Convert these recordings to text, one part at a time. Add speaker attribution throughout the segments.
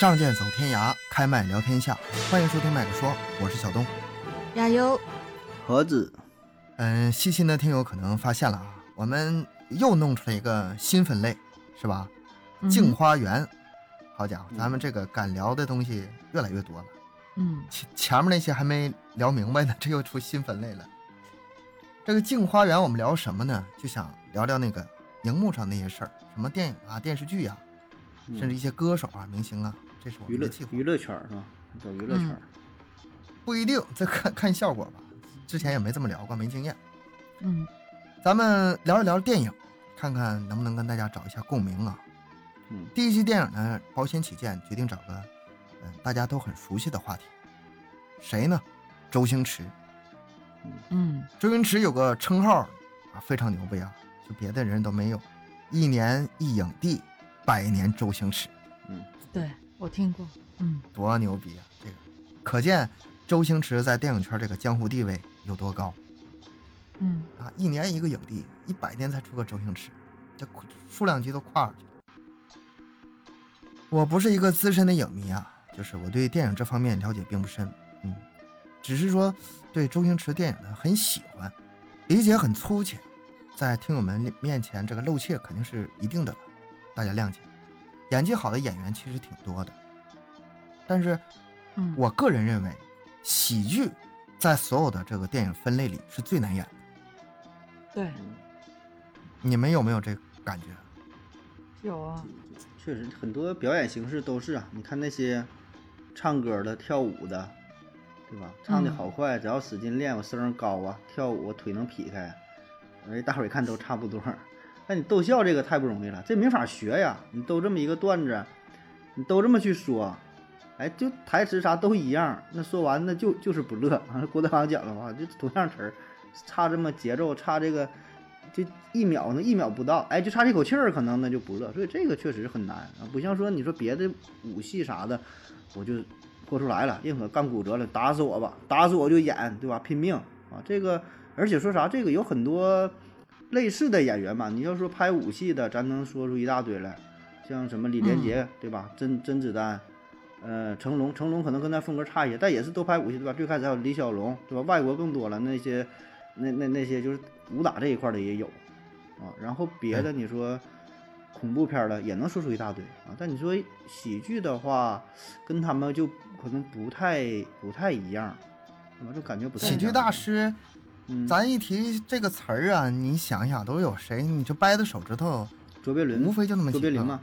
Speaker 1: 仗剑走天涯，开麦聊天下。欢迎收听麦克说，我是小东。
Speaker 2: 亚优，
Speaker 3: 盒子，
Speaker 1: 嗯，细心的听友可能发现了啊，我们又弄出了一个新分类，是吧？
Speaker 2: 嗯
Speaker 1: 镜花缘。好家伙，
Speaker 3: 嗯
Speaker 1: 咱们这个敢聊的东西越来越多了。
Speaker 2: 嗯，
Speaker 1: 前前面那些还没聊明白 呢，这又出新分类了。这个镜花缘我们聊什么呢？就想聊聊那个荧幕上那些事儿，什么电影啊、电视剧呀、
Speaker 3: 嗯
Speaker 1: 甚至一些歌手啊、明星啊，这是我
Speaker 3: 娱
Speaker 1: 们
Speaker 3: 乐
Speaker 1: 的计划。
Speaker 3: 娱乐圈儿是吧？走娱乐圈儿，
Speaker 1: 不一定，这看看效果吧。之前也没这么聊过，没经验。
Speaker 2: 嗯，
Speaker 1: 咱们聊一聊电影，看看能不能跟大家找一下共鸣啊。
Speaker 3: 嗯
Speaker 1: 第一期电影呢，保险起见，决定找个嗯大家都很熟悉的话题，谁呢？周星驰。
Speaker 2: 嗯，
Speaker 1: 周星驰有个称号啊，非常牛逼啊，就别的人都没有，一年一影帝，百年周星驰，
Speaker 3: 嗯，
Speaker 2: 对我听过，嗯
Speaker 1: 多牛逼啊！这个，可见周星驰在电影圈这个江湖地位有多高
Speaker 2: 嗯
Speaker 1: 啊！一年一个影帝，一百年才出个周星驰，这跨数量级都跨上去了。我不是一个资深的影迷啊，就是我对电影这方面了解并不深，嗯，只是说对周星驰电影呢很喜欢，理解很粗浅，在听友们面前这个露怯肯定是一定的了，大家谅解。演技好的演员其实挺多的，但是
Speaker 2: 嗯，
Speaker 1: 我个人认为，喜剧在所有的这个电影分类里是最难演的。
Speaker 2: 对
Speaker 3: 嗯
Speaker 1: 你们有没有这个感觉？
Speaker 2: 有啊，
Speaker 3: 确实很多表演形式都是啊。你看那些唱歌的、跳舞的，对吧？唱的好坏，只要使劲练，我声儿高啊，跳舞我腿能劈开，而且大伙儿一看都差不多。但你逗笑这个太不容易了，这没法学呀。你都这么一个段子，你都这么去说，哎，就台词啥都一样，那说完那就就是不乐。完了，郭德纲讲的话就同样词儿，差这么节奏，差这个就一秒呢，一秒不到，哎，就差这口气儿，可能那就不乐。所以这个确实很难啊，不像说你说别的武戏啥的，我就豁出来了，宁可干骨折了，打死我吧，打死我就演，对吧？拼命啊！这个，而且说啥，这个有很多类似的演员吧，你要说拍武戏的，咱能说出一大堆来，像什么李连杰，对吧？甄甄子丹。呃，成龙，成龙可能跟他风格差一些，但也是都拍武戏，对吧？最开始还有李小龙，对吧？外国更多了，那些，那那那些就是武打这一块儿的也有，啊，然后别的你说恐怖片儿的也能说出一大堆啊，但你说喜剧的话，跟他们就可能不太不太一样，怎么就感觉不太一
Speaker 1: 喜
Speaker 3: 样
Speaker 1: 剧大，师，
Speaker 3: 嗯，
Speaker 1: 咱一提这个词儿啊，你想想都有谁？你这掰的手指头，
Speaker 3: 卓别林
Speaker 1: 无非就那么几
Speaker 3: 卓
Speaker 1: 个。
Speaker 3: 别林嘛，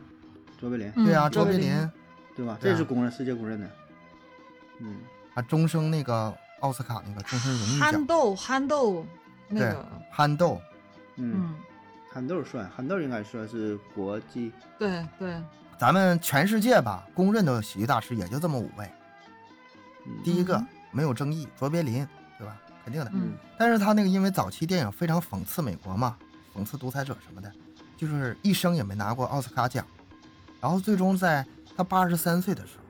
Speaker 3: 卓别林
Speaker 2: 嗯
Speaker 1: 对啊，
Speaker 2: 周
Speaker 1: 周
Speaker 2: 杰
Speaker 1: 杰
Speaker 2: 伦
Speaker 1: 伦
Speaker 3: 对吧？
Speaker 1: 对啊
Speaker 3: 这是公认世界公认的，嗯，
Speaker 1: 啊，终生那个奥斯卡那个终身荣誉
Speaker 2: 憨
Speaker 1: 奖，
Speaker 2: 豆憨豆那
Speaker 1: 对
Speaker 2: 个，，
Speaker 1: 憨豆，
Speaker 3: 嗯，
Speaker 2: 嗯，
Speaker 3: 憨豆儿算，憨豆儿应该算是国际，
Speaker 2: 对对，
Speaker 1: 咱们全世界吧公认的喜剧大师也就这么五位，
Speaker 3: 嗯
Speaker 1: 第一个
Speaker 2: 嗯
Speaker 1: 没有争议，卓别林，对吧？肯定的。
Speaker 2: 嗯
Speaker 1: 但是他那个因为早期电影非常讽刺美国嘛，讽刺独裁者什么的，就是一生也没拿过奥斯卡奖，然后最终在他八十三岁的时候，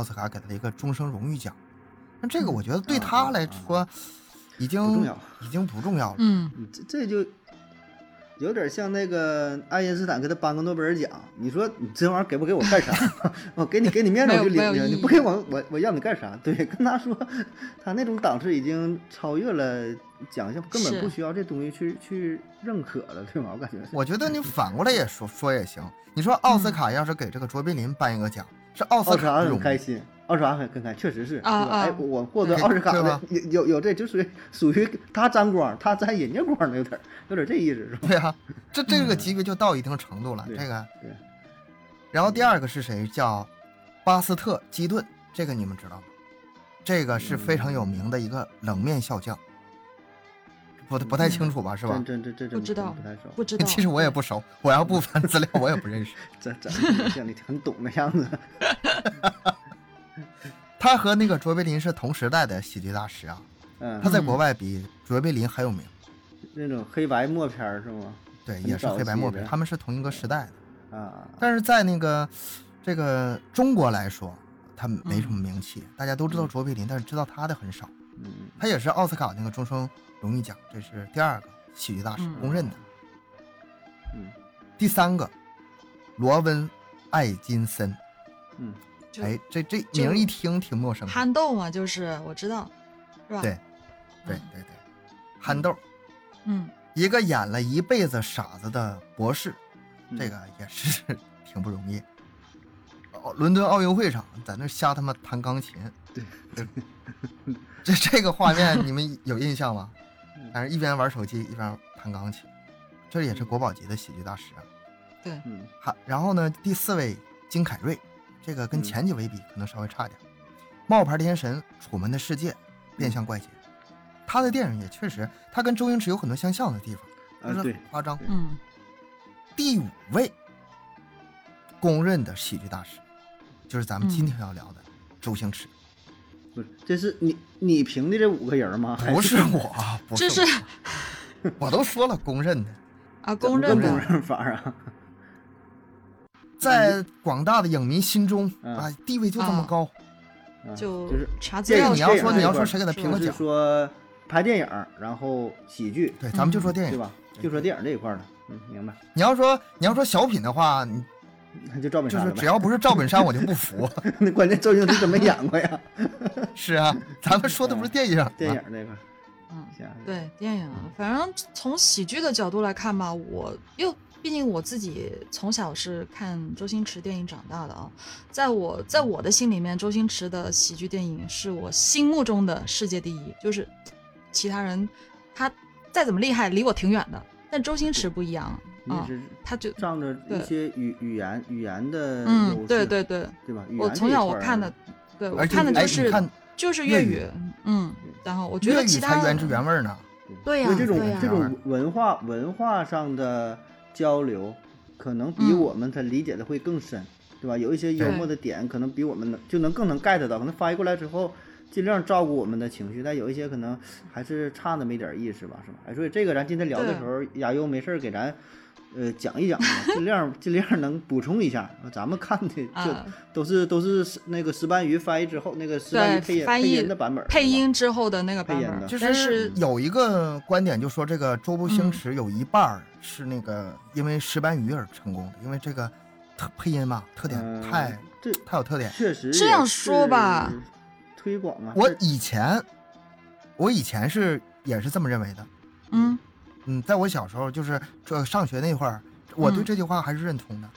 Speaker 1: 奥斯卡给他一个终生荣誉奖。那
Speaker 3: 嗯
Speaker 1: 这个我觉得对他来说，已经
Speaker 3: 啊不重要，
Speaker 1: 已经不重要了。
Speaker 2: 嗯，
Speaker 3: 你这这就有点像那个爱因斯坦给他颁个诺贝尔奖，你说你这玩意儿给不给我干啥？ 我给你给你面子
Speaker 2: 没
Speaker 3: 我
Speaker 2: 有
Speaker 3: 就
Speaker 2: 没有
Speaker 3: 领
Speaker 2: 意
Speaker 3: 着，
Speaker 2: 义
Speaker 3: 你不给我我我要你干啥？ 对，跟他说他那种档次已经超越了奖项，根
Speaker 2: 是
Speaker 3: 本不需要这东西去去认可了，对吧？我感觉是
Speaker 1: 我觉得你反过来也说说也行。你说奥斯卡要是给这个卓别林颁一个奖，是奥斯
Speaker 3: 奥斯卡
Speaker 1: 卡的
Speaker 3: 很
Speaker 1: 荣
Speaker 3: 开
Speaker 1: 誉，
Speaker 3: 心，奥斯卡很很开心，确实是，
Speaker 2: 啊
Speaker 3: 对吧？哎
Speaker 2: 啊，
Speaker 3: 我获得
Speaker 1: 对
Speaker 3: 奥斯卡
Speaker 1: 对吧
Speaker 3: 的有有有这就属于属于他沾光，他沾人家光了，有点儿有点儿这意思是 吧？
Speaker 1: 对啊，这这个级别就到一定程度了。
Speaker 3: 嗯对
Speaker 1: 这个，
Speaker 3: 对，
Speaker 1: 然后第二个是谁？叫巴斯特基顿，这个你们知道吗？这个是非常有名的一个冷面笑匠，不不太清楚吧？是吧？
Speaker 3: 真真真
Speaker 2: 不
Speaker 3: 真
Speaker 2: 知道
Speaker 3: 不太熟，
Speaker 2: 不知 道，
Speaker 1: 其实我也不熟，我要不翻资料我也不认识。
Speaker 3: 这这像你很懂的样子。
Speaker 1: 他和那个卓别林是同时代的喜剧大师啊，
Speaker 3: 嗯
Speaker 1: 他，在国外比卓别林还有名，
Speaker 3: 那种黑白默片儿是吗？
Speaker 1: 对，
Speaker 3: 很
Speaker 1: 也是
Speaker 3: 早
Speaker 1: 黑白
Speaker 3: 期
Speaker 1: 默片，
Speaker 3: 的
Speaker 1: 他们是同一个时代的。
Speaker 3: 啊，
Speaker 1: 但是在那个这个中国来说，他没
Speaker 2: 嗯
Speaker 1: 什么名气，大家都知道卓别林，但是知道他的很少。
Speaker 3: 嗯，
Speaker 1: 他也是奥斯卡那个终生荣誉奖，这是第二个喜剧大师
Speaker 2: 嗯
Speaker 1: 公认的。
Speaker 3: 嗯
Speaker 1: 第三个，罗温·艾金森，
Speaker 3: 嗯，
Speaker 2: 就
Speaker 1: 哎，这这
Speaker 2: 就
Speaker 1: 名儿一听挺陌生的。
Speaker 2: 憨啊豆嘛，就是我知道，是吧？
Speaker 1: 对，对对对，憨豆，
Speaker 2: 嗯，
Speaker 1: 一个演了一辈子傻子的博士，
Speaker 3: 嗯
Speaker 1: 这个也是 挺不容易。哦，伦敦奥运会上在那瞎他妈弹钢琴，
Speaker 3: 对
Speaker 1: 对，这这个画面你们有印象吗
Speaker 3: 嗯？
Speaker 1: 反正一边玩手机一边弹钢琴，这也是国宝级的喜剧大师啊。
Speaker 2: 对，
Speaker 3: 嗯
Speaker 1: 还然后呢，第四位金凯瑞，这个跟
Speaker 3: 嗯
Speaker 1: 前几位比可能稍微差点，冒牌天神》《楚门的世界》《变相怪杰》，
Speaker 3: 嗯
Speaker 1: 他的电影也确实，他跟周星驰有很多相像的地方，
Speaker 3: 啊
Speaker 1: 就是
Speaker 3: 对
Speaker 1: 很夸张。
Speaker 2: 嗯，
Speaker 1: 第五位公认的喜剧大师，就是咱们今
Speaker 2: 嗯
Speaker 1: 天要聊的周星驰，
Speaker 3: 不是，这是你你评的这五个人吗？还
Speaker 1: 不是我，啊不
Speaker 2: 这
Speaker 1: 是
Speaker 2: 是
Speaker 1: 我， 我都说了公认的，
Speaker 2: 啊，
Speaker 3: 怎
Speaker 2: 公
Speaker 3: 么个
Speaker 2: 认
Speaker 3: 公
Speaker 2: 的，
Speaker 3: 认法啊？
Speaker 1: 在广大的影迷心中
Speaker 3: 嗯
Speaker 1: 啊，地位就这么
Speaker 2: 啊
Speaker 1: 高。
Speaker 3: 啊
Speaker 2: 就
Speaker 3: 就是
Speaker 2: 查资
Speaker 3: 这
Speaker 2: 料
Speaker 3: 个
Speaker 1: 你要
Speaker 2: 是
Speaker 1: 说
Speaker 2: 吧
Speaker 1: 你要
Speaker 3: 这
Speaker 1: 说
Speaker 3: 块
Speaker 1: 谁给他
Speaker 2: 是
Speaker 1: 评
Speaker 2: 吧
Speaker 1: 个
Speaker 3: 就是
Speaker 1: 奖，
Speaker 3: 说拍电影，然后喜剧，
Speaker 1: 对，咱们就说
Speaker 2: 嗯
Speaker 1: 电
Speaker 3: 对
Speaker 1: 影。
Speaker 3: 吧？就说电影这一块儿的，嗯，明白。
Speaker 1: 你要说你要说小品的话， 你
Speaker 3: 那就赵本
Speaker 1: 就
Speaker 3: 山
Speaker 1: 是
Speaker 3: 了
Speaker 1: 只
Speaker 3: 呗。
Speaker 1: 要不是赵本山，我就不服。
Speaker 3: 那关键周星驰都没演过 呀，
Speaker 1: 是啊，咱们说的不是电影啊吗，
Speaker 3: 电影这块儿，
Speaker 2: 嗯，
Speaker 3: 行。
Speaker 2: 对电影啊，反正从喜剧的角度来看吧，我又毕竟我自己从小是看周星驰电影长大的啊，在我在我的心里面，周星驰的喜剧电影是我心目中的世界第一，就是其他人他再怎么厉害，离我挺远的，但周星驰不一样
Speaker 3: 你也
Speaker 2: 啊，
Speaker 3: 是
Speaker 2: 他就
Speaker 3: 仗着一
Speaker 2: 对
Speaker 3: 些语语言语言的优
Speaker 2: 嗯，
Speaker 3: 势
Speaker 2: 对对对，
Speaker 3: 对吧？语
Speaker 2: 我
Speaker 3: 言
Speaker 2: 从
Speaker 3: 这一
Speaker 2: 小
Speaker 3: 块
Speaker 2: 我
Speaker 3: 儿啊
Speaker 2: 看的，对我
Speaker 1: 而且
Speaker 2: 看的
Speaker 1: 哎
Speaker 2: 就
Speaker 1: 你
Speaker 2: 是
Speaker 1: 看
Speaker 2: 就是
Speaker 1: 粤
Speaker 2: 粤
Speaker 1: 语
Speaker 2: 语，嗯，然后我觉
Speaker 1: 粤
Speaker 2: 得
Speaker 1: 语
Speaker 2: 其
Speaker 1: 才
Speaker 2: 他
Speaker 1: 原汁原味儿呢。
Speaker 2: 对
Speaker 3: 因
Speaker 2: 呀
Speaker 3: 为这种
Speaker 2: 对呀啊
Speaker 3: 这种文化文化上的交流，可能比
Speaker 2: 嗯
Speaker 3: 我们他理解的会更深，对吧？有一些幽
Speaker 1: 对
Speaker 3: 默的点，可能比我们能就能更能 get 到，可能翻译过来之后，尽量照顾我们的情绪，但有一些可能还是差那么一点意思吧，是吧？哎，所以这个咱今天聊的
Speaker 2: 对
Speaker 3: 时候，亚优没事儿给咱。呃，讲一讲吧，尽量尽量能补充一下。咱们看的
Speaker 2: 啊
Speaker 3: 就都是、都是那个石斑鱼翻译之后，那个石斑
Speaker 2: 对
Speaker 3: 鱼配音
Speaker 2: 翻
Speaker 3: 配
Speaker 2: 译
Speaker 3: 音的版本儿，
Speaker 2: 配
Speaker 3: 是吧
Speaker 2: 音之后的那个版
Speaker 3: 配音的
Speaker 2: 本，
Speaker 1: 就
Speaker 2: 但是
Speaker 1: 有一个观点，就说这个周星
Speaker 2: 嗯
Speaker 1: 驰有一半儿是那个因为石斑鱼而成功的，因为这个特配音嘛，特点
Speaker 3: 嗯
Speaker 1: 太
Speaker 3: 这
Speaker 1: 太有特点。
Speaker 3: 确实
Speaker 2: 这
Speaker 3: 也
Speaker 2: 样说吧
Speaker 3: 是推广啊嘛，
Speaker 1: 我
Speaker 3: 这
Speaker 1: 以前我以前是也是这么认为的，
Speaker 2: 嗯
Speaker 1: 嗯，在我小时候就是这上学那会儿，我对
Speaker 2: 嗯
Speaker 1: 这句话还是认同的，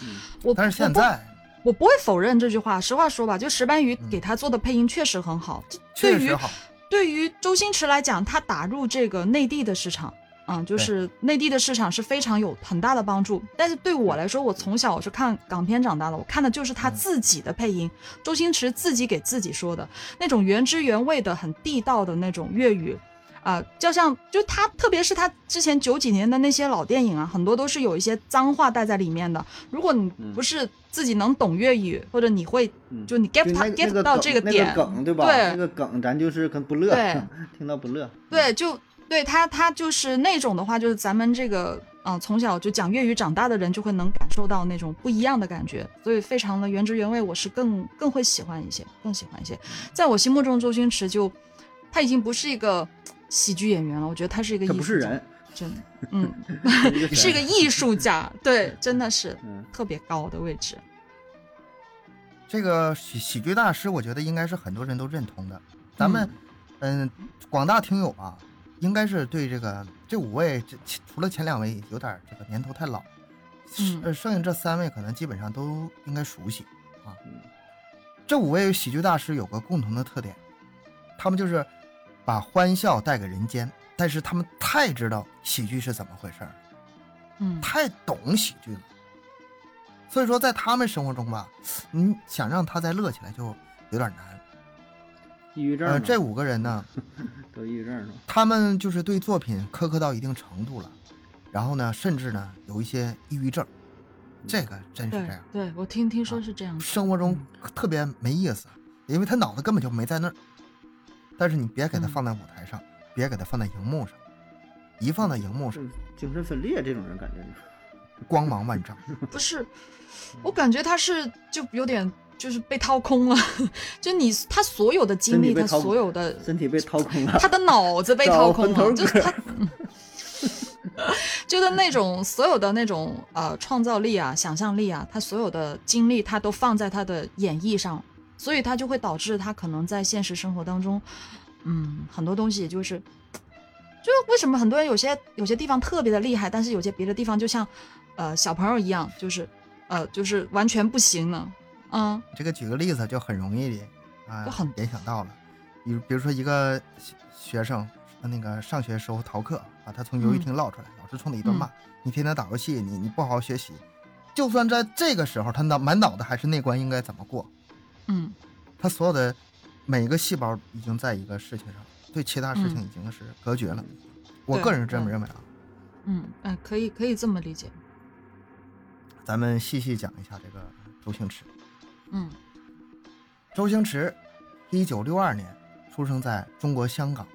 Speaker 3: 嗯，
Speaker 2: 我
Speaker 1: 但是现在
Speaker 2: 我不我不会否认这句话。实话说吧，就石斑鱼
Speaker 1: 嗯
Speaker 2: 给他做的配音确实很好。这
Speaker 1: 确
Speaker 2: 对于
Speaker 1: 实好。
Speaker 2: 对于周星驰来讲，他打入这个内地的市场。啊、就是内地的市场是非常有很大的帮助，但是对我
Speaker 3: 嗯
Speaker 2: 来说，我从小我是看港片长大的，我看的就是他
Speaker 1: 嗯
Speaker 2: 自己的配音，周星驰自己给自己说的那种原汁原味的、很地道的那种粤语，啊、就像就他，特别是他之前九几年的那些老电影啊，很多都是有一些脏话带在里面的。如果你
Speaker 3: 嗯
Speaker 2: 不是自己能懂粤语，或者你会
Speaker 3: 嗯
Speaker 2: 就你 get
Speaker 3: 就
Speaker 2: 他
Speaker 3: 那
Speaker 2: get
Speaker 3: 那个
Speaker 2: 到
Speaker 3: 梗
Speaker 2: 这个
Speaker 3: 那
Speaker 2: 点，
Speaker 3: 梗对吧？
Speaker 2: 对
Speaker 3: 那个梗咱就是跟不乐
Speaker 2: 对，
Speaker 3: 听到不乐，嗯
Speaker 2: 对，就对他，他就是那种的话，就是咱们这个啊、呃从小就讲粤语长大的人，就会能感受到那种不一样的感觉，所以非常的原汁原味，我是更更会喜欢一些，更喜欢一些。
Speaker 3: 嗯
Speaker 2: 在我心目中，周星驰就他已经不是一个喜剧演员了，我觉得他是一个
Speaker 3: 他
Speaker 2: 艺
Speaker 3: 不
Speaker 2: 术
Speaker 3: 是
Speaker 2: 家，
Speaker 3: 人，
Speaker 2: 真的， 嗯，
Speaker 3: 他是一
Speaker 2: 是一个
Speaker 3: 神
Speaker 2: 艺术家，对，真的是
Speaker 3: 嗯
Speaker 2: 特别高的位置，
Speaker 1: 这个喜喜剧大师，我觉得应该是很多人都认同的。咱们，嗯，广大听友啊，应该是对这个这五位，这其除了前两位有点这个年头太老，
Speaker 2: 嗯
Speaker 1: 呃，剩下这三位可能基本上都应该熟悉啊
Speaker 3: 嗯。
Speaker 1: 这五位喜剧大师有个共同的特点，他们就是把欢笑带给人间，但是他们太知道喜剧是怎么回事儿了。
Speaker 2: 嗯
Speaker 1: 太懂喜剧了，所以说在他们生活中吧，你想让他再乐起来就有点难。
Speaker 3: 抑郁症嘛，
Speaker 1: 呃，这五个人呢，
Speaker 3: 得抑郁症是吧？
Speaker 1: 他们就是对作品苛刻到一定程度了，然后呢，甚至呢有一些抑郁症，这个真是
Speaker 2: 对
Speaker 1: 这样，
Speaker 2: 对，我听听
Speaker 3: 啊
Speaker 2: 说是这样的，
Speaker 1: 生活中特别没意思，因为他脑子根本就没在那儿。但是你别给他
Speaker 2: 嗯
Speaker 1: 放在舞台上，别给他放在荧幕上，一放在荧幕上
Speaker 3: 是精神分裂这种人感觉就是
Speaker 1: 光芒万丈。
Speaker 2: 不是，我感觉他是就有点就是被掏空了， 就你他所有的精
Speaker 3: 身体
Speaker 2: 力，
Speaker 3: 被
Speaker 2: 他
Speaker 3: 掏空
Speaker 2: 所有的
Speaker 3: 身体被掏空了，
Speaker 2: 他的脑子被
Speaker 3: 找
Speaker 2: 掏空
Speaker 3: 坟头
Speaker 2: 了，就是
Speaker 3: 歌
Speaker 2: 他，嗯 就是那种所有的那种呃创造力啊、想象力啊，他所有的精力他都放在他的演绎上，所以他就会导致他可能在现实生活当中，嗯，很多东西就是，就是为什么很多人有些有些地方特别的厉害，但是有些别的地方就像呃小朋友一样，就是呃就是完全不行呢，嗯，
Speaker 1: 这个举个例子就很容易啊
Speaker 2: 就很
Speaker 1: 联想到了，比如比如说一个学学生那个上学时候逃课，把他从游
Speaker 2: 嗯
Speaker 1: 戏厅捞出来，老师冲他一顿骂，你天天打游戏，你你不好好学习，就算在这个时候，他脑满脑子还是那关应该怎么过，
Speaker 2: 嗯
Speaker 1: 他所有的每一个细胞已经在一个事情上，对其他事情
Speaker 2: 嗯
Speaker 1: 已经是隔绝了。我
Speaker 2: 对
Speaker 1: 个人是这么
Speaker 2: 对
Speaker 1: 认为啊，
Speaker 2: 嗯嗯、可以可以这么理解，
Speaker 1: 咱们细细讲一下这个周星驰。
Speaker 2: 嗯
Speaker 1: 周星驰，一九六二年出生在中国香港，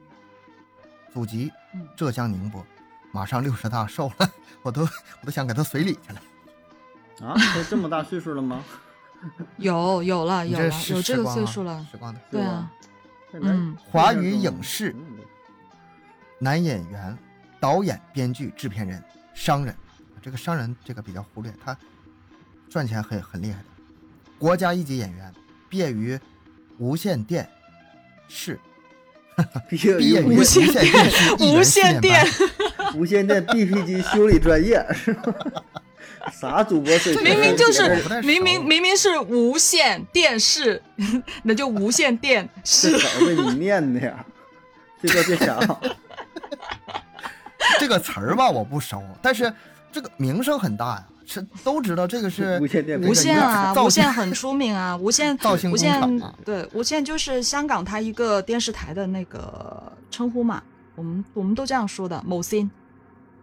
Speaker 1: 祖籍
Speaker 2: 嗯
Speaker 1: 浙江宁波，马上六十大寿了，我都我都想给他随礼去了。
Speaker 3: 啊，都这么大岁数了吗？
Speaker 2: 有有了
Speaker 1: 你
Speaker 2: 哎有
Speaker 1: 这
Speaker 2: 了
Speaker 1: 是
Speaker 2: 有这
Speaker 1: 时
Speaker 2: 个
Speaker 1: 光
Speaker 2: 岁
Speaker 1: 啊
Speaker 2: 数了，
Speaker 1: 时光的
Speaker 2: 对
Speaker 3: 是
Speaker 2: 啊
Speaker 3: 吧，在咱
Speaker 2: 嗯
Speaker 1: 华语影视
Speaker 3: 嗯
Speaker 1: 男演员、导演、编剧、制片人、商人，这个商人这个比较忽略，他赚钱很很厉害的，国家一级演员，毕业于无线电视，
Speaker 3: 毕业
Speaker 1: 毕业于
Speaker 3: 于
Speaker 2: 无
Speaker 1: 无
Speaker 2: 线
Speaker 1: 线电视艺
Speaker 2: 无
Speaker 1: 人
Speaker 2: 线
Speaker 1: 训练班
Speaker 2: 电，
Speaker 3: 无线电 BP 机修理专业是吧？ 啥主播水平啊？
Speaker 2: 明明就
Speaker 1: 这个
Speaker 3: 这
Speaker 1: 我不太
Speaker 2: 是
Speaker 1: 熟
Speaker 2: 明明明明是无线电视，那就无线电
Speaker 3: 这
Speaker 2: 视。
Speaker 3: 词儿被你念的呀，这个 别想。
Speaker 1: 这个词儿吧，我不熟，但是这个名声很大呀，是都知道这个是
Speaker 3: 无线电
Speaker 2: 无线啊，
Speaker 1: 造
Speaker 2: 无
Speaker 1: 型
Speaker 2: 线很出名啊，无线
Speaker 1: 造型
Speaker 2: 无
Speaker 1: 工
Speaker 2: 线
Speaker 1: 厂啊
Speaker 2: 对无线就是香港它一个电视台的那个称呼嘛，我们我们都这样说的，某星，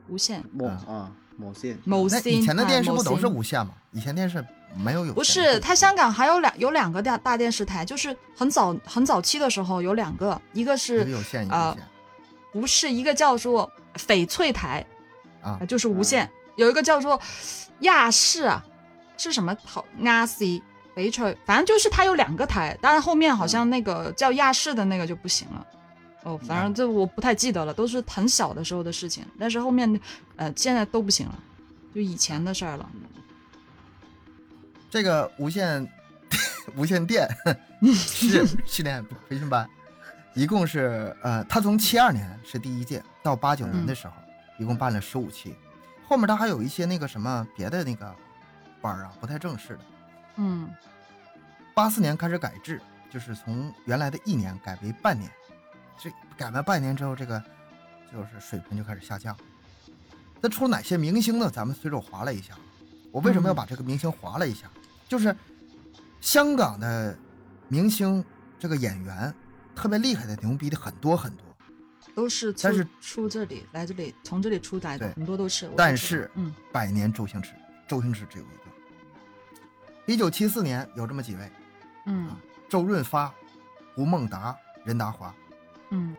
Speaker 2: 无线
Speaker 3: 某啊，某线
Speaker 2: 某
Speaker 1: 那
Speaker 2: 星。
Speaker 1: 以前的
Speaker 2: 啊
Speaker 1: 电视
Speaker 2: 某
Speaker 1: 不都是
Speaker 2: 星
Speaker 1: 无线吗？以前电视没有有线的
Speaker 2: 不是，它香港还有两有两个大大电视台，就是很早很早期的时候有两个，一个
Speaker 1: 一
Speaker 2: 是
Speaker 1: 个有线一个无
Speaker 2: 啊
Speaker 1: 线
Speaker 2: 不是一个叫做翡翠台，
Speaker 1: 啊
Speaker 2: 啊，就是无线，有一个叫做亚视啊，是什么好亚 C 翡翠，反正就是它有两个台，但是后面好
Speaker 1: 嗯
Speaker 2: 像那个叫亚视的那个就不行了。哦，反
Speaker 1: 嗯
Speaker 2: 正这我不太记得了，都是很小的时候的事情，但是后面，呃，现在都不行了，就以前的事儿了。
Speaker 1: 这个无线无线 电是训练培训班，一共是呃，他从七二年是第一届到八九
Speaker 2: 嗯
Speaker 1: 年的时候，一共办了十五期，后面他还有一些那个什么别的那个班儿啊，不太正式的。
Speaker 2: 嗯
Speaker 1: 八四年开始改制，就是从原来的一年改为半年。这改完半年之后，这个就是水平就开始下降。那出哪些明星呢？咱们随手划了一下。我为什么要把这个明星划了一下？就是香港的明星这个演员特别厉害的、牛逼的很多很多，
Speaker 2: 都是出
Speaker 1: 但是
Speaker 2: 出这里来这里，从这里出来的
Speaker 1: 对
Speaker 2: 很多都是。我
Speaker 1: 但
Speaker 2: 都知道
Speaker 1: 是
Speaker 2: 嗯
Speaker 1: 百年周星驰，周星驰只有一个。一九七四年有这么几位：
Speaker 2: 嗯
Speaker 1: 周润发、吴孟达、任达华。
Speaker 2: 嗯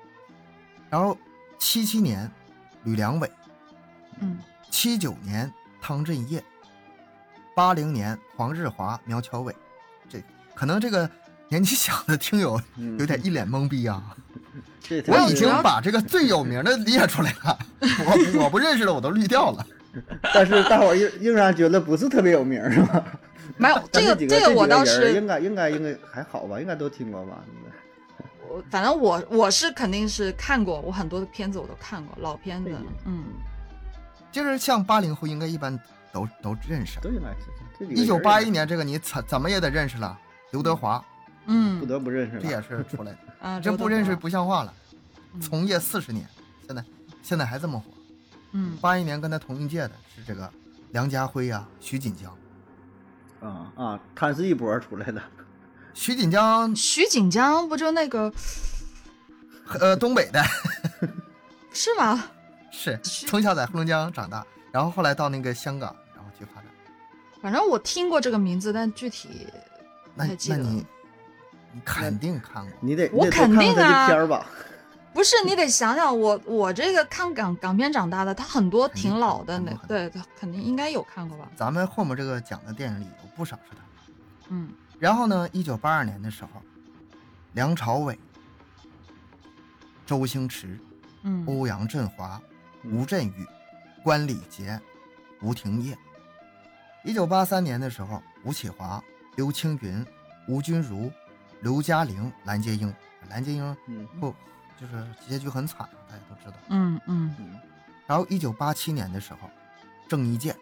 Speaker 1: 然后七七年吕良伟，
Speaker 2: 嗯
Speaker 1: 七九年汤镇业，八零年黄日华、苗侨伟，这可能这个年纪小的听友
Speaker 3: 嗯
Speaker 1: 有点一脸懵逼啊！
Speaker 3: 这也太
Speaker 1: 我
Speaker 2: 嗯
Speaker 1: 已
Speaker 3: 是
Speaker 1: 经
Speaker 3: 了
Speaker 1: 把这个最有名的列出来了，我我不认识的我都滤掉了。
Speaker 3: 但是大伙儿硬硬然觉得不是特别有名儿是吧？
Speaker 2: 没有这
Speaker 3: 但
Speaker 2: 个
Speaker 3: 几
Speaker 2: 这个
Speaker 3: 这
Speaker 2: 我
Speaker 3: 几
Speaker 2: 倒
Speaker 3: 人
Speaker 2: 是
Speaker 3: 应该应该应该还好吧，应该都听过吧？应该
Speaker 2: 我反正我我是肯定是看过，我很多的片子我都看过，老片子
Speaker 3: 对
Speaker 2: 了，嗯，
Speaker 1: 就是像八零后应该一般都都认识
Speaker 3: 都，应该是这几个人
Speaker 1: 一九八一年这个你怎怎么也得认识了，刘德华
Speaker 3: 不
Speaker 2: 嗯
Speaker 3: 得不认识
Speaker 1: 这也
Speaker 3: 了。
Speaker 1: 是出来的。
Speaker 2: 啊，
Speaker 1: 这
Speaker 2: 刘德
Speaker 1: 不认识
Speaker 2: 华，
Speaker 1: 不像话了，
Speaker 2: 嗯
Speaker 1: 从业四十年，现在现在还这么火。
Speaker 2: 嗯
Speaker 1: 八一年跟他同一届的是这个梁家辉呀、徐锦江。
Speaker 3: 啊啊，他是一波出来的，
Speaker 1: 徐锦江，
Speaker 2: 徐锦江不就那个
Speaker 1: 呃，东北的，
Speaker 2: 是吗？
Speaker 1: 是
Speaker 2: 徐
Speaker 1: 从小在黑龙江长大，然后后来到那个香港，然后去发展。
Speaker 2: 反正我听过这个名字，但具体
Speaker 1: 那
Speaker 2: 太记
Speaker 1: 那
Speaker 2: 得嗯
Speaker 1: 你，你肯定看过。
Speaker 3: 你得
Speaker 2: 我
Speaker 3: 你得多
Speaker 2: 肯
Speaker 3: 看
Speaker 2: 定
Speaker 3: 看他
Speaker 2: 啊
Speaker 3: 这片儿吧。
Speaker 2: 不是你得想想我我这个看港港片长大的，他很多
Speaker 1: 肯定
Speaker 2: 挺老的
Speaker 1: 很
Speaker 2: 那
Speaker 1: 多很多
Speaker 2: 对，他肯定应该有看过吧？
Speaker 1: 咱们后面这个讲的电影里有不少是他。
Speaker 2: 嗯
Speaker 1: 然后呢，一九八二年的时候，梁朝伟、周星驰、
Speaker 2: 嗯
Speaker 1: 哦欧阳震华、吴镇宇、关礼杰、吴廷烨。一九八三年的时候，吴启华、刘青云、吴君如、刘嘉玲、蓝洁瑛，蓝洁瑛
Speaker 3: 嗯
Speaker 1: 不就是结局很惨，大家都知道。
Speaker 2: 嗯嗯，
Speaker 3: 嗯
Speaker 1: 然后一九八七年的时候，郑伊健，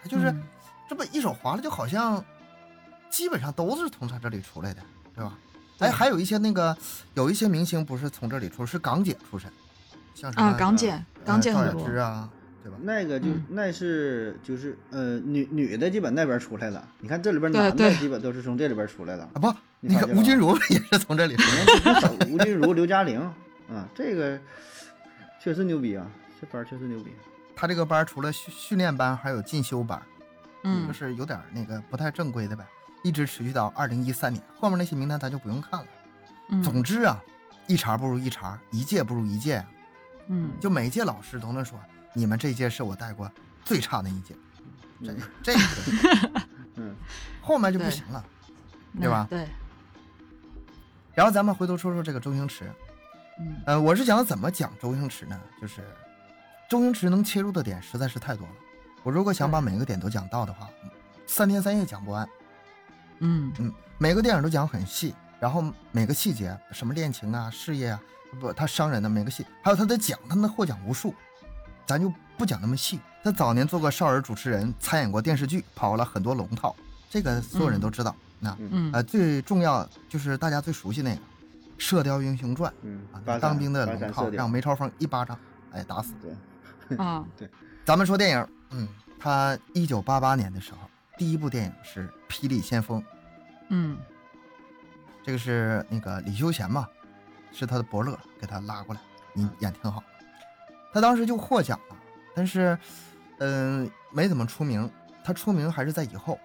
Speaker 1: 他就是、
Speaker 2: 嗯
Speaker 1: 这么一手划了，就好像基本上都是从他这里出来的，对吧？
Speaker 2: 对
Speaker 1: 哎，还有一些那个有一些明星不是从这里出，是港姐出身，像什么
Speaker 2: 啊，港姐，港姐
Speaker 1: 呃赵
Speaker 2: 很
Speaker 1: 雅
Speaker 2: 多
Speaker 1: 芝，啊，对吧？
Speaker 3: 那个就、
Speaker 2: 嗯
Speaker 3: 那是就是呃女女的基本那边出来了，你看这里边
Speaker 2: 对
Speaker 3: 男的
Speaker 2: 对
Speaker 3: 基本都是从这里边出来了
Speaker 1: 啊，不，
Speaker 3: 你
Speaker 1: 那个
Speaker 3: 发现了
Speaker 1: 吴君如 也是从这里出
Speaker 3: 可
Speaker 1: 来的。
Speaker 3: 能就是小吴君如、刘嘉玲，啊，这个确实牛逼啊，这班儿确实牛逼。
Speaker 1: 他这个班除了训训练班，还有进修班，就
Speaker 2: 嗯
Speaker 1: 是有点那个不太正规的呗，一直持续到二零一三年。后面那些名单咱就不用看了。总
Speaker 2: 嗯
Speaker 1: 之啊，一茬不如一茬，一届不如一届啊。
Speaker 2: 嗯，
Speaker 1: 就每届老师都能说，你们这届是我带过最差的一届，这
Speaker 3: 嗯
Speaker 1: 这个
Speaker 3: 嗯
Speaker 1: 后面就不行了。对
Speaker 2: 那
Speaker 1: 吧
Speaker 2: 对，
Speaker 1: 然后咱们回头说说这个周星驰，
Speaker 2: 嗯
Speaker 1: 呃，我是想怎么讲周星驰呢？就是周星驰能切入的点实在是太多了，我如果想把每个点都讲到的话，三天三夜讲不完。
Speaker 2: 嗯
Speaker 1: 嗯，每个电影都讲很细，然后每个细节，什么恋情啊、事业啊，不，他商人的每个细，还有他的奖，他能获奖无数，咱就不讲那么细。他早年做过少儿主持人，参演过电视剧，跑了很多龙套，这个所有人都知道。那
Speaker 2: 嗯
Speaker 1: 呃，最重要就是大家最熟悉那个《射雕英雄传》
Speaker 3: 嗯
Speaker 1: 啊，，
Speaker 3: 八
Speaker 1: 那
Speaker 3: 三
Speaker 1: 当兵的
Speaker 3: 八
Speaker 1: 龙
Speaker 3: 三
Speaker 1: 套
Speaker 3: 射
Speaker 1: 让
Speaker 3: 雕，
Speaker 1: 梅超风一巴掌哎打死。
Speaker 3: 对，
Speaker 2: 啊，
Speaker 1: 咱们说电影，嗯，他一九八八年的时候，第一部电影是《霹雳先锋》。
Speaker 2: 嗯
Speaker 1: 这个是那个李修贤嘛，是他的伯乐给他拉过来，你演挺好。他当时就获奖了，但是，嗯、没怎么出名。他出名还是在以后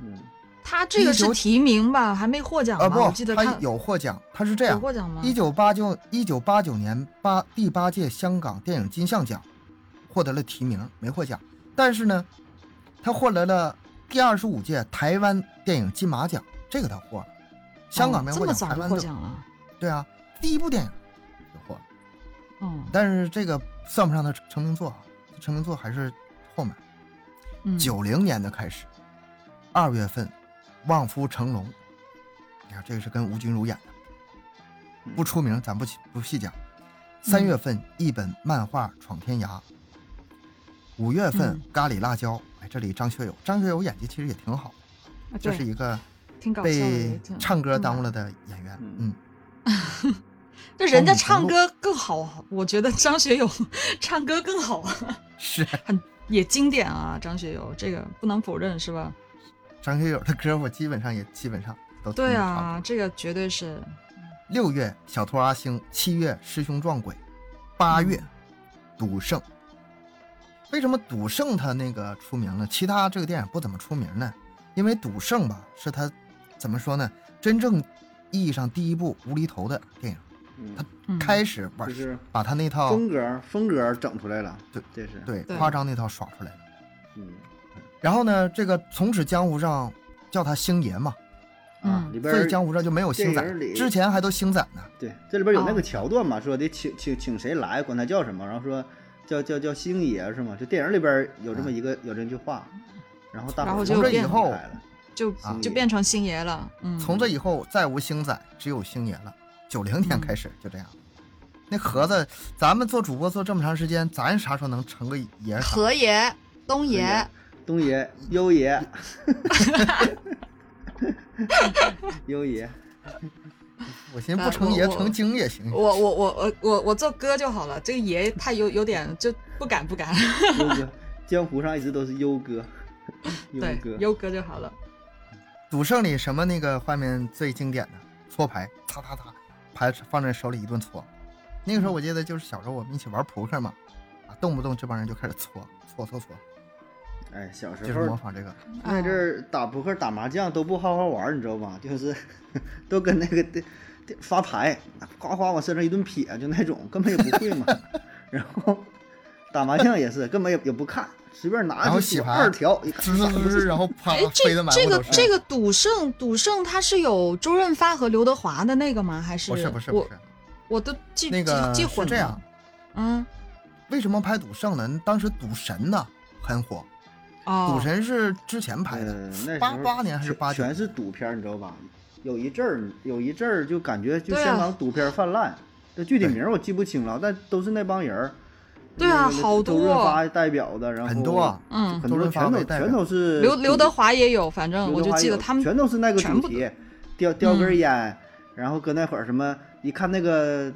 Speaker 3: 嗯
Speaker 2: 他这个是
Speaker 1: 19
Speaker 2: 提名吧，还没获奖
Speaker 1: 啊，
Speaker 2: 吧？
Speaker 1: 不
Speaker 2: 我记，得
Speaker 1: 他有获奖，他是这
Speaker 2: 有
Speaker 1: 样。
Speaker 2: 获奖吗？
Speaker 1: 一九八九一九八九年八第八届香港电影金像奖获得了提名，没获奖。但是呢，他获得了第二十五届台湾电影金马奖，这个他获了。香港没
Speaker 2: 哦
Speaker 1: 获
Speaker 2: 这么
Speaker 1: 奖，台
Speaker 2: 早就
Speaker 1: 湾
Speaker 2: 获
Speaker 1: 就
Speaker 2: 奖了，
Speaker 1: 对啊，第一部电影就获了，
Speaker 2: 哦，
Speaker 1: 但是这个算不上他成名作啊，成名作还是后面
Speaker 2: 嗯
Speaker 1: 九零、年的开始，二月份，《望夫成龙》，你看这个是跟吴君如演的，
Speaker 2: 嗯
Speaker 1: 不出名咱不细不细讲。三月份，一本漫画闯天涯。五月份
Speaker 2: 嗯，
Speaker 1: 咖喱辣椒，哎，这里张学友，张学友演技其实也挺好，
Speaker 2: 啊
Speaker 1: 就
Speaker 2: 对
Speaker 1: 是一个
Speaker 2: 挺搞笑的也
Speaker 1: 被
Speaker 2: 挺，
Speaker 1: 唱歌
Speaker 2: 挺
Speaker 1: 耽
Speaker 2: 好
Speaker 1: 误了的演员，
Speaker 3: 嗯
Speaker 1: 嗯。
Speaker 2: 就人家
Speaker 1: 荒
Speaker 2: 唱
Speaker 1: 芜
Speaker 2: 歌更好啊，我觉得张学友唱歌更好啊，
Speaker 1: 是
Speaker 2: 很也经典啊，张学友这个不能否认是吧？
Speaker 1: 张学友的歌，我基本上也基本上都听得嗯
Speaker 2: 对
Speaker 1: 差不多
Speaker 2: 啊，这个绝对是，
Speaker 1: 六月小偷阿星，七月师兄撞鬼，八月赌圣。为什么赌圣他那个出名呢？其他这个电影不怎么出名呢？因为赌圣吧是他怎么说呢？真正意义上第一部无厘头的电影，
Speaker 3: 嗯，
Speaker 2: 嗯，
Speaker 1: 开始玩、
Speaker 3: 就是
Speaker 1: 把他那套
Speaker 3: 风格风格整出来了，
Speaker 1: 对，
Speaker 3: 这是，
Speaker 1: 对
Speaker 2: 对
Speaker 1: 夸张那套耍出来了。
Speaker 3: 嗯
Speaker 1: 然后呢，这个从此江湖上叫他星爷嘛，
Speaker 3: 啊
Speaker 2: 嗯，
Speaker 3: 里边
Speaker 1: 所以
Speaker 3: 儿
Speaker 1: 江湖上就没有星
Speaker 3: 电影
Speaker 1: 仔，
Speaker 3: 里
Speaker 1: 之前还都星仔呢。
Speaker 3: 对，这里边有那
Speaker 2: 哦
Speaker 3: 个桥段嘛，说得请请请谁来，管他叫什么，然后说叫叫叫星爷是吗？就电影里边有
Speaker 1: 嗯
Speaker 3: 这么一个、有这句话，然后大伙
Speaker 2: 然后
Speaker 3: 儿
Speaker 2: 就
Speaker 3: 从这
Speaker 2: 变
Speaker 3: 以后来了，
Speaker 2: 就
Speaker 1: 啊
Speaker 2: 就变成星爷了，嗯，
Speaker 1: 从这以后再无星仔，只有星爷了。九零
Speaker 2: 嗯
Speaker 1: 年开始就这样。那盒子，咱们做主播做这么长时间，咱啥时候能成个爷 儿啥？
Speaker 2: 何爷、东爷
Speaker 3: 爷、东爷、优 爷、 优爷，
Speaker 1: 我寻思不成爷
Speaker 2: 哎我我
Speaker 1: 成精也行。
Speaker 2: 我我我我我我做哥就好了，这个爷太有有点就不敢不敢，
Speaker 3: 优哥，江湖上一直都是优 哥，优
Speaker 2: 对
Speaker 3: 哥，，
Speaker 2: 优哥就好了，
Speaker 1: 赌圣里什么那个画面最经典的搓牌，擦擦擦，牌放在手里一顿搓。那个时候我记得就是小时候我们一起玩扑克嘛，啊，动不动这帮人就开始搓搓搓搓，
Speaker 3: 哎，小
Speaker 1: 就是
Speaker 3: 时
Speaker 1: 模
Speaker 3: 候
Speaker 1: 仿这个。
Speaker 3: 那阵
Speaker 2: 啊
Speaker 3: 儿打扑克、打麻将都不好好玩儿，你知道吗？就是 都跟那个电电发牌，哗哗往身上一顿撇，就那种根本也不会 嘛。然后打麻将也是，根本也也不看，随便拿
Speaker 1: 然后
Speaker 3: 就
Speaker 1: 洗
Speaker 3: 是
Speaker 1: 牌
Speaker 3: 二条，一看
Speaker 1: 滋滋 滋，然后啪啊
Speaker 2: 哎，
Speaker 1: 飞
Speaker 2: 这
Speaker 1: 得满
Speaker 2: 这
Speaker 1: 屋
Speaker 2: 个
Speaker 1: 都是。
Speaker 2: 这个赌圣赌圣他是有周润发和刘德华的那个吗？还是
Speaker 1: 不是不是不
Speaker 2: 我
Speaker 1: 是，
Speaker 2: 我都记
Speaker 1: 那个
Speaker 2: 记记
Speaker 1: 是
Speaker 2: 混
Speaker 1: 这样
Speaker 2: 了，，嗯
Speaker 1: 为什么拍赌圣呢？当时赌神呢很火，
Speaker 2: 哦，
Speaker 1: 赌神是之前拍的
Speaker 3: 嗯，那时
Speaker 1: 八
Speaker 3: 候
Speaker 1: 八年还是
Speaker 3: 全
Speaker 1: 八九
Speaker 3: 全？是赌片儿，你知道吧？有一阵儿，有一阵儿就感觉就
Speaker 2: 对啊
Speaker 3: 香港赌片儿泛滥，这具体
Speaker 1: 对
Speaker 3: 名儿我记不清了，但都是那帮人儿。
Speaker 2: 对啊
Speaker 3: 那个
Speaker 2: 好
Speaker 3: 周润
Speaker 2: 多
Speaker 3: 发代表的，然后
Speaker 1: 很多啊
Speaker 2: 嗯
Speaker 3: 很
Speaker 1: 周
Speaker 3: 多
Speaker 1: 润发
Speaker 3: 全都
Speaker 1: 为代表
Speaker 3: 全都是
Speaker 2: 刘
Speaker 3: 赌
Speaker 2: 刘德华也有，反正
Speaker 3: 刘
Speaker 2: 我
Speaker 3: 德
Speaker 2: 就
Speaker 3: 华
Speaker 2: 记得
Speaker 3: 有
Speaker 2: 他们
Speaker 3: 全都是那个
Speaker 2: 全
Speaker 3: 主
Speaker 2: 部
Speaker 3: 题，叼叼根
Speaker 2: 嗯
Speaker 3: 烟，然后搁那会儿什么，一看那个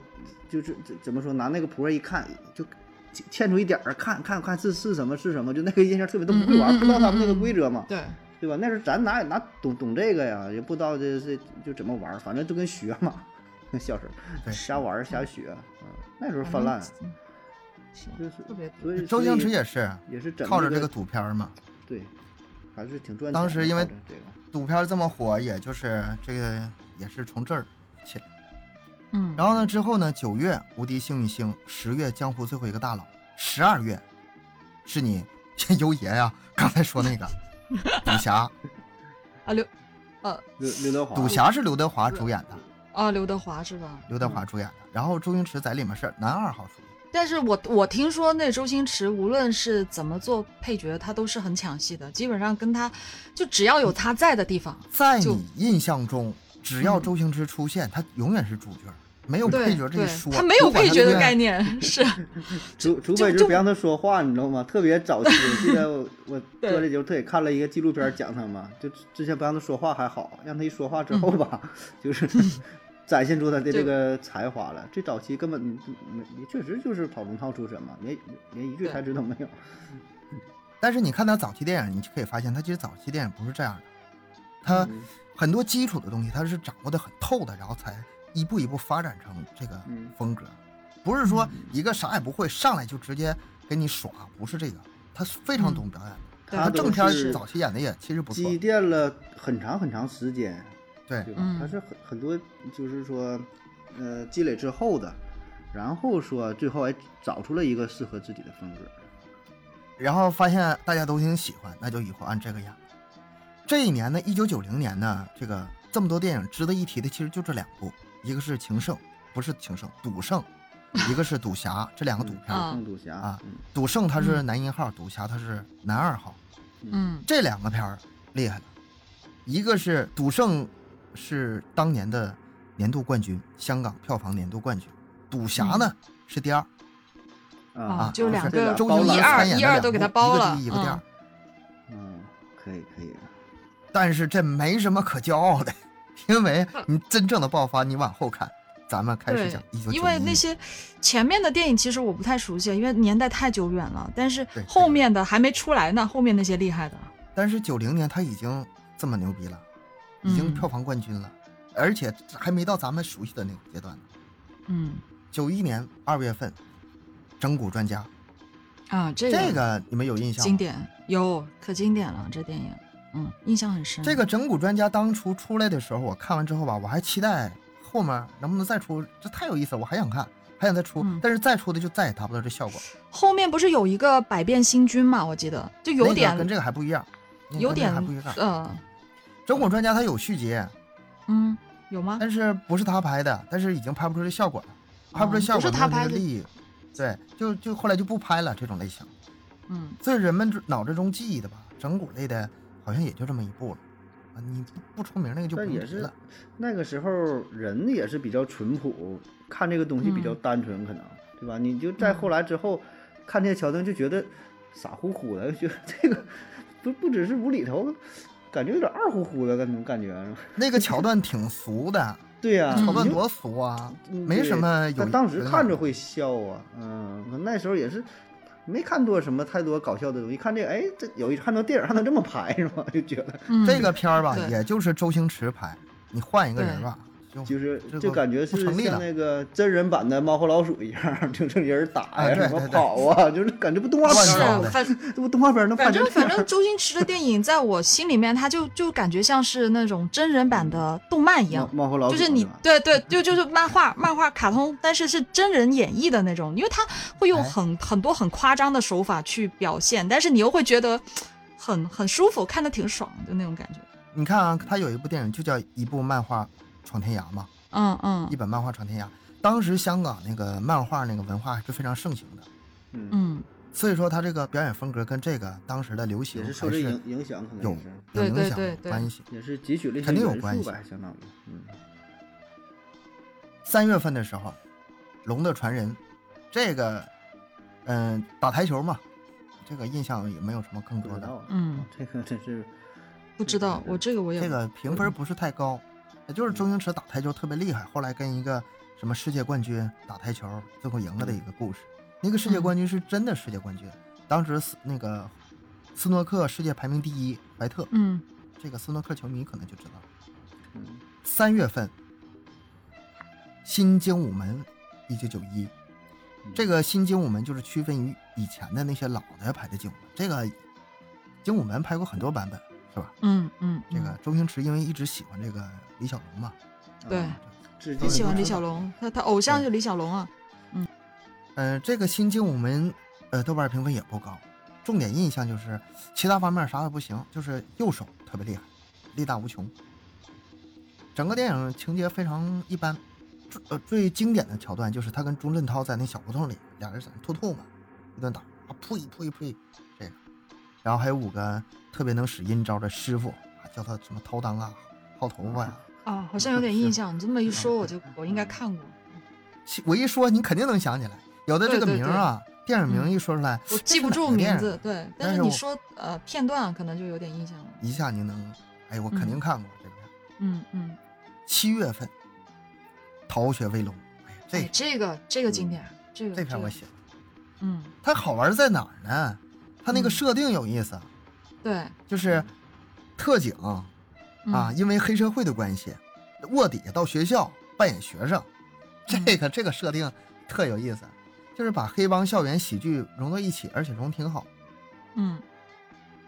Speaker 3: 就是怎怎么说，拿那个扑克一看就欠出一点儿，看看看是是什么是什么，就那个印象特别都不会玩，
Speaker 2: 嗯嗯嗯
Speaker 3: 不知道他们那个
Speaker 2: 嗯嗯
Speaker 3: 规则嘛，
Speaker 2: 对，
Speaker 3: 对吧？那时候咱哪哪懂懂这个呀，也不知道这是就怎么玩，反正就跟学嘛，小时候
Speaker 1: 对
Speaker 3: 瞎玩儿瞎学，嗯，那时候
Speaker 2: 反
Speaker 3: 泛
Speaker 2: 正
Speaker 3: 滥，
Speaker 2: 嗯是
Speaker 3: 就是
Speaker 2: 特别
Speaker 3: 所以
Speaker 1: 周星驰
Speaker 3: 也
Speaker 1: 也是
Speaker 3: 也是整
Speaker 1: 靠着这
Speaker 3: 个
Speaker 1: 个赌片儿嘛，
Speaker 3: 对，还是挺赚钱的。
Speaker 1: 当时因为
Speaker 3: 靠着这个。
Speaker 1: 赌片儿这么火，也就是这个也是从这儿起。
Speaker 2: 嗯，
Speaker 1: 然后呢，之后呢，九月无敌幸运星，十月江湖最后一个大佬，十二月是你 优爷呀、刚才说那个赌侠，
Speaker 3: 哦
Speaker 2: 啊刘，呃
Speaker 3: 刘刘德华
Speaker 1: 赌侠是刘德华主演
Speaker 3: 嗯
Speaker 1: 的，
Speaker 2: 啊刘德华是吧？
Speaker 1: 刘德华主演的。然后周星驰在里面是男二号出演，
Speaker 2: 但是我我听说那周星驰无论是怎么做配角，他都是很抢戏的，基本上跟他就只要有他在的地方，
Speaker 1: 在
Speaker 2: 就
Speaker 1: 你印象中，只要
Speaker 2: 嗯
Speaker 1: 周星驰出现，他永远是主角，没有
Speaker 2: 对
Speaker 1: 配角这一
Speaker 2: 对
Speaker 1: 说。
Speaker 2: 他没有
Speaker 1: 不管
Speaker 2: 配角
Speaker 1: 是
Speaker 2: 的概念，
Speaker 1: 嗯
Speaker 2: 是
Speaker 3: 除除
Speaker 2: 就
Speaker 3: 非
Speaker 2: 就
Speaker 3: 就
Speaker 2: 是
Speaker 3: 别让他说话，你知道吗？特别早期，我记 得我我
Speaker 2: 对
Speaker 3: 做这节目特意看了一个纪录片讲他嘛，就之之前不让他说话还好，让他一说话之后吧，
Speaker 2: 嗯
Speaker 3: 就是展现出他的这个才华了。最早期根本没，你确实就是跑龙套出身嘛，连连一句
Speaker 2: 对
Speaker 3: 台词都没有。
Speaker 1: 但是你看他早期电影，你就可以发现，他其实早期电影不是这样的，他
Speaker 3: 嗯
Speaker 1: 很多基础的东西他是掌握的很透的，然后才一步一步发展成这个
Speaker 3: 嗯
Speaker 1: 风格，不是
Speaker 2: 嗯
Speaker 1: 说一个啥也不会上来就直接给你耍，不是这个，他非常
Speaker 2: 嗯
Speaker 1: 懂表演的。
Speaker 2: 对
Speaker 3: 他
Speaker 1: 他
Speaker 3: 都
Speaker 1: 正片
Speaker 3: 是
Speaker 1: 儿早期演的也其实不错
Speaker 3: 积，淀了很长很长时间，
Speaker 1: 对
Speaker 3: 对吧？
Speaker 2: 嗯
Speaker 3: 它是很很多就是说，呃，积累之后的，然后说最后还找出了一个适合自己的风格。
Speaker 1: 然后发现大家都挺喜欢，那就以后按这个演。这一年呢，一九九零年呢，这个这么多电影值得一提的，其实就这两部，一个是《情圣》，不是《情圣》，《赌圣》，一个是《赌侠》，这两个赌片儿。
Speaker 2: 啊
Speaker 3: 圣赌侠
Speaker 1: 啊，
Speaker 3: 嗯
Speaker 1: 赌圣他是男一号，赌侠他是男二号，
Speaker 2: 嗯
Speaker 1: 这两个片儿厉害了，一个是赌圣是当年的年度冠军，香港票房年度冠军，赌侠呢、是第二，
Speaker 2: 啊
Speaker 1: 啊
Speaker 2: 就
Speaker 1: 嗯就是
Speaker 2: 两
Speaker 1: 这
Speaker 2: 个
Speaker 3: 俩
Speaker 1: 周
Speaker 3: 包
Speaker 1: 星
Speaker 3: 揽
Speaker 1: 驰
Speaker 2: 一二
Speaker 1: 参演的
Speaker 2: 一二
Speaker 1: 两
Speaker 2: 都给
Speaker 1: 部
Speaker 2: 他包
Speaker 1: 一个
Speaker 2: 了
Speaker 1: 第一一个第二，
Speaker 3: 嗯，可以可以，
Speaker 1: 但是这没什么可骄傲的， 因为你真正的爆发你往后看，咱们开始
Speaker 2: 对
Speaker 1: 讲一九九
Speaker 2: 因为那些前面的电影其实我不太熟悉，因为年代太久远了，但是
Speaker 1: 对
Speaker 2: 后面的还没出来呢，后面那些厉害的，
Speaker 1: 但是九零年他已经这么牛逼了，已经
Speaker 2: 嗯
Speaker 1: 票房冠军了，而且还没到咱们熟悉的那个阶段呢。
Speaker 2: 嗯
Speaker 1: 九一年二月份，《整蛊专家》
Speaker 2: 啊这个
Speaker 1: 这个你们有印象吗？
Speaker 2: 经典有可经典了，这电影嗯印象很深。
Speaker 1: 这个《整蛊专家》当初出来的时候，我看完之后吧，我还期待后面能不能再出，这太有意思了，我还想看，还想再出，
Speaker 2: 嗯
Speaker 1: 但是再出的就再也达不到这效果，
Speaker 2: 后面不是有一个百变星君嘛？我记得就有
Speaker 1: 那
Speaker 2: 点
Speaker 1: 个跟这个还不一样，那个
Speaker 2: 有
Speaker 1: 跟这个
Speaker 2: 点
Speaker 1: 还不一样。
Speaker 2: 呃
Speaker 1: 整蛊专家》它有续集，
Speaker 2: 嗯有吗？
Speaker 1: 但是不是他拍的，但是已经拍不出这效果了，拍不出
Speaker 2: 哦
Speaker 1: 这效
Speaker 2: 不
Speaker 1: 果，
Speaker 2: 是他拍的
Speaker 1: 力，对，就就后来就不拍了这种类型。
Speaker 2: 嗯
Speaker 1: 所以人们脑子中记忆的吧，整蛊类的，好像也就这么一部了。啊，你不不出名那个就不
Speaker 3: 但
Speaker 1: 用
Speaker 3: 也
Speaker 1: 提
Speaker 3: 是
Speaker 1: 了。
Speaker 3: 那个时候人也是比较淳朴，看这个东西比较
Speaker 2: 嗯
Speaker 3: 单纯，可能对吧？你就再后来之后看这些桥段就觉得傻乎乎的，就觉得这个不不只是无厘头，感觉有点二乎乎的，感感觉是吧？
Speaker 1: 那个桥段挺俗的，
Speaker 3: 对呀、
Speaker 2: 嗯
Speaker 1: 桥段
Speaker 3: 你就
Speaker 1: 多俗啊，
Speaker 3: 嗯
Speaker 1: 没什
Speaker 3: 对
Speaker 1: 么有。
Speaker 3: 但当时看着会笑啊，嗯，可那时候也是没看多什么太多搞笑的东西，看这个，哎，这有一还能电影还能这么拍是吧？就觉得
Speaker 2: 嗯
Speaker 1: 这个片儿吧，
Speaker 2: 对
Speaker 1: 也就是周星驰拍，你换一个人吧，就
Speaker 3: 就是
Speaker 1: 哦这
Speaker 3: 就
Speaker 1: 个
Speaker 3: 感觉
Speaker 1: 不
Speaker 3: 是
Speaker 1: 成立
Speaker 3: 像
Speaker 1: 了。
Speaker 3: 那个真人版的猫和老鼠一样，就是人打
Speaker 1: 啊
Speaker 3: 呀、
Speaker 1: 对
Speaker 3: 什么
Speaker 1: 对对
Speaker 3: 跑啊，就是感觉不动画
Speaker 1: 乱
Speaker 3: 片
Speaker 2: 是
Speaker 1: 搞
Speaker 3: 儿
Speaker 1: 的
Speaker 3: 吗，
Speaker 2: 反
Speaker 3: 这不动画片儿能拍
Speaker 2: 反
Speaker 3: 成
Speaker 2: 正
Speaker 3: 这
Speaker 2: 反
Speaker 3: 样
Speaker 2: 正周星驰的电影在我心里面，他就就感觉像是那种真人版的
Speaker 1: 嗯
Speaker 2: 动漫一样
Speaker 3: 猫，猫和老鼠
Speaker 2: 就是你
Speaker 3: 吧
Speaker 2: 对对，就就是漫画、漫画、卡通，但是是真人演绎的那种，因为他会用
Speaker 1: 哎
Speaker 2: 很、很多很夸张的手法去表现，但是你又会觉得很很舒服，看的挺爽的那种感觉。
Speaker 1: 你看啊，他有一部电影就叫《一部漫画闯天涯》嘛，
Speaker 2: 嗯嗯
Speaker 1: 一本漫画闯天涯。当时香港那个漫画那个文化是非常盛行的，
Speaker 3: 嗯，
Speaker 2: 嗯，
Speaker 1: 所以说他这个表演风格跟这个当时的流行
Speaker 3: 也
Speaker 1: 还
Speaker 3: 是
Speaker 1: 是
Speaker 3: 受这影影响，可能
Speaker 1: 有
Speaker 3: 也是
Speaker 1: 有
Speaker 2: 对
Speaker 1: 影
Speaker 2: 对
Speaker 1: 响
Speaker 2: 对
Speaker 1: 有
Speaker 2: 对
Speaker 1: 关系。
Speaker 3: 也是汲取了一些
Speaker 1: 肯定有
Speaker 3: 元
Speaker 1: 关
Speaker 3: 素
Speaker 1: 系
Speaker 3: 吧，相当于，嗯
Speaker 1: 三月份的时候，《龙的传人》这个，嗯、打台球嘛，这个印象也没有什么更
Speaker 3: 不
Speaker 1: 多
Speaker 3: 知
Speaker 1: 的。
Speaker 3: 道，
Speaker 2: 嗯，
Speaker 3: 这个真是
Speaker 2: 不知道，我这个我也
Speaker 1: 这个评分不是太高，也
Speaker 2: 嗯
Speaker 1: 就是周星驰打台球特别厉害，后来跟一个什么世界冠军打台球，最后赢了
Speaker 2: 嗯
Speaker 1: 的一个故事。那个世界冠军是真的世界冠军，当时斯那个斯诺克世界排名第一，怀特，
Speaker 2: 嗯
Speaker 1: 这个斯诺克球迷可能就知道。
Speaker 3: 嗯
Speaker 1: 三月份，《新精武门》，一九九一。
Speaker 2: 嗯
Speaker 1: 这个新精武门就是区分于以前的那些老的拍的精武门，这个精武门拍过很多版本，是吧？
Speaker 2: 嗯嗯，
Speaker 1: 这个周星驰因为一直喜欢这个李小龙嘛，
Speaker 2: 对
Speaker 3: 啊致
Speaker 2: 你
Speaker 3: 敬
Speaker 2: 喜欢
Speaker 3: 一
Speaker 2: 李
Speaker 3: 下
Speaker 2: 小龙，他他偶像就是李小龙啊，
Speaker 1: 嗯、这个新精武门，呃，豆瓣评分也不高，重点印象就是其他方面啥也不行，就是右手特别厉害，力大无穷。整个电影情节非常一般，最呃最经典的桥段就是他跟钟镇涛在那小胡同里，俩人在那吐吐嘛，一顿打啊，呸呸呸，这个，然后还有五个特别能使阴招的师傅啊，叫他什么掏裆啊、薅头发呀、
Speaker 2: 啊，好像有点印象，你这么一说，我就我应该看过，
Speaker 1: 其我一说你肯定能想起来，有的这个
Speaker 2: 对对
Speaker 1: 名儿啊，电影名
Speaker 2: 嗯
Speaker 1: 一说出来，
Speaker 2: 我
Speaker 1: 这
Speaker 2: 记
Speaker 1: 是
Speaker 2: 不
Speaker 1: 哪
Speaker 2: 住
Speaker 1: 个电
Speaker 2: 名
Speaker 1: 影
Speaker 2: 字，对，
Speaker 1: 但
Speaker 2: 但
Speaker 1: 是
Speaker 2: 你
Speaker 1: 我
Speaker 2: 说呃片段可能就有点印象了，
Speaker 1: 一下你能，哎，我肯定
Speaker 2: 嗯
Speaker 1: 看过这个片儿。
Speaker 2: 嗯嗯，
Speaker 1: 七月份，《逃学威龙》，哎，
Speaker 2: 哎
Speaker 1: 这
Speaker 2: 这个这个经典，这个
Speaker 1: 这片我
Speaker 2: 个
Speaker 1: 喜欢。
Speaker 2: 嗯
Speaker 1: 它好玩在哪儿呢？它那个
Speaker 2: 嗯
Speaker 1: 设定有意思，
Speaker 2: 对
Speaker 1: 就是特警啊，
Speaker 2: 嗯
Speaker 1: 因为黑社会的关系，卧底到学校扮演学生，
Speaker 2: 嗯
Speaker 1: 这个这个设定特有意思，就是把黑帮校园喜剧融到一起，而且融挺好。
Speaker 2: 嗯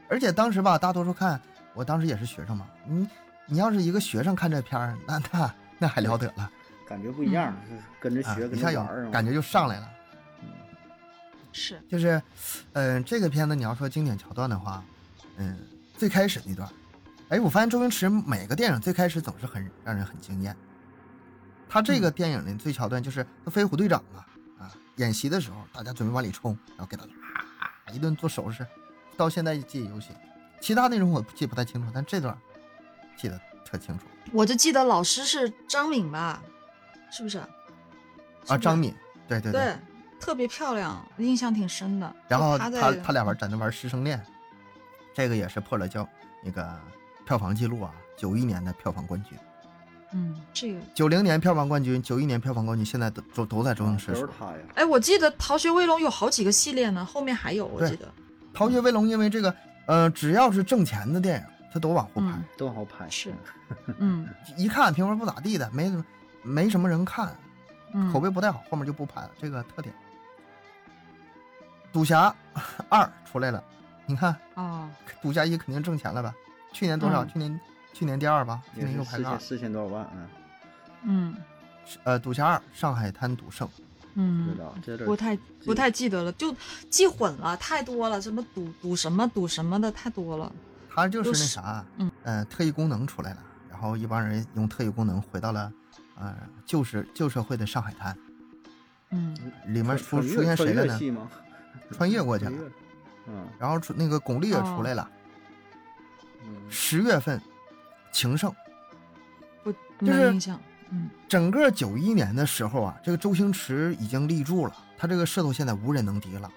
Speaker 1: 而且当时吧，大多数看，我当时也是学生嘛，你你要是一个学生看这片儿，那那那还了得了
Speaker 3: 感觉不一样，是跟着
Speaker 1: 啊
Speaker 3: 学，，
Speaker 1: 一
Speaker 3: 跟
Speaker 1: 下
Speaker 3: 着
Speaker 1: 有
Speaker 3: 玩儿，嗯
Speaker 1: 感觉就上来了。
Speaker 2: 是
Speaker 1: 就是，嗯、这个片子你要说经典桥段的话，嗯，最开始那段，哎，我发现周星驰每个电影最开始总是很让人很惊艳。他这
Speaker 2: 嗯
Speaker 1: 个电影的最桥段就是他飞虎队长嘛，啊，演习的时候大家准备往里冲，然后给他啊一顿做手势，到现在记忆犹新。其他内容我记不太清楚，但这段记得特清楚啊
Speaker 2: 我就记得老师是张敏吧，是不是？是
Speaker 1: 啊，
Speaker 2: 不是
Speaker 1: 张敏，对对
Speaker 2: 对，特别漂亮，印象挺深的。
Speaker 1: 然后
Speaker 2: 他
Speaker 1: 他
Speaker 2: 在
Speaker 1: 他俩玩在那玩师生恋，这个也是破了叫那个票房记录啊，九一年的票房冠军，
Speaker 2: 嗯，这个
Speaker 1: 九零年票房冠军，九一年票房冠军，现在都都都在周星
Speaker 3: 啊
Speaker 1: 驰手
Speaker 3: 都是
Speaker 1: 里。
Speaker 3: 他呀，
Speaker 2: 哎，我记得《逃学威龙》有好几个系列呢，后面还有，我
Speaker 1: 对
Speaker 2: 记得。
Speaker 1: 逃学威龙因为这个，呃，只要是挣钱的电影，他都往后排，
Speaker 2: 嗯
Speaker 3: 都好拍，
Speaker 2: 是嗯
Speaker 1: 一看评分不咋地的，没怎么没什么人看，
Speaker 2: 嗯，
Speaker 1: 口碑不太好，后面就不拍了，这个特点。赌侠二出来了，你看
Speaker 2: 啊，
Speaker 1: 赌侠一肯定挣钱了吧？去年多少？
Speaker 2: 嗯
Speaker 1: 去年去年第二吧，今
Speaker 3: 也
Speaker 1: 年又
Speaker 3: 是
Speaker 1: 排
Speaker 3: 四
Speaker 1: 个二
Speaker 3: 千。四千多少万啊，
Speaker 2: 嗯
Speaker 1: 呃，赌侠二上海滩赌圣，
Speaker 3: 不知
Speaker 2: 嗯，
Speaker 3: 道这点
Speaker 2: 不太不太记得了，就记混了，太多了，什么赌赌什么赌什么的太多了。
Speaker 1: 他就是那
Speaker 2: 就是
Speaker 1: 啥，
Speaker 2: 嗯
Speaker 1: 呃，特异功能出来了，然后一帮人用特异功能回到了，呃，旧时旧社会的上海滩，
Speaker 2: 嗯
Speaker 1: 里面
Speaker 3: 穿
Speaker 1: 出
Speaker 3: 穿
Speaker 1: 出现
Speaker 3: 越
Speaker 1: 谁了
Speaker 3: 穿越
Speaker 1: 呢？
Speaker 3: 戏吗？
Speaker 1: 穿越过去
Speaker 3: 穿
Speaker 1: 了，
Speaker 3: 越，嗯
Speaker 1: 然后出那个巩俐也出来
Speaker 2: 哦
Speaker 1: 了。
Speaker 3: 嗯，
Speaker 1: 十、月份，情圣，
Speaker 2: 不
Speaker 1: 就
Speaker 2: 没
Speaker 1: 是
Speaker 2: 印象。嗯
Speaker 1: 整个九一年的时候啊，这个周星驰已经立住了，他这个势头现在无人能敌了。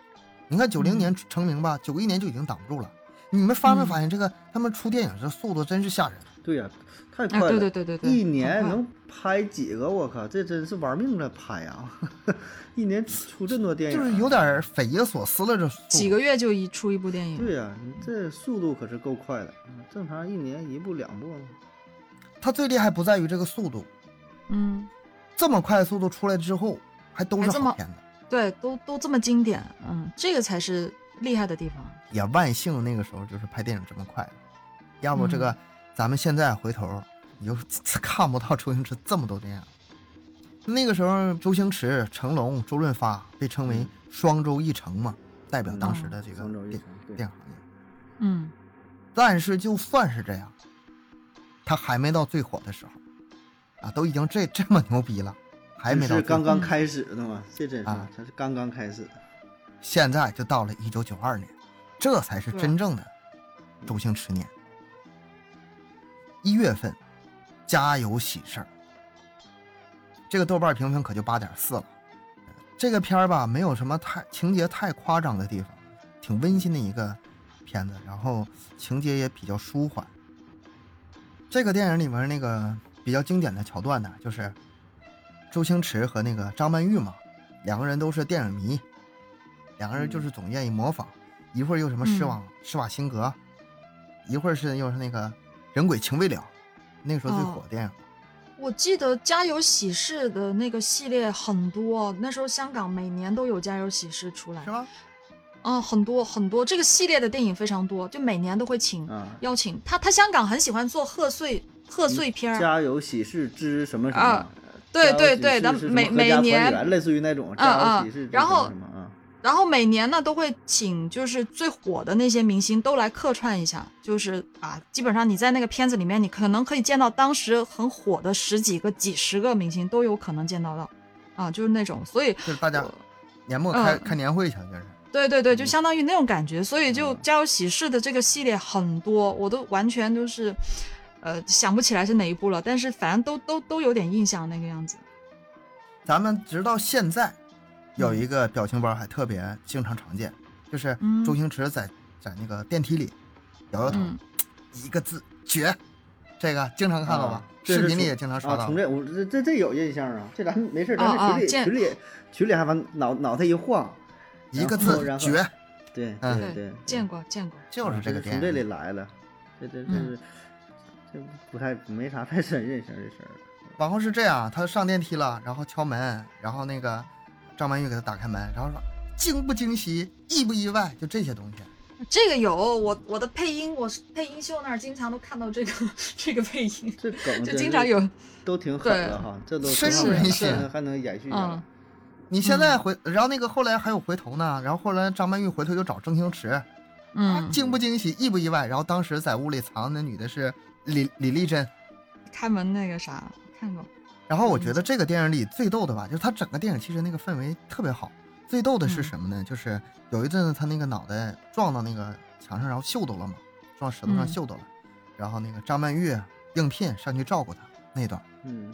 Speaker 1: 你看九零
Speaker 2: 嗯
Speaker 1: 年成名吧，九一、年就已经挡不住了。你们发没
Speaker 2: 嗯
Speaker 1: 发现这个、他们出电影这速度真是吓人？
Speaker 3: 对呀，太
Speaker 2: 哎，
Speaker 3: 快
Speaker 2: 对
Speaker 3: 了
Speaker 2: 对。对对对，
Speaker 3: 一
Speaker 2: 很
Speaker 3: 年
Speaker 2: 快
Speaker 3: 能拍几个？我靠，这真是玩命了拍呀！ 一年出这么多电影，啊
Speaker 1: 就是有点儿匪夷所思了。这速度
Speaker 2: 几个月就一出一部电影。
Speaker 3: 对呀、你这速度可是够快的，嗯正常一年一部两部呢。
Speaker 1: 他最厉害不在于这个速度，
Speaker 2: 嗯，
Speaker 1: 这么快速度出来之后，还都是
Speaker 2: 还这么
Speaker 1: 好片子。
Speaker 2: 对，都都这么经典，嗯，这个才是厉害的地方。
Speaker 1: 也万幸那个时候就是拍电影这么快了，要不这个、
Speaker 2: 嗯
Speaker 1: 咱们现在回头你就 看不到周星驰这么多电影。那个时候，周星驰、成龙、周润发被称为
Speaker 3: 嗯
Speaker 1: “双周一成”嘛，代表当时的这个
Speaker 3: 双周一
Speaker 1: 电
Speaker 3: 成，对
Speaker 1: 电影行业。
Speaker 2: 嗯
Speaker 1: 但是就算是这样，他还没到最火的时候，啊，都已经这这么牛逼了，还没
Speaker 3: 这
Speaker 1: 到最
Speaker 3: 是
Speaker 1: 火
Speaker 3: 刚刚开始的嘛，这真是
Speaker 1: 啊
Speaker 3: 它是刚刚开始。
Speaker 1: 现在就到了一九九二年，这才是真正的周星驰年。一月份，家有喜事儿，这个豆瓣评分可就八点四了。这个片儿吧，没有什么太情节太夸张的地方，挺温馨的一个片子，然后情节也比较舒缓。这个电影里面那个比较经典的桥段呢，就是周星驰和那个张曼玉嘛，两个人都是电影迷，两个人
Speaker 2: 嗯
Speaker 1: 就是总愿意模仿，一会儿又什么施瓦、施瓦辛格，一会儿是又是那个人鬼情未了，那个时候
Speaker 2: 哦
Speaker 1: 最火的电影。
Speaker 2: 我记得《家有喜事》的那个系列很多，那时候香港每年都有《家有喜事》出来
Speaker 1: 是，吗？
Speaker 2: 啊，很多很多，这个系列的电影非常多，就每年都会请、
Speaker 3: 啊，
Speaker 2: 邀请他。他香港很喜欢做贺岁贺岁片儿，
Speaker 3: 家有嗯喜事之什么什么
Speaker 2: 啊，对
Speaker 3: 家有
Speaker 2: 对
Speaker 3: 喜
Speaker 2: 对，
Speaker 3: 事
Speaker 2: 他
Speaker 3: 是什么
Speaker 2: 每
Speaker 3: 合
Speaker 2: 每
Speaker 3: 家团圆
Speaker 2: 年，
Speaker 3: 类似于那种
Speaker 2: 嗯
Speaker 3: 家有
Speaker 2: 嗯
Speaker 3: 喜事之
Speaker 2: 然
Speaker 3: 什么
Speaker 2: 后
Speaker 3: 什么啊，
Speaker 2: 然后每年呢都会请就是最火的那些明星都来客串一下，就是啊，基本上你在那个片子里面，你可能可以见到当时很火的十几个、几十个明星都有可能见到到，啊，就是那
Speaker 3: 嗯
Speaker 2: 种，所以
Speaker 1: 就是大家
Speaker 2: 我
Speaker 1: 年末开、
Speaker 2: 嗯
Speaker 1: 开年会去了，就是。
Speaker 2: 对对对，
Speaker 3: 嗯
Speaker 2: 就相当于那种感觉，所以就
Speaker 3: 嗯
Speaker 2: 《家有喜事》的这个系列很多，我都完全就是，呃，想不起来是哪一部了，但是反正都都都有点印象那个样子。
Speaker 1: 咱们直到现
Speaker 2: 嗯
Speaker 1: 在有一个表情包还特别经常常见，就是
Speaker 2: 嗯
Speaker 1: 周星驰在在那个电梯里摇摇头，
Speaker 2: 嗯，
Speaker 1: 一个字绝，这个经常看到吧
Speaker 3: 啊？这是
Speaker 1: 视频里
Speaker 3: 从
Speaker 1: 也经常刷
Speaker 3: 啊，
Speaker 1: 到
Speaker 3: 从。这我这这这有印象啊，这咱没事，
Speaker 2: 啊
Speaker 3: 咱
Speaker 2: 啊
Speaker 3: 这群里
Speaker 2: 见
Speaker 3: 群里群里还完脑脑袋一晃，
Speaker 1: 一个
Speaker 3: 然后
Speaker 1: 字
Speaker 3: 然后
Speaker 1: 绝，
Speaker 3: 对
Speaker 1: 嗯
Speaker 3: 对对，
Speaker 2: 见过见过。
Speaker 1: 就是这个
Speaker 3: 从
Speaker 1: 电
Speaker 3: 这里
Speaker 1: 影。
Speaker 3: 来的，这这这
Speaker 2: 嗯
Speaker 3: 是这不太没啥太深认识这事儿。
Speaker 1: 然后是这样，他上电梯了，然后敲门，然后那个张曼玉给他打开门，然后说惊不惊喜，意不意外，就这些东西。
Speaker 2: 这个有我我的配音，我是配音秀那儿经常都看到这个 这个配音，
Speaker 3: 这梗
Speaker 2: 就
Speaker 3: 真
Speaker 2: 经
Speaker 3: 是
Speaker 2: 常有
Speaker 3: 都挺狠的哈，这都
Speaker 1: 深
Speaker 3: 挺
Speaker 2: 入
Speaker 3: 狠
Speaker 2: 人
Speaker 3: 的
Speaker 1: 心
Speaker 3: 还能还能延续下
Speaker 2: 嗯
Speaker 3: 来。
Speaker 1: 你现在回，然后那个后来还有回头呢，然后后来张曼玉回头又找周星驰，啊
Speaker 2: 嗯，
Speaker 1: 惊不惊喜，意不意外？然后当时在屋里藏的那女的是李李丽珍。
Speaker 2: 开门那个啥看过，
Speaker 1: 然后我觉得这个电影里最逗的吧，就是他整个电影其实那个氛围特别好。最逗的是什么呢？就是有一阵子他那个脑袋撞到那个墙上，然后锈到了嘛，撞石头上
Speaker 2: 嗯
Speaker 1: 锈到了。然后那个张曼玉应聘上去照顾他那段，
Speaker 3: 嗯，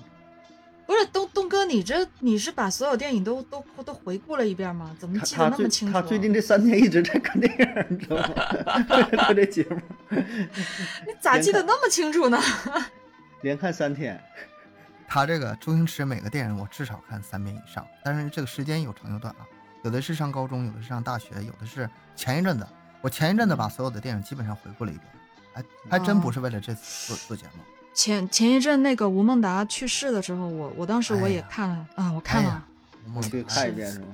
Speaker 2: 不是东东哥，你这你是把所有电影都都都回顾了一遍吗？怎么记
Speaker 3: 他
Speaker 2: 得那
Speaker 3: 他
Speaker 2: 么
Speaker 3: 最
Speaker 2: 清楚
Speaker 3: 他
Speaker 2: 啊？
Speaker 3: 最近这三天一直在看电影，你知道吗？ 他这节目
Speaker 2: 你咋记得
Speaker 3: 连看
Speaker 2: 那么清楚呢？
Speaker 3: 连看三天，
Speaker 1: 他这个周星驰每个电影我至少看三遍以上，但是这个时间有长有短啊，有的是上高中，有的是上大学，有的是前一阵子。我前一阵子把所有的电影基本上回顾了一遍，
Speaker 3: 嗯
Speaker 1: 还还真不是为了这次做做节目。
Speaker 3: 哦
Speaker 2: 前前一阵那个吴孟达去世的时候，我我当时我
Speaker 1: 哎
Speaker 2: 也
Speaker 1: 呀
Speaker 2: 看了、啊，我看
Speaker 1: 哎
Speaker 2: 了
Speaker 1: 呀我梦
Speaker 3: 你可以
Speaker 1: 里
Speaker 3: 看一遍是吗？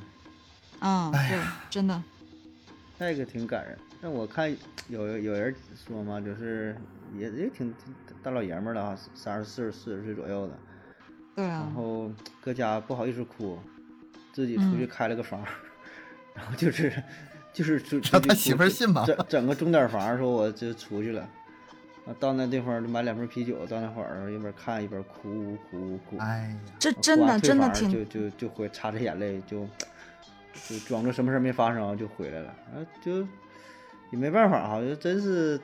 Speaker 2: 啊，
Speaker 1: 哎
Speaker 2: 对，真的，
Speaker 3: 那个挺感人。那我看有有人说嘛，就是也也挺挺大老爷们儿了啊，三十四四十岁左右的，
Speaker 2: 对啊
Speaker 3: 然，后搁家不好意思哭，自己出去
Speaker 2: 嗯
Speaker 3: 开了个房儿， 然后就是就是出
Speaker 1: 让他
Speaker 3: 自己
Speaker 1: 媳妇儿
Speaker 3: 出
Speaker 1: 信吗
Speaker 3: 整整个钟点儿房，说我就出去了。啊，到那地方就买两瓶啤酒，到那会儿一边看一边哭哭哭。
Speaker 1: 哎呀。
Speaker 2: 这
Speaker 3: 哭
Speaker 2: 真
Speaker 3: 完
Speaker 2: 的
Speaker 3: 退
Speaker 2: 真的
Speaker 3: 房儿就
Speaker 2: 挺
Speaker 3: 就就回擦着眼泪就就装作什么事儿没发生就回来了，然后就也没办法哈，就真是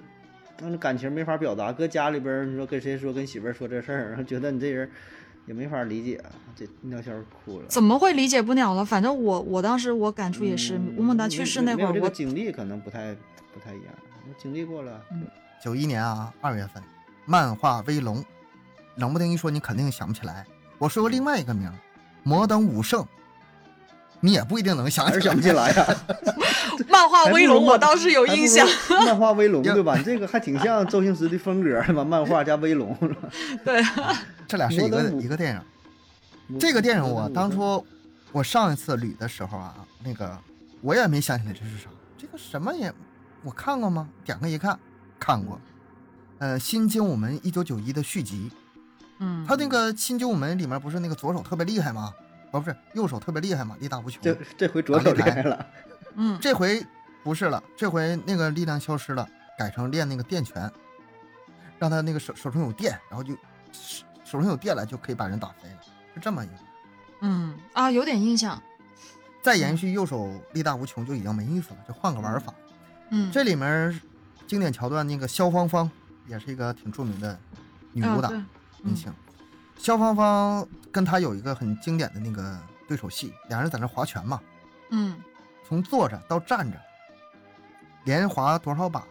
Speaker 3: 那种感情没法表达，搁家里边儿你说跟谁说跟媳妇儿说这事儿，然后觉得你这人也没法理解，啊这尿笑哭了。
Speaker 2: 怎么会理解不了了？反正我我当时我感触也是，
Speaker 3: 嗯
Speaker 2: 吴孟达
Speaker 3: 没
Speaker 2: 去世
Speaker 3: 没
Speaker 2: 那会
Speaker 3: 没有
Speaker 2: 儿，
Speaker 3: 这个
Speaker 2: 我
Speaker 3: 经历可能不太不太一样，我经历 过了，
Speaker 2: 嗯
Speaker 1: 九一年啊，二月份，漫画《威龙》，冷不丁一说你肯定想不起来。我说过另外一个名儿，《摩登武圣》，你也不一定能想
Speaker 3: 还
Speaker 1: 起
Speaker 3: 是
Speaker 1: 来。
Speaker 3: 想不起来呀、
Speaker 2: 漫画
Speaker 3: 还不
Speaker 2: 威
Speaker 3: 如
Speaker 2: 龙，我
Speaker 3: 漫
Speaker 2: 当时 有
Speaker 3: 还不
Speaker 2: 印
Speaker 3: 如
Speaker 2: 象，
Speaker 3: 漫画威龙对吧？你这个还挺像周星驰的风格，吧？漫画加威龙。
Speaker 2: 对，
Speaker 1: 这俩是一
Speaker 3: 摩
Speaker 1: 个
Speaker 3: 登武
Speaker 1: 一个电影。这个电影我当
Speaker 3: 初。
Speaker 1: 初我上一次捋的时候啊，那个我也没想起来这是啥，这个什么也我看过吗？点开一看，看过。呃，《新精武门》一九九一的续集，
Speaker 2: 嗯，
Speaker 1: 他那个《新精武门》里面不是那个左手特别厉害吗？哦，不是右手特别厉害吗？力大无穷。
Speaker 3: 这这回左手厉害了，
Speaker 2: 嗯
Speaker 1: 这回不是了，这回那个力量消失了，改成练那个电拳，让他那个手手中有电，然后就手手中有电了，就可以把人打飞了，是这么一个。
Speaker 2: 嗯啊，有点印象，
Speaker 1: 再延续右手力大无穷就已经没意思了，就换个玩法。
Speaker 2: 嗯，
Speaker 1: 这里面经典桥段，那个萧芳芳也是一个挺著名的女
Speaker 2: 啊
Speaker 1: 武打
Speaker 2: 对
Speaker 1: 明
Speaker 2: 嗯
Speaker 1: 星。萧芳芳跟她有一个很经典的那个对手戏，俩人在那划拳嘛，
Speaker 2: 嗯
Speaker 1: 从坐着到站着，连划多少把，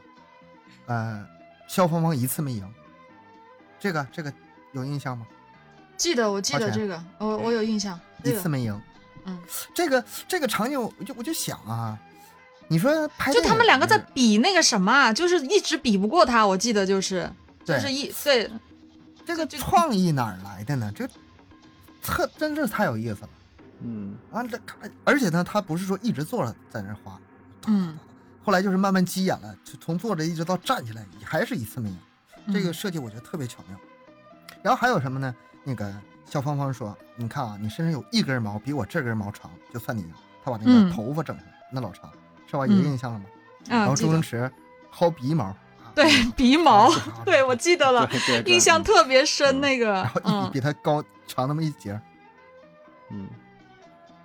Speaker 1: 呃，萧芳芳一次没赢。这个这个有印象吗？
Speaker 2: 记得我记
Speaker 1: 花
Speaker 2: 得
Speaker 1: 钱
Speaker 2: 这个，我我有印象，
Speaker 1: 一
Speaker 2: 这
Speaker 1: 次
Speaker 2: 个
Speaker 1: 没赢。
Speaker 2: 嗯，
Speaker 1: 这个这个场景，我就我就想啊，你说拍
Speaker 2: 就
Speaker 1: 电
Speaker 2: 他们
Speaker 1: 影
Speaker 2: 两个在
Speaker 1: 儿
Speaker 2: 比那个什么啊，就是一直比不过他，我记得就是就
Speaker 1: 对
Speaker 2: 是一对
Speaker 1: 这个
Speaker 2: 这
Speaker 1: 创意哪儿来的呢？这特真是太有意思了
Speaker 3: 嗯，
Speaker 1: 啊！这咔而且呢，他不是说一直坐着在那儿滑，
Speaker 2: 嗯
Speaker 1: 后来就是慢慢急眼了，就从坐着一直到站起来，还是一次没赢。这个
Speaker 2: 嗯
Speaker 1: 设计我觉得特别巧妙。然后还有什么呢？那个小芳芳说：“你看啊，你身上有一根毛比我这根毛长，就算你赢。”她把那
Speaker 2: 嗯
Speaker 1: 个头发整上，那老长，是吧？有
Speaker 2: 嗯
Speaker 1: 印象了吗？然
Speaker 2: 啊
Speaker 1: 后
Speaker 2: 记
Speaker 1: 周
Speaker 2: 得
Speaker 1: 星驰薅鼻毛，啊
Speaker 2: 对鼻毛
Speaker 1: 是吧，
Speaker 2: 对我记得了，
Speaker 3: 对 对
Speaker 2: 嗯
Speaker 3: 对
Speaker 2: 印象特别深
Speaker 3: 嗯
Speaker 2: 那个
Speaker 1: 然后，一
Speaker 2: 嗯
Speaker 1: 比他高长那么一截儿。
Speaker 3: 嗯，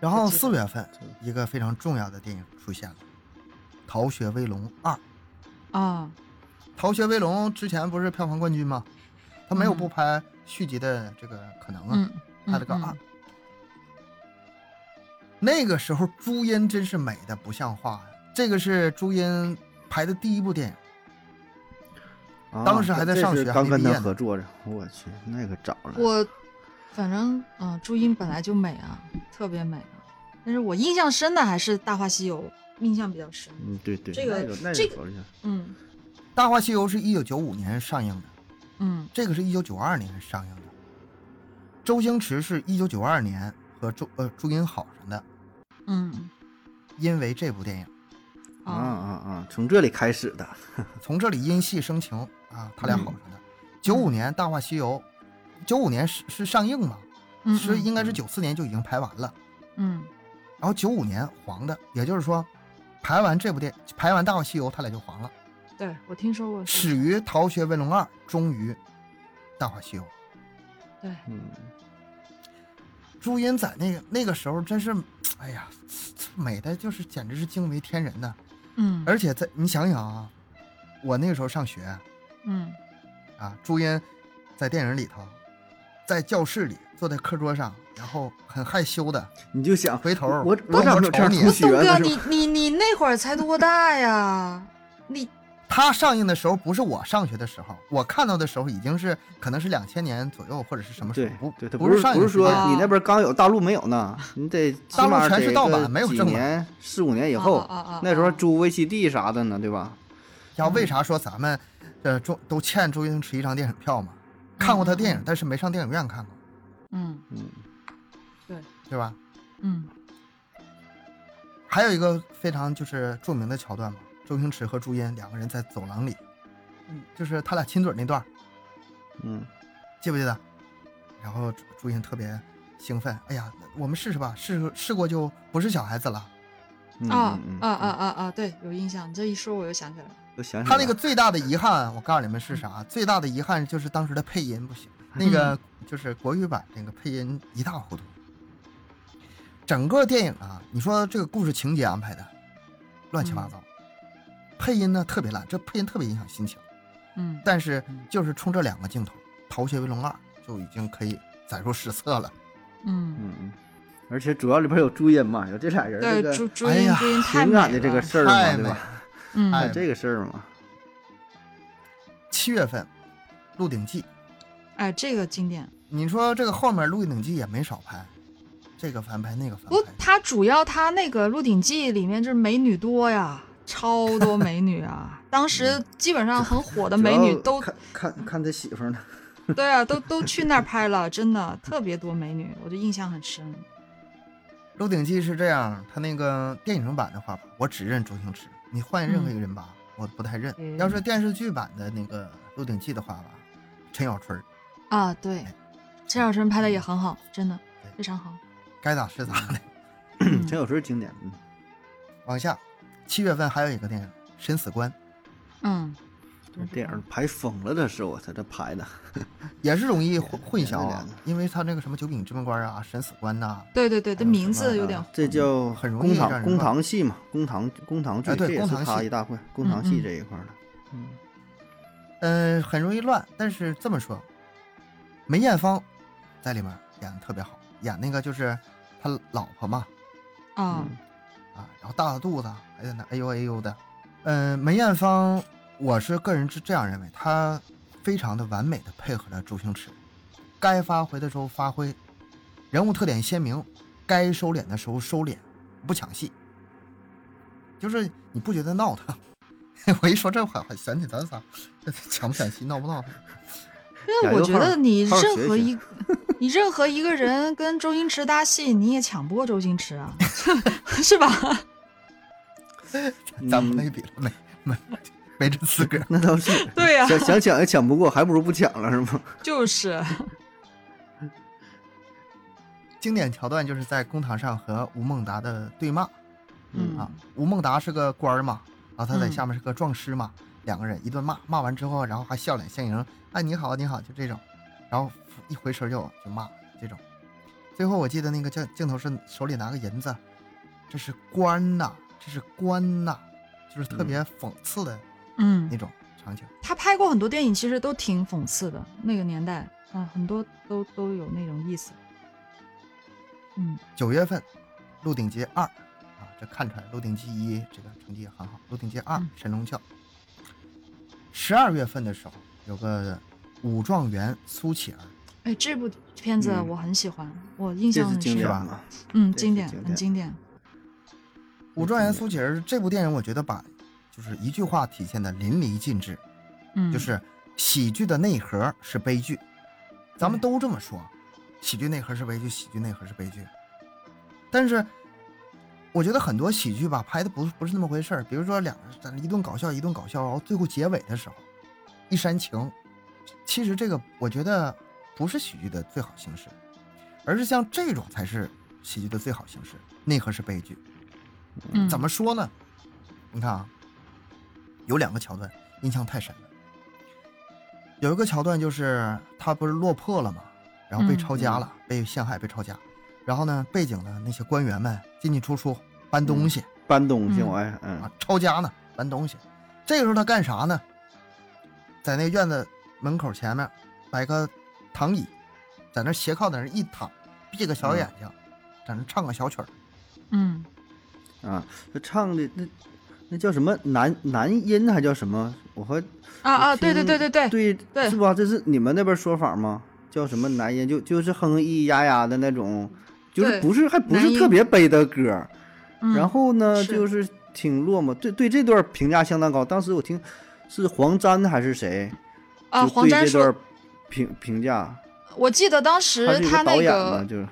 Speaker 1: 然
Speaker 3: 我
Speaker 1: 后
Speaker 3: 记得
Speaker 1: 四月份
Speaker 3: 对，
Speaker 1: 一个非常重要的电影出现了，《逃学威龙二》。《
Speaker 2: 啊
Speaker 1: 逃学威龙》之前不是票房冠军吗？他没有
Speaker 2: 嗯
Speaker 1: 不拍续集的这个可能啊。
Speaker 2: 嗯，
Speaker 1: 拍了个
Speaker 2: 嗯
Speaker 1: 二。那个时候朱茵真是美的不像话呀！这个是朱茵拍的第一部电影，
Speaker 3: 啊
Speaker 1: 当时还在
Speaker 3: 这
Speaker 1: 上
Speaker 3: 是
Speaker 1: 学还
Speaker 3: 刚
Speaker 1: 没
Speaker 3: 跟
Speaker 1: 毕业
Speaker 3: 他
Speaker 1: 呢
Speaker 3: 合作着，我去，那可早了。
Speaker 2: 我反正嗯、呃朱茵本来就美啊，特别美啊。但是我印象深的还是《大话西游》，印象比较深。
Speaker 3: 嗯，对对，
Speaker 2: 这个
Speaker 3: 那那
Speaker 2: 这
Speaker 3: 个
Speaker 2: 个
Speaker 3: 考虑一下
Speaker 2: 嗯
Speaker 1: 《大话西游》是一九九五年上映的，
Speaker 2: 嗯
Speaker 1: 这个是一九九二年上映的。周星驰是一九九二年和周呃朱茵好上的，
Speaker 2: 嗯
Speaker 1: 因为这部电影，
Speaker 3: 啊
Speaker 2: 啊
Speaker 3: 啊啊！从这里开始的，
Speaker 1: 从这里因戏生情啊，他俩好上的。九五年《大话西游》，九五年是是上映嘛？
Speaker 2: 嗯
Speaker 1: 是应该是
Speaker 3: 嗯
Speaker 1: 九四年就已经拍完了。
Speaker 2: 嗯
Speaker 1: 然后九五年黄的，也就是说，排完这部电，排完《大话西游》，他俩就黄了。
Speaker 2: 嗯对我听说过
Speaker 1: 始于《逃学威龙二》，终于《大话西游》。
Speaker 2: 对
Speaker 3: 嗯，
Speaker 1: 朱茵在那个那个时候真是，哎呀，美的就是简直是惊为天人呐！
Speaker 2: 嗯
Speaker 1: 而且在你想想啊，我那个时候上学
Speaker 2: 嗯
Speaker 1: 啊，朱茵在电影里头，在教室里坐在课桌上，然后很害羞的
Speaker 3: 你就想
Speaker 1: 回头
Speaker 3: 我
Speaker 1: 我
Speaker 3: 我我哪
Speaker 1: 瞅
Speaker 3: 有这样
Speaker 1: 你
Speaker 3: 同学
Speaker 2: 东哥
Speaker 3: 呢？是
Speaker 2: 你
Speaker 3: 吧？
Speaker 2: 你你那会儿才多大呀？你
Speaker 1: 它上映的时候不是我上学的时候，我看到的时候已经是可能是两千年左右或者是什么时
Speaker 3: 对
Speaker 1: 候，不
Speaker 3: 对，他
Speaker 1: 不
Speaker 3: 是
Speaker 1: 上
Speaker 3: 不
Speaker 1: 映
Speaker 3: 是
Speaker 1: 时间
Speaker 3: 说
Speaker 2: 啊
Speaker 3: 你那边刚有大陆没有呢？你得起
Speaker 1: 大陆
Speaker 3: 码
Speaker 1: 全
Speaker 3: 得
Speaker 1: 是盗版
Speaker 3: 个
Speaker 1: 没有
Speaker 3: 几
Speaker 1: 正版
Speaker 3: 年四五 年以
Speaker 2: 啊
Speaker 3: 后
Speaker 2: 啊啊啊，
Speaker 3: 那时候
Speaker 2: 啊
Speaker 3: 租 VCD 啥的呢，对吧？
Speaker 1: 然后为啥说咱们呃周都欠周星驰一张电影票嘛？看过他电影，但是没上电影院看过，
Speaker 2: 嗯
Speaker 3: 嗯，
Speaker 1: 对吧？
Speaker 2: 嗯
Speaker 1: 还有一个非常就是著名的桥段嘛，周星驰和朱茵两个人在走廊里，嗯，就是他俩亲嘴那段儿，
Speaker 3: 嗯，
Speaker 1: 记不记得？然后朱朱茵特别兴奋，哎呀，我们试试吧，试试过就不是小孩子了。
Speaker 3: 嗯
Speaker 2: 啊
Speaker 3: 嗯嗯
Speaker 2: 啊啊啊啊！对，有印象。你这一说我又想起来了。
Speaker 3: 都想起
Speaker 1: 他
Speaker 3: 来
Speaker 1: 那个
Speaker 3: 了
Speaker 1: 最大的遗憾，我告诉你们是啥？最大的遗憾就是当时的配音不行，
Speaker 3: 嗯
Speaker 1: 那个就是国语版那个配音一塌糊涂。整个电影啊，你说这个故事情节安排的乱七八
Speaker 3: 嗯
Speaker 1: 糟，配音呢特别烂，这配音特别影响心情。
Speaker 2: 嗯
Speaker 1: 但是
Speaker 3: 嗯
Speaker 1: 就是冲这两个镜头，《逃学威龙二》就已经可以载入史册了。
Speaker 2: 嗯，
Speaker 3: 嗯嗯，而且主要里边有朱茵嘛，有这俩人这
Speaker 2: 对，
Speaker 3: 个
Speaker 2: 朱朱
Speaker 1: 哎
Speaker 2: 茵
Speaker 1: 呀
Speaker 2: 朱茵太
Speaker 3: 情
Speaker 2: 美
Speaker 3: 感的这个
Speaker 2: 了
Speaker 3: 事儿
Speaker 1: 太
Speaker 3: 嘛，
Speaker 1: 美
Speaker 3: 对
Speaker 1: 了
Speaker 3: 吧？还有
Speaker 2: 嗯
Speaker 1: 哎
Speaker 3: 这个事儿嘛，
Speaker 1: 七月份，《鹿鼎记》，
Speaker 2: 哎，这个经典。
Speaker 1: 你说这个后面《鹿鼎记》也没少拍，这个翻拍那个翻
Speaker 2: 不
Speaker 1: 拍，，
Speaker 2: 它主要它那个《鹿鼎记》里面就是美女多呀，超多美女 啊！当时基本上很火的
Speaker 3: 主
Speaker 2: 呃美
Speaker 3: 要
Speaker 2: 女都
Speaker 3: 看看看他媳 妇儿呢。
Speaker 2: 对啊，都都去那儿拍了，真的特别多美女，我就印象很深。
Speaker 1: 《鹿鼎记》是这样，他那个电影版的话吧，我只认周星驰，你换任何一个人吧，我不太认。
Speaker 2: 嗯
Speaker 1: 要是电视剧版的那个《鹿鼎记》的话吧，陈小春儿
Speaker 2: 啊，对，陈小春拍的也很好，真的非常好。
Speaker 1: 该咋是咋的。
Speaker 2: 嗯
Speaker 3: 陈小春经典，嗯，
Speaker 1: 往下，七月份还有一个电影《审死官》，
Speaker 2: 嗯，
Speaker 3: 这电影排疯了，这是我啊操，这排的，
Speaker 1: 也是容易混混淆
Speaker 3: 两
Speaker 1: 啊
Speaker 3: 个，
Speaker 1: 因为他那个什么九品芝麻官啊、审死官呐、
Speaker 2: 对对对，这名字有点
Speaker 3: 啊这叫
Speaker 1: 嗯很容易
Speaker 3: 公
Speaker 1: 让人
Speaker 3: 堂公
Speaker 1: 乱
Speaker 3: 堂戏嘛，公堂公堂剧，
Speaker 1: 哎对
Speaker 3: 这也
Speaker 1: 公
Speaker 3: 是
Speaker 1: 堂
Speaker 3: 他
Speaker 1: 戏
Speaker 3: 一大块，公堂
Speaker 2: 嗯
Speaker 3: 戏
Speaker 2: 嗯
Speaker 3: 这一块儿的，嗯，
Speaker 1: 嗯，很容易乱。但是这么说，梅艳芳在里面演的特别好，演那个就是他老婆嘛，
Speaker 2: 啊，
Speaker 3: 嗯
Speaker 1: 啊，然后大着肚子，还在那哎呦哎呦的。嗯，梅艳芳，我是个人是这样认为，她非常的完美的配合了周星驰，该发挥的时候发挥，人物特点鲜明，该收敛的时候收敛，不抢戏，就是你不觉得闹腾？ 我一说这话，还想起咱仨，这抢不抢戏，闹不闹腾？
Speaker 2: 因为我觉
Speaker 3: 加油
Speaker 2: 得你
Speaker 3: 号号
Speaker 2: 任
Speaker 3: 学
Speaker 2: 何
Speaker 3: 学
Speaker 2: 一你任何一个人跟周星驰搭戏，你也抢不过周星驰啊， 是吧？
Speaker 1: 咱
Speaker 2: 嗯
Speaker 1: 们没比了，没没没这资格。
Speaker 3: 那倒是，
Speaker 2: 对啊呀
Speaker 3: 想想抢也抢不过，还不如不抢了，是吗？
Speaker 2: 就是，
Speaker 1: 经典桥段就是在公堂上和吴孟达的对骂。
Speaker 2: 嗯
Speaker 1: 啊，吴孟达是个官儿嘛，然后他在
Speaker 2: 嗯
Speaker 1: 下面是个壮士嘛，两个人一顿骂，骂完之后，然后还笑脸相迎，哎你好你好，就这种，然后一回身就就骂这种。最后我记得那个镜镜头是手里拿个银子，这是官呐、这是官呐、就是特别讽刺的
Speaker 2: 嗯
Speaker 1: 那，种场景。
Speaker 2: 他拍过很多电影，其实都挺讽刺的。那个年代啊，很多都都有那种意思。嗯，
Speaker 1: 九月份，《鹿鼎记二》啊，这看出来《鹿鼎记一》这个成绩也很好，《鹿鼎记二》
Speaker 2: 嗯
Speaker 1: 神龙教。十二月份的时候，有个武状元苏乞儿，
Speaker 2: 哎，这部片子
Speaker 3: 嗯
Speaker 2: 我很喜欢，我印
Speaker 3: 这
Speaker 2: 象
Speaker 3: 是
Speaker 2: 很
Speaker 3: 经
Speaker 2: 深。
Speaker 3: 典
Speaker 1: 吧
Speaker 3: 嘛，
Speaker 2: 嗯，
Speaker 3: 这
Speaker 2: 经
Speaker 3: 是
Speaker 2: 典，
Speaker 3: 经
Speaker 2: 很
Speaker 3: 典
Speaker 2: 经典。
Speaker 1: 武状元苏乞儿这部电影，我觉得把就是一句话体现的淋漓尽致，
Speaker 2: 嗯，
Speaker 1: 就是喜剧的内核是悲剧，咱们都这么说，喜剧内核是悲剧，喜剧内核是悲剧。但是我觉得很多喜剧吧拍的不不是那么回事儿，比如说两个咱一顿搞笑一顿搞笑，然后最后结尾的时候一煽情，其实这个我觉得不是喜剧的最好形式，而是像这种才是喜剧的最好形式，内核是悲剧。
Speaker 2: 嗯
Speaker 1: 怎么说呢？你看啊，有两个桥段印象太深了。有一个桥段就是他不是落魄了吗？然后被
Speaker 2: 嗯
Speaker 1: 抄家了，被陷害，被抄家。然后呢，背景呢那些官员们进进出出搬东西、
Speaker 3: 搬东西，
Speaker 2: 嗯
Speaker 3: 我爱，嗯
Speaker 1: 啊，抄家呢，搬东西。这个时候他干啥呢？在那院子门口前面摆个躺椅，在那斜靠在那一躺，闭个小
Speaker 3: 嗯
Speaker 1: 眼睛，在那唱个小曲儿。
Speaker 2: 嗯，
Speaker 3: 啊，这唱的那那叫什么男男音还叫什么？我和
Speaker 2: 啊啊，对对
Speaker 3: 听
Speaker 2: 对对对，
Speaker 3: 对
Speaker 2: 对
Speaker 3: 是吧？这是你们那边说法吗？叫什么男音？就就是哼哼咿咿呀呀的那种，就是
Speaker 2: 对
Speaker 3: 不是还不
Speaker 2: 男
Speaker 3: 是
Speaker 2: 音
Speaker 3: 特别悲的歌儿。
Speaker 2: 嗯
Speaker 3: 然后呢，
Speaker 2: 是
Speaker 3: 就是挺落寞。对对，这段评价相当高。当时我听是黄沾还是谁
Speaker 2: 啊，
Speaker 3: 就
Speaker 2: 黄
Speaker 3: 对
Speaker 2: 沾
Speaker 3: 这段
Speaker 2: 说，
Speaker 3: 评评价，
Speaker 2: 我记得当
Speaker 3: 他
Speaker 2: 时
Speaker 3: 是一
Speaker 2: 他
Speaker 3: 导
Speaker 2: 那
Speaker 3: 演嘛，
Speaker 2: 个，
Speaker 3: 就是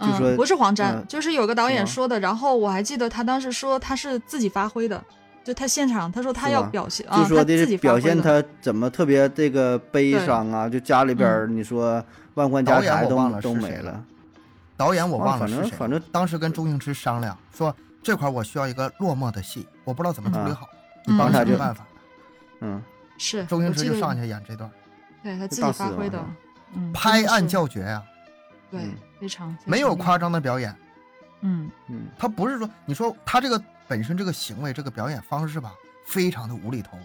Speaker 3: 就说
Speaker 2: 嗯，不是黄沾
Speaker 3: 嗯，
Speaker 2: 就是有个导演
Speaker 3: 是吗
Speaker 2: 说的。然后我还记得他当时说他是自己发挥的，就他现场他说他
Speaker 3: 是
Speaker 2: 要
Speaker 3: 吧
Speaker 2: 表现啊，
Speaker 3: 就
Speaker 2: 他
Speaker 3: 说的
Speaker 2: 自
Speaker 3: 是
Speaker 2: 己发
Speaker 3: 表
Speaker 2: 挥
Speaker 3: 现
Speaker 2: 的。
Speaker 3: 他怎么特别这个悲
Speaker 2: 对嗯
Speaker 3: 伤啊，就家里边儿你说万贯家
Speaker 1: 导演
Speaker 3: 财
Speaker 1: 我
Speaker 3: 都
Speaker 1: 忘了
Speaker 3: 都
Speaker 1: 是
Speaker 3: 没
Speaker 1: 谁
Speaker 3: 了，
Speaker 1: 导演我
Speaker 3: 啊
Speaker 1: 忘了
Speaker 3: 反
Speaker 1: 是谁
Speaker 3: 正
Speaker 1: 了，
Speaker 3: 反正
Speaker 1: 当时跟周星驰商量说这块我需要一个落寞的戏，我不知道怎么处理好，你帮
Speaker 2: 嗯
Speaker 1: 我想
Speaker 3: 啊嗯
Speaker 1: 想办法。
Speaker 3: 嗯，
Speaker 2: 是，
Speaker 1: 周星驰就
Speaker 2: 我记得
Speaker 1: 上去演这段，
Speaker 2: 对他自
Speaker 3: 大
Speaker 2: 己
Speaker 3: 师
Speaker 2: 发挥
Speaker 3: 嘛
Speaker 2: 的
Speaker 3: 是吧，
Speaker 2: 嗯，
Speaker 1: 拍
Speaker 2: 真的
Speaker 1: 案
Speaker 2: 是
Speaker 1: 叫绝呀、
Speaker 2: 对
Speaker 3: 嗯，
Speaker 2: 非常非
Speaker 1: 没有
Speaker 2: 常厉害
Speaker 1: 夸张的表演。
Speaker 2: 嗯
Speaker 3: 嗯
Speaker 1: 他不是说你说他这个本身这个行为这个表演方式吧，非常的无厘头，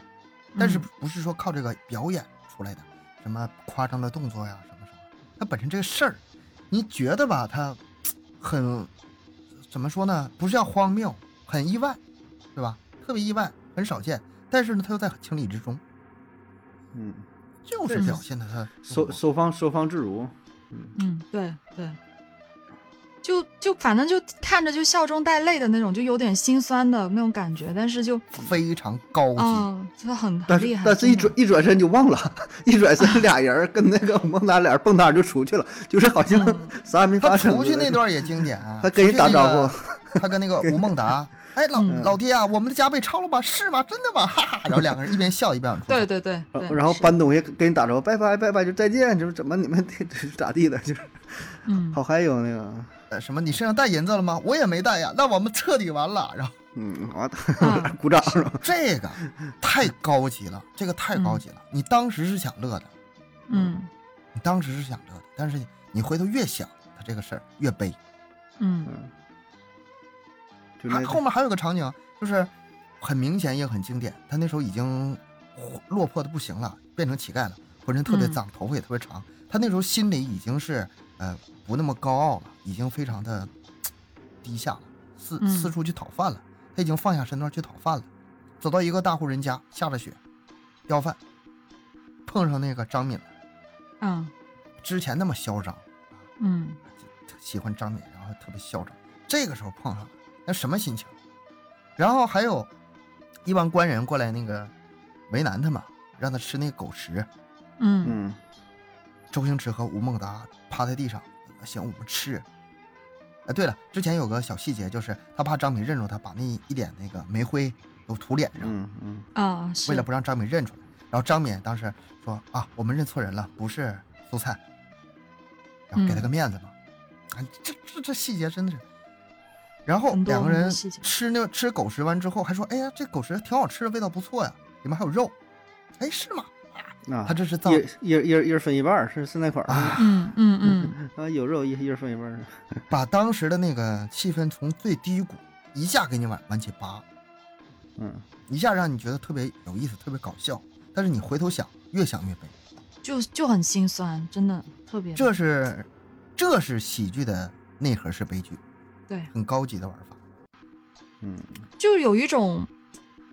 Speaker 1: 但是
Speaker 2: 嗯
Speaker 1: 不是说靠这个表演出来的什么夸张的动作呀什么什么，他本身这个事儿，你觉得吧，他很怎么说呢？不是叫荒谬，很意外，对吧？特别意外，很少见，但是呢，他又在情理之中，
Speaker 3: 嗯，
Speaker 1: 就是
Speaker 2: 嗯
Speaker 1: 表现的他
Speaker 3: 收收放收放自如，
Speaker 2: 嗯，对对，就就反正就看着就笑中带泪的那种，就有点心酸的那种感觉，但是就
Speaker 1: 非常高级。
Speaker 2: 嗯，真的很
Speaker 3: 但
Speaker 2: 很厉
Speaker 3: 是
Speaker 2: 害。
Speaker 3: 但是一
Speaker 2: 真
Speaker 3: 转
Speaker 2: 的
Speaker 3: 一转身就忘了， 一 转身俩人儿跟那个孟达俩人蹦跶就出去了，就是好像
Speaker 2: 嗯
Speaker 3: 啥也没
Speaker 1: 他
Speaker 3: 发生。
Speaker 1: 出去那，段也经典、啊，
Speaker 3: 他跟人打招呼
Speaker 1: 出去那个，他跟那 个吴孟达，哎老
Speaker 2: 嗯
Speaker 1: 老爹啊，我们的家被抄了吧？是吗？真的吗？哈哈，然后两个人一边笑一边往 出
Speaker 2: 对
Speaker 1: 走，
Speaker 2: 对对
Speaker 3: 然
Speaker 2: 对，
Speaker 3: 呃后然后
Speaker 2: 是
Speaker 3: 搬东西跟人打招呼，拜拜拜拜，就再见，就是怎么你们这这咋地的，就是
Speaker 2: 嗯
Speaker 3: 好还有那个，
Speaker 1: 呃什么你身上带银子了吗？我也没带呀，那我们彻底完了。然后
Speaker 3: 嗯，我
Speaker 2: 嗯
Speaker 3: 鼓掌是吧？
Speaker 1: 这个太高级了，这个太高级了。你当时是想乐的，
Speaker 2: 嗯
Speaker 1: 你当时是想乐的，但是你你回头越想，他这个事儿越悲。
Speaker 2: 嗯
Speaker 3: 嗯，就那
Speaker 1: 还
Speaker 3: 个
Speaker 1: 后面还有个场景，就是很明显也很经典，他那时候已经落魄的不行了，变成乞丐了，浑身特别
Speaker 2: 嗯
Speaker 1: 脏，头发也特别长。他那时候心里已经是呃不那么高傲了，已经非常的低下了，四
Speaker 2: 嗯
Speaker 1: 四处去讨饭了，他已经放下身段去讨饭了。走到一个大户人家，下着雪，要饭，碰上那个张敏了，
Speaker 2: 嗯
Speaker 1: 之前那么嚣张，
Speaker 2: 嗯
Speaker 1: 特喜欢张敏，然后特别嚣张。这个时候碰上了，那什么心情？然后还有一帮官人过来那个为难他嘛，让他吃那狗食。
Speaker 2: 嗯
Speaker 3: 嗯
Speaker 1: 周星驰和吴孟达趴在地上，行，我们吃。哎，对了，之前有个小细节，就是他怕张敏认出他，把那一点那个煤灰都涂脸上，
Speaker 3: 嗯嗯
Speaker 2: 啊，是
Speaker 1: 为了不让张敏认出来。然后张敏当时说啊，我们认错人了，不是苏灿，然后给他
Speaker 2: 嗯
Speaker 1: 个面子嘛。啊，这这这细节真的是。然后
Speaker 2: 很多
Speaker 1: 两个
Speaker 2: 很多
Speaker 1: 人
Speaker 2: 细节
Speaker 1: 吃那吃狗食完之后，还说哎呀，这狗食挺好吃的，味道不错呀，里面还有肉。哎，是吗？
Speaker 3: 嗯，啊，
Speaker 1: 他这是造
Speaker 3: 一一人一人一人分一半儿，是是那块儿
Speaker 1: 啊
Speaker 2: 嗯嗯嗯
Speaker 3: 啊，有肉一一人分一半儿，
Speaker 1: 把当时的那个气氛从最低谷一下给你往往起拔，
Speaker 3: 嗯
Speaker 1: 一下让你觉得特别有意思，特别搞笑。但是你回头想，越想越悲。
Speaker 2: 就就很心酸，真的特别
Speaker 1: 这是，这是喜剧的内核是悲剧，
Speaker 2: 对，
Speaker 1: 很高级的玩法。
Speaker 3: 嗯
Speaker 2: 就有一种。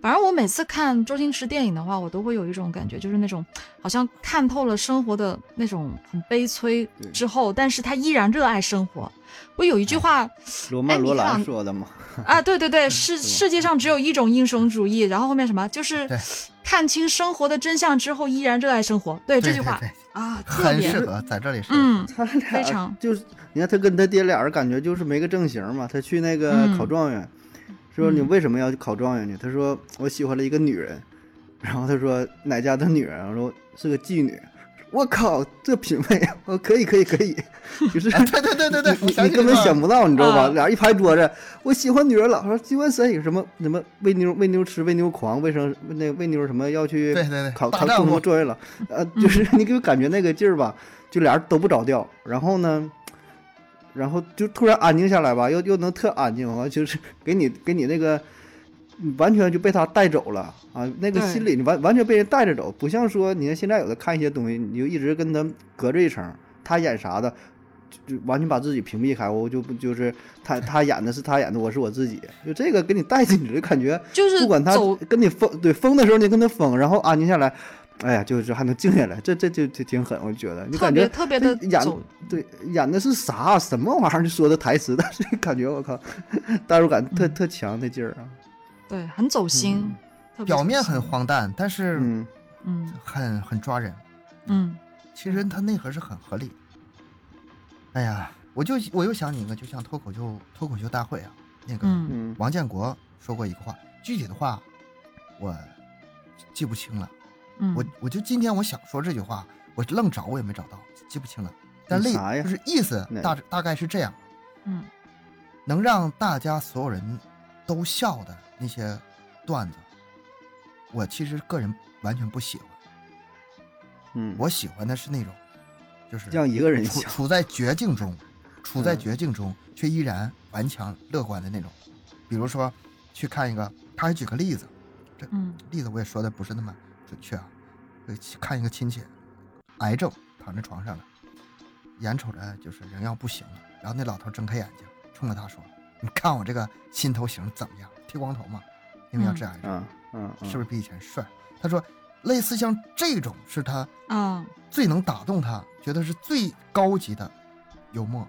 Speaker 2: 反正我每次看周星驰电影的话，我都会有一种感觉，就是那种好像看透了生活的那种很悲催
Speaker 3: 对
Speaker 2: 之后，但是他依然热爱生活。不有一句话，
Speaker 3: 罗曼
Speaker 2: 哎你
Speaker 3: 罗兰
Speaker 2: 看
Speaker 3: 说的嘛，
Speaker 2: 啊，对对对，世
Speaker 3: 是吧
Speaker 2: 世界上只有一种英雄主义，然后后面什么就是
Speaker 1: 对
Speaker 2: 看清生活的真相之后依然热爱生活，对
Speaker 1: 对
Speaker 2: 这句话
Speaker 1: 对
Speaker 2: 啊，特
Speaker 1: 很
Speaker 2: 别
Speaker 1: 适合在这里是，
Speaker 2: 嗯
Speaker 3: 他俩
Speaker 2: 非常
Speaker 3: 就是，你看他跟他爹俩人感觉就是没个正形嘛。他去那个
Speaker 2: 嗯
Speaker 3: 考状元，说你
Speaker 2: 嗯
Speaker 3: 为什么要去考状元去？他说我喜欢了一个女人， 然后他说哪家的女人？我说是个妓女。我靠，这品味啊！我可以，可以，可以， 就是
Speaker 1: 哎对对对对对，
Speaker 3: 你
Speaker 1: 我想
Speaker 3: 你
Speaker 1: 起
Speaker 3: 根本
Speaker 1: 这个
Speaker 3: 想不到，你知道吧？
Speaker 2: 啊
Speaker 3: 俩人一拍桌子，我喜欢女人了，我说喜欢谁？什么什么喂妞喂妞吃喂妞狂，为什么那喂妞什么要去
Speaker 1: 对对对
Speaker 3: 考
Speaker 1: 大
Speaker 3: 考
Speaker 1: 丈
Speaker 3: 中
Speaker 1: 夫
Speaker 3: 什么状元了？呃，就是你给我感觉那个劲儿吧，就俩人都不着调，然后呢，然后就突然安静下来吧，又又能特安静啊，就是 给你给你那个。完全就被他带走了啊！那个
Speaker 2: 对
Speaker 3: 心理你完完全被人带着走，不像说你看现在有的看一些东西，你就一直跟他隔着一层，他演啥的，就就完全把自己屏蔽开，我就不就是他他演的是他演的，我是我自己，就这个给你带进去的感觉，
Speaker 2: 就是
Speaker 3: 不管他
Speaker 2: 走
Speaker 3: 跟你疯，对疯的时候你跟他疯，然后安静下来，哎呀，就是还能静下来，这这就就挺狠，我觉得你
Speaker 2: 特
Speaker 3: 感觉
Speaker 2: 别特别的
Speaker 3: 这演
Speaker 2: 走，
Speaker 3: 对演的是啥什么玩意儿？你说的 台词，但是感觉我靠，代入感
Speaker 2: 嗯
Speaker 3: 特特强那劲儿啊，
Speaker 2: 对，很走心，特别
Speaker 1: 嗯表
Speaker 2: 走
Speaker 1: 面
Speaker 2: 心
Speaker 1: 很荒诞，但是
Speaker 3: 嗯
Speaker 2: 嗯
Speaker 1: 很很抓人。
Speaker 2: 嗯
Speaker 1: 其实它内核是很合理的。哎呀，我就我又想起一个，就像脱口秀脱口秀大会啊，那个
Speaker 2: 嗯
Speaker 3: 嗯
Speaker 1: 王建国说过一个话，具体的话我记不清了。
Speaker 2: 嗯，
Speaker 1: 我我就今天我想说这句话，我愣找我也没找到，记不清了。但类
Speaker 3: 你啥呀
Speaker 1: 就是意思
Speaker 3: 哪
Speaker 1: 大大概是这样：
Speaker 2: 嗯
Speaker 1: 能让大家所有人都笑的那些段子，我其实个人完全不喜欢。
Speaker 3: 嗯，
Speaker 1: 我喜欢的是那种，就是
Speaker 3: 让一个人
Speaker 1: 处
Speaker 3: 想，
Speaker 1: 处在绝境中，处在
Speaker 3: 嗯
Speaker 1: 绝境中却依然顽强乐观的那种。比如说，去看一个，他还举个例子，
Speaker 2: 嗯
Speaker 1: 例子我也说的不是那么准确啊。呃看一个亲戚，癌症躺在床上了，眼瞅着就是人要不行了，然后那老头睁开眼睛，冲着他说：“你看我这个新头型怎么样？剃光头嘛，因为要治癌症，
Speaker 3: 嗯嗯，嗯
Speaker 1: 是不是比以前帅？”他说，类似像这种是他
Speaker 2: 啊
Speaker 1: 最能打动他，觉得是最高级的幽默。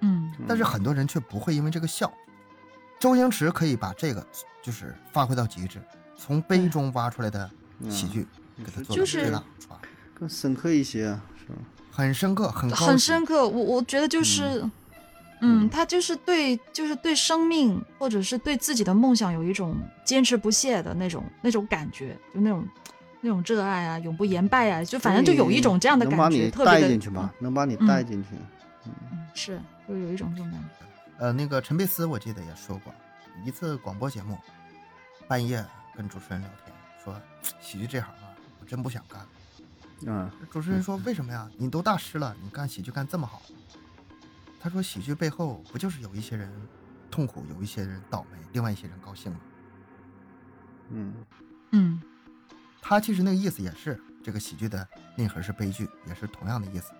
Speaker 2: 嗯
Speaker 1: 但是很多人却不会因为这个笑。周星驰可以把这个就是发挥到极致，从悲
Speaker 2: 嗯
Speaker 1: 中挖出来的喜剧，
Speaker 3: 嗯
Speaker 1: 给他
Speaker 3: 嗯
Speaker 1: 做
Speaker 2: 就
Speaker 1: 到
Speaker 2: 是
Speaker 1: 最大出来，
Speaker 3: 更深刻一些，啊是吧？
Speaker 1: 很深刻，很高级
Speaker 2: 很深刻，我我觉得就是。嗯，他就是对，就是对生命，或者是对自己的梦想有一种坚持不懈的那种那种感觉，就那种那种热爱啊，永不言败啊，就反正就有一种这样的
Speaker 3: 能
Speaker 2: 感
Speaker 3: 把
Speaker 2: 觉，
Speaker 3: 你
Speaker 2: 特别
Speaker 3: 带
Speaker 2: 的
Speaker 3: 进去吧，能把你
Speaker 2: 嗯
Speaker 3: 带进去，
Speaker 2: 嗯是，就有一种这种感觉。
Speaker 1: 呃，那个陈佩斯我记得也说过，一次广播节目，半夜跟主持人聊天，说喜剧这行啊，我真不想干。
Speaker 3: 嗯
Speaker 1: 主持人说：“为什么呀？你都大师了，你干喜剧干这么好？”他说：“喜剧背后不就是有一些人痛苦，有一些人倒霉，另外一些人高兴吗？
Speaker 3: 嗯
Speaker 2: 嗯
Speaker 1: 他其实那个意思也是这个喜剧的内核是悲剧，也是同样的意思。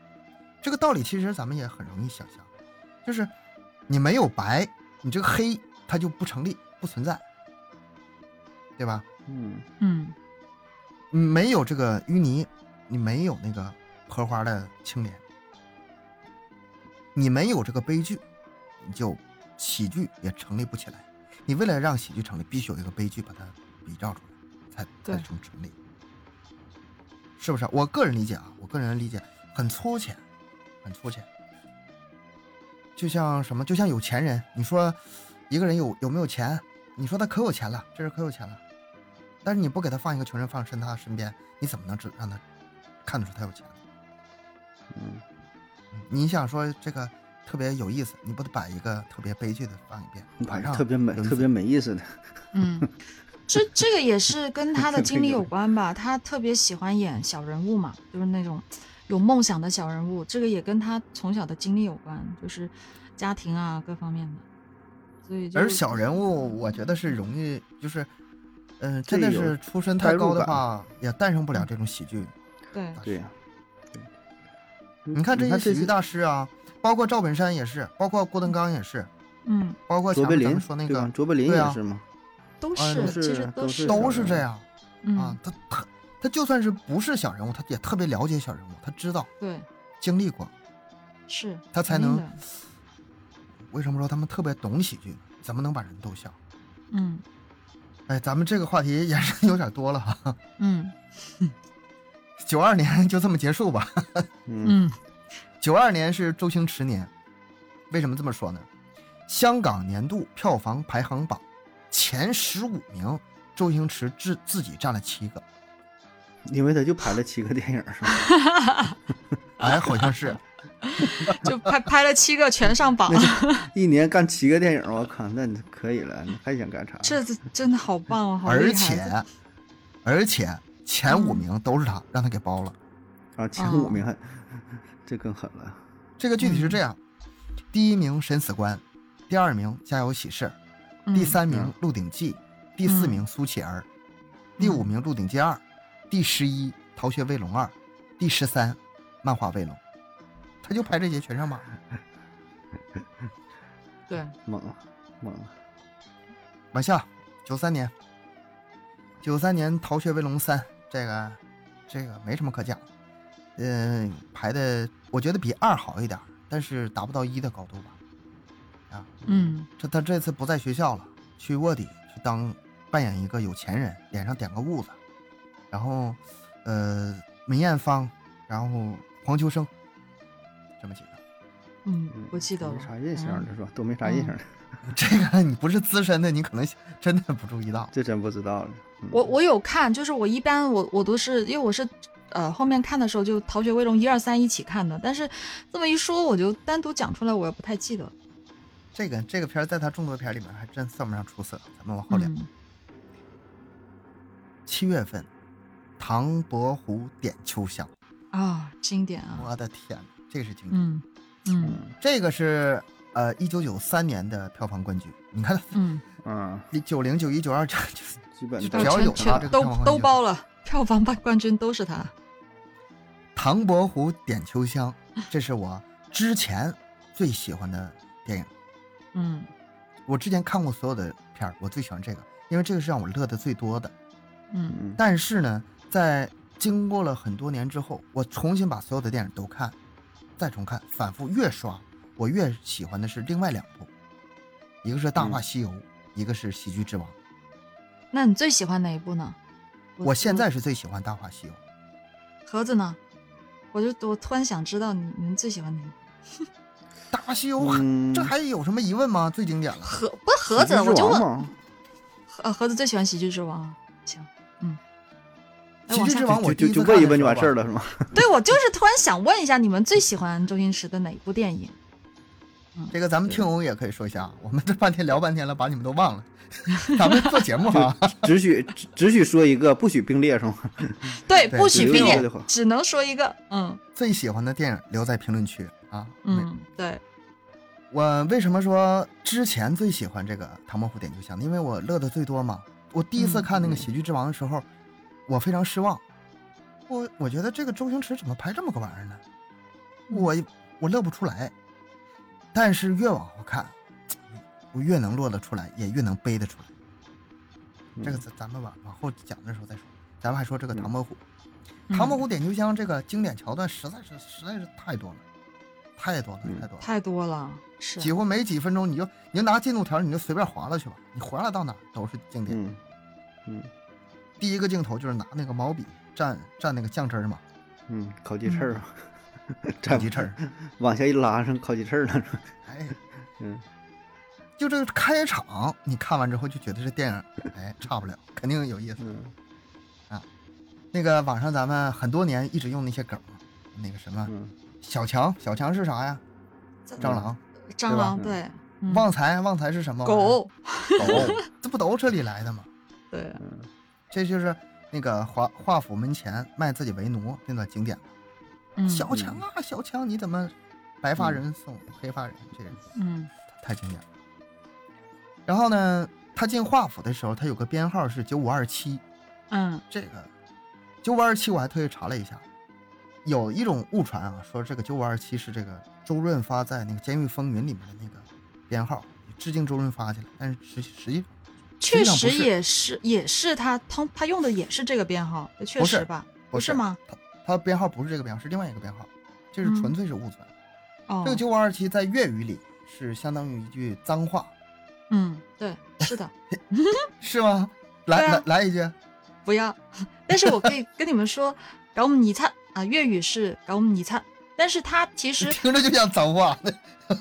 Speaker 1: 这个道理其实咱们也很容易想象，就是你没有白，你这个黑它就不成立，不存在，对吧？
Speaker 3: 嗯
Speaker 2: 嗯
Speaker 1: 你没有这个淤泥，你没有那个荷花的青莲，你没有这个悲剧，你就喜剧也成立不起来。你为了让喜剧成立，必须有一个悲剧把它比照出来，才
Speaker 2: 对
Speaker 1: 才成成立。是不是？我个人理解啊，我个人理解很粗浅，很粗浅。就像什么，就像有钱人，你说一个人有有没有钱，你说他可有钱了，这人可有钱了，但是你不给他放一个穷人放身他身边，你怎么能知让他看得出他有钱呢？
Speaker 3: 嗯
Speaker 1: 嗯你想说这个特别有意思，你不得把一个特别悲剧的放一遍，马上
Speaker 3: 特别没
Speaker 1: 有意思
Speaker 3: 特别没意思的，
Speaker 2: 嗯，这这个也是跟他的
Speaker 3: 这
Speaker 2: 经历
Speaker 3: 个
Speaker 2: 有关吧。他特别喜欢演小人物嘛，就是那种有梦想的小人物。这个也跟他从小的经历有关，就是家庭啊各方面的。所以就
Speaker 1: 而小人物，我觉得是容易，就是，嗯、真的
Speaker 3: 这有
Speaker 1: 是出身太
Speaker 3: 代入
Speaker 1: 高的
Speaker 3: 感嗯
Speaker 1: 话，也诞生不了这种喜剧。
Speaker 2: 对
Speaker 1: 大
Speaker 3: 对
Speaker 1: 师
Speaker 3: 啊呀、对
Speaker 1: 你看这些喜剧
Speaker 3: 次
Speaker 1: 大师啊，包括赵本山也是，包括郭德纲也是，
Speaker 2: 嗯
Speaker 1: 包括
Speaker 3: 卓
Speaker 1: 前
Speaker 3: 别
Speaker 1: 面咱
Speaker 3: 林
Speaker 1: 们说那
Speaker 3: 对吧
Speaker 1: 个
Speaker 3: 卓别林
Speaker 1: 对啊
Speaker 3: 也是吗？
Speaker 2: 都
Speaker 1: 啊
Speaker 2: 是、
Speaker 1: 都
Speaker 2: 其实
Speaker 3: 是都
Speaker 2: 是
Speaker 3: 是
Speaker 1: 都
Speaker 3: 小
Speaker 1: 是
Speaker 3: 人
Speaker 1: 这
Speaker 3: 物
Speaker 1: 样
Speaker 2: 嗯、
Speaker 1: 啊。他他他就算是不是小人物，他也特别了解小人物，他知道
Speaker 2: 对
Speaker 1: 经历过，
Speaker 2: 是
Speaker 1: 他才
Speaker 2: 肯定
Speaker 1: 能
Speaker 2: 的
Speaker 1: 为什么说他们特别懂喜剧？怎么能把人逗笑？
Speaker 2: 嗯
Speaker 1: 哎，咱们这个话题延 伸有点多了哈，
Speaker 2: 嗯
Speaker 1: 九二年就这么结束吧。
Speaker 3: 嗯
Speaker 2: 嗯
Speaker 1: 九二年是周星驰年，为什么这么说呢？香港年度票房排行榜前十五名，周星驰自自己占了七个，
Speaker 3: 因为他就拍了七个电影儿是吧？
Speaker 1: 哎，好像是，
Speaker 2: 就拍拍了七个全上榜，
Speaker 3: 一年干七个电影儿，我靠，那你可以了，你还想干啥？
Speaker 2: 这这真的好棒哦， 好
Speaker 1: 而
Speaker 2: 厉害！这
Speaker 1: 且，而且前五名都是他让他给包了。
Speaker 3: 啊，前
Speaker 1: 哦
Speaker 3: 五名还，这更狠了。
Speaker 1: 这个具体是这样：
Speaker 2: 嗯
Speaker 1: 第一名《审死官》，第二名《家有喜事》，第
Speaker 2: 嗯
Speaker 1: 三名《
Speaker 3: 嗯
Speaker 1: 鹿鼎记》，第四
Speaker 2: 嗯
Speaker 1: 名《苏乞儿》，第五名《鹿鼎记二》，第十一《逃学威龙二》，第十三《漫画卫龙》，他就拍这些全上榜，
Speaker 2: 对
Speaker 3: 猛啊猛啊！
Speaker 1: 往下九三年，九三年《逃学威龙三》这个这个没什么可讲的，嗯，排的我觉得比二好一点儿，但是达不到一的高度吧，啊，
Speaker 2: 嗯
Speaker 1: 这他这次不在学校了，去卧底去当扮演一个有钱人，脸上点个痦子，然后，呃，梅艳芳，然后黄秋生，这么几个。
Speaker 2: 嗯
Speaker 3: 嗯
Speaker 2: 不记得
Speaker 3: 都
Speaker 2: 了，
Speaker 3: 没啥印象
Speaker 2: 嗯
Speaker 3: 了是吧？都没啥印象
Speaker 1: 嗯
Speaker 3: 了，
Speaker 1: 这个你不是资深的，你可能真的不注意到。
Speaker 3: 这真不知道了。嗯
Speaker 2: 我我有看，就是我一般我我都是因为我是呃后面看的时候就《逃学威龙》一二三一起看的，但是这么一说我就单独讲出来，我也不太记得。
Speaker 1: 这个这个片儿在他众多片儿里面还真算不上出色，咱们往后聊。
Speaker 2: 嗯
Speaker 1: 七月份，唐伯虎点秋香，
Speaker 2: 啊，经典啊，
Speaker 1: 我的天呐，这是经典。
Speaker 2: 嗯嗯
Speaker 3: 嗯
Speaker 1: 这个是呃一九九三年的票房冠军，你看
Speaker 2: 嗯，
Speaker 3: 啊，
Speaker 1: 九零九一九二九九。
Speaker 3: 基本
Speaker 1: 就
Speaker 3: 都
Speaker 1: 只要
Speaker 2: 全
Speaker 1: 有他
Speaker 2: 全
Speaker 1: 这个票
Speaker 2: 都
Speaker 1: 房冠
Speaker 2: 都
Speaker 1: 军
Speaker 2: 包了，票房冠冠军都是他。
Speaker 1: 唐伯虎点秋香，这是我之前最喜欢的电影。
Speaker 2: 嗯
Speaker 1: 我之前看过所有的片儿，我最喜欢这个，因为这个是让我乐的最多的。
Speaker 2: 嗯
Speaker 3: 嗯
Speaker 1: 但是呢，在经过了很多年之后，我重新把所有的电影都看，再重看，反复越刷，我越喜欢的是另外两部，一个是《大
Speaker 3: 嗯
Speaker 1: 话西游》，一个是《喜剧之王》。
Speaker 2: 那你最喜欢哪一部呢？
Speaker 1: 我现在是最喜欢《大话西游》。
Speaker 2: 盒子呢？我就我突然想知道你你们最喜欢哪一部？
Speaker 1: 《大话西游》
Speaker 3: 嗯，
Speaker 1: 这还有什么疑问吗？最经典了。
Speaker 2: 盒不是盒子，
Speaker 3: 喜剧之
Speaker 2: 我就
Speaker 3: 王
Speaker 2: 问，
Speaker 3: 嘛
Speaker 2: 呃，盒子最喜欢《喜剧之王》啊。行，嗯。哎
Speaker 1: 喜
Speaker 2: 往
Speaker 1: 剧
Speaker 2: 下
Speaker 1: 之
Speaker 2: 走
Speaker 1: 王我第
Speaker 3: 就就
Speaker 1: 一
Speaker 3: 就
Speaker 1: 次看
Speaker 3: 问一
Speaker 1: 的时
Speaker 3: 问就
Speaker 1: 候
Speaker 3: 完事儿
Speaker 1: 吧
Speaker 3: 了是吗？
Speaker 2: 对，我就是突然想问一下，你们最喜欢周星驰的哪一部电影？
Speaker 1: 这个咱们听友也可以说一下，啊我们这半天聊半天了，把你们都忘了。 咱们做节目啊哈，
Speaker 3: 只许只只许说一个，不许并列是吗？
Speaker 2: 对，
Speaker 1: 对
Speaker 2: 不许
Speaker 1: 只
Speaker 2: 并
Speaker 1: 有
Speaker 3: 这
Speaker 2: 列
Speaker 3: 话，
Speaker 2: 只能说一个，嗯
Speaker 1: 最喜欢的电影留在评论区啊。没，
Speaker 2: 嗯，对，
Speaker 1: 我为什么说之前最喜欢这个《唐伯虎点秋香》呢？因为我乐的最多嘛。我第一次
Speaker 2: 嗯
Speaker 1: 看那个
Speaker 3: 嗯
Speaker 1: 《喜剧之王》的时候，我非常失望。我我觉得这个周星驰怎么拍这么个玩意儿呢？我
Speaker 2: 嗯
Speaker 1: 我乐不出来。但是越往后看，我越能乐得出来，也越能悲得出来。这个咱咱们往往后讲的时候再说。咱们还说这个
Speaker 3: 嗯
Speaker 1: 唐伯虎，
Speaker 2: 嗯
Speaker 1: 唐伯虎点秋香这个经典桥段实在是实在是太多了，太多了，
Speaker 3: 嗯
Speaker 1: 太多了。
Speaker 2: 太多了，是
Speaker 1: 几乎没几分钟，你就你就拿进度条，你就随便划拉去吧，你划拉到哪儿都是经典。
Speaker 3: 嗯嗯
Speaker 1: 第一个镜头就是拿那个毛笔蘸蘸那个酱汁儿嘛，
Speaker 3: 嗯，烤鸡翅儿啊，
Speaker 1: 蘸鸡翅儿。
Speaker 3: 往下一拉上烤鸡翅儿了，
Speaker 1: 哎，
Speaker 3: 嗯
Speaker 1: 就这个开场，你看完之后就觉得这电影，哎，差不了，肯定有意思。
Speaker 3: 嗯
Speaker 1: 那个网上咱们很多年一直用那些梗儿，那个什么
Speaker 3: 嗯
Speaker 1: 小强，小强是啥呀？蟑螂，
Speaker 2: 蟑
Speaker 1: 对吧
Speaker 2: 螂，对，嗯
Speaker 1: 旺财，旺财是什么玩意儿？
Speaker 2: 狗，
Speaker 1: 狗，这不都这里来的吗？
Speaker 2: 对，
Speaker 3: 嗯
Speaker 1: 这就是那个华华府门前卖自己为奴那段经典。
Speaker 2: 嗯
Speaker 1: 小强啊，小强，你怎么白发人送黑发人？这人
Speaker 2: 嗯
Speaker 1: 太经典了。然后呢，他进华府的时候，他有个编号是九五二七，
Speaker 2: 嗯
Speaker 1: 这个九五二七我还特意查了一下，有一种误传啊，说这个九五二七是这个周润发在那个《监狱风云》里面的那个编号，致敬周润发去了。但是实实际实际
Speaker 2: 确
Speaker 1: 上不
Speaker 2: 实
Speaker 1: 是
Speaker 2: 也是也是他他他用的也是这个编号，确
Speaker 1: 不是
Speaker 2: 实吧？
Speaker 1: 不
Speaker 2: 不
Speaker 1: 是
Speaker 2: 是吗？
Speaker 1: 他他编号不是这个编号，是另外一个编号，这是
Speaker 2: 嗯
Speaker 1: 纯粹是误传。
Speaker 2: 哦，
Speaker 1: 这个九五二七在粤语里是相当于一句脏话，
Speaker 2: 嗯，对，是的，
Speaker 1: 是吗？来、
Speaker 2: 对啊
Speaker 1: 来来一句，
Speaker 2: 不要。 但是我可以跟你们说，搞我们你擦啊，粤语是搞我们你擦，但是嗯它其 实
Speaker 1: 听着就像脏话。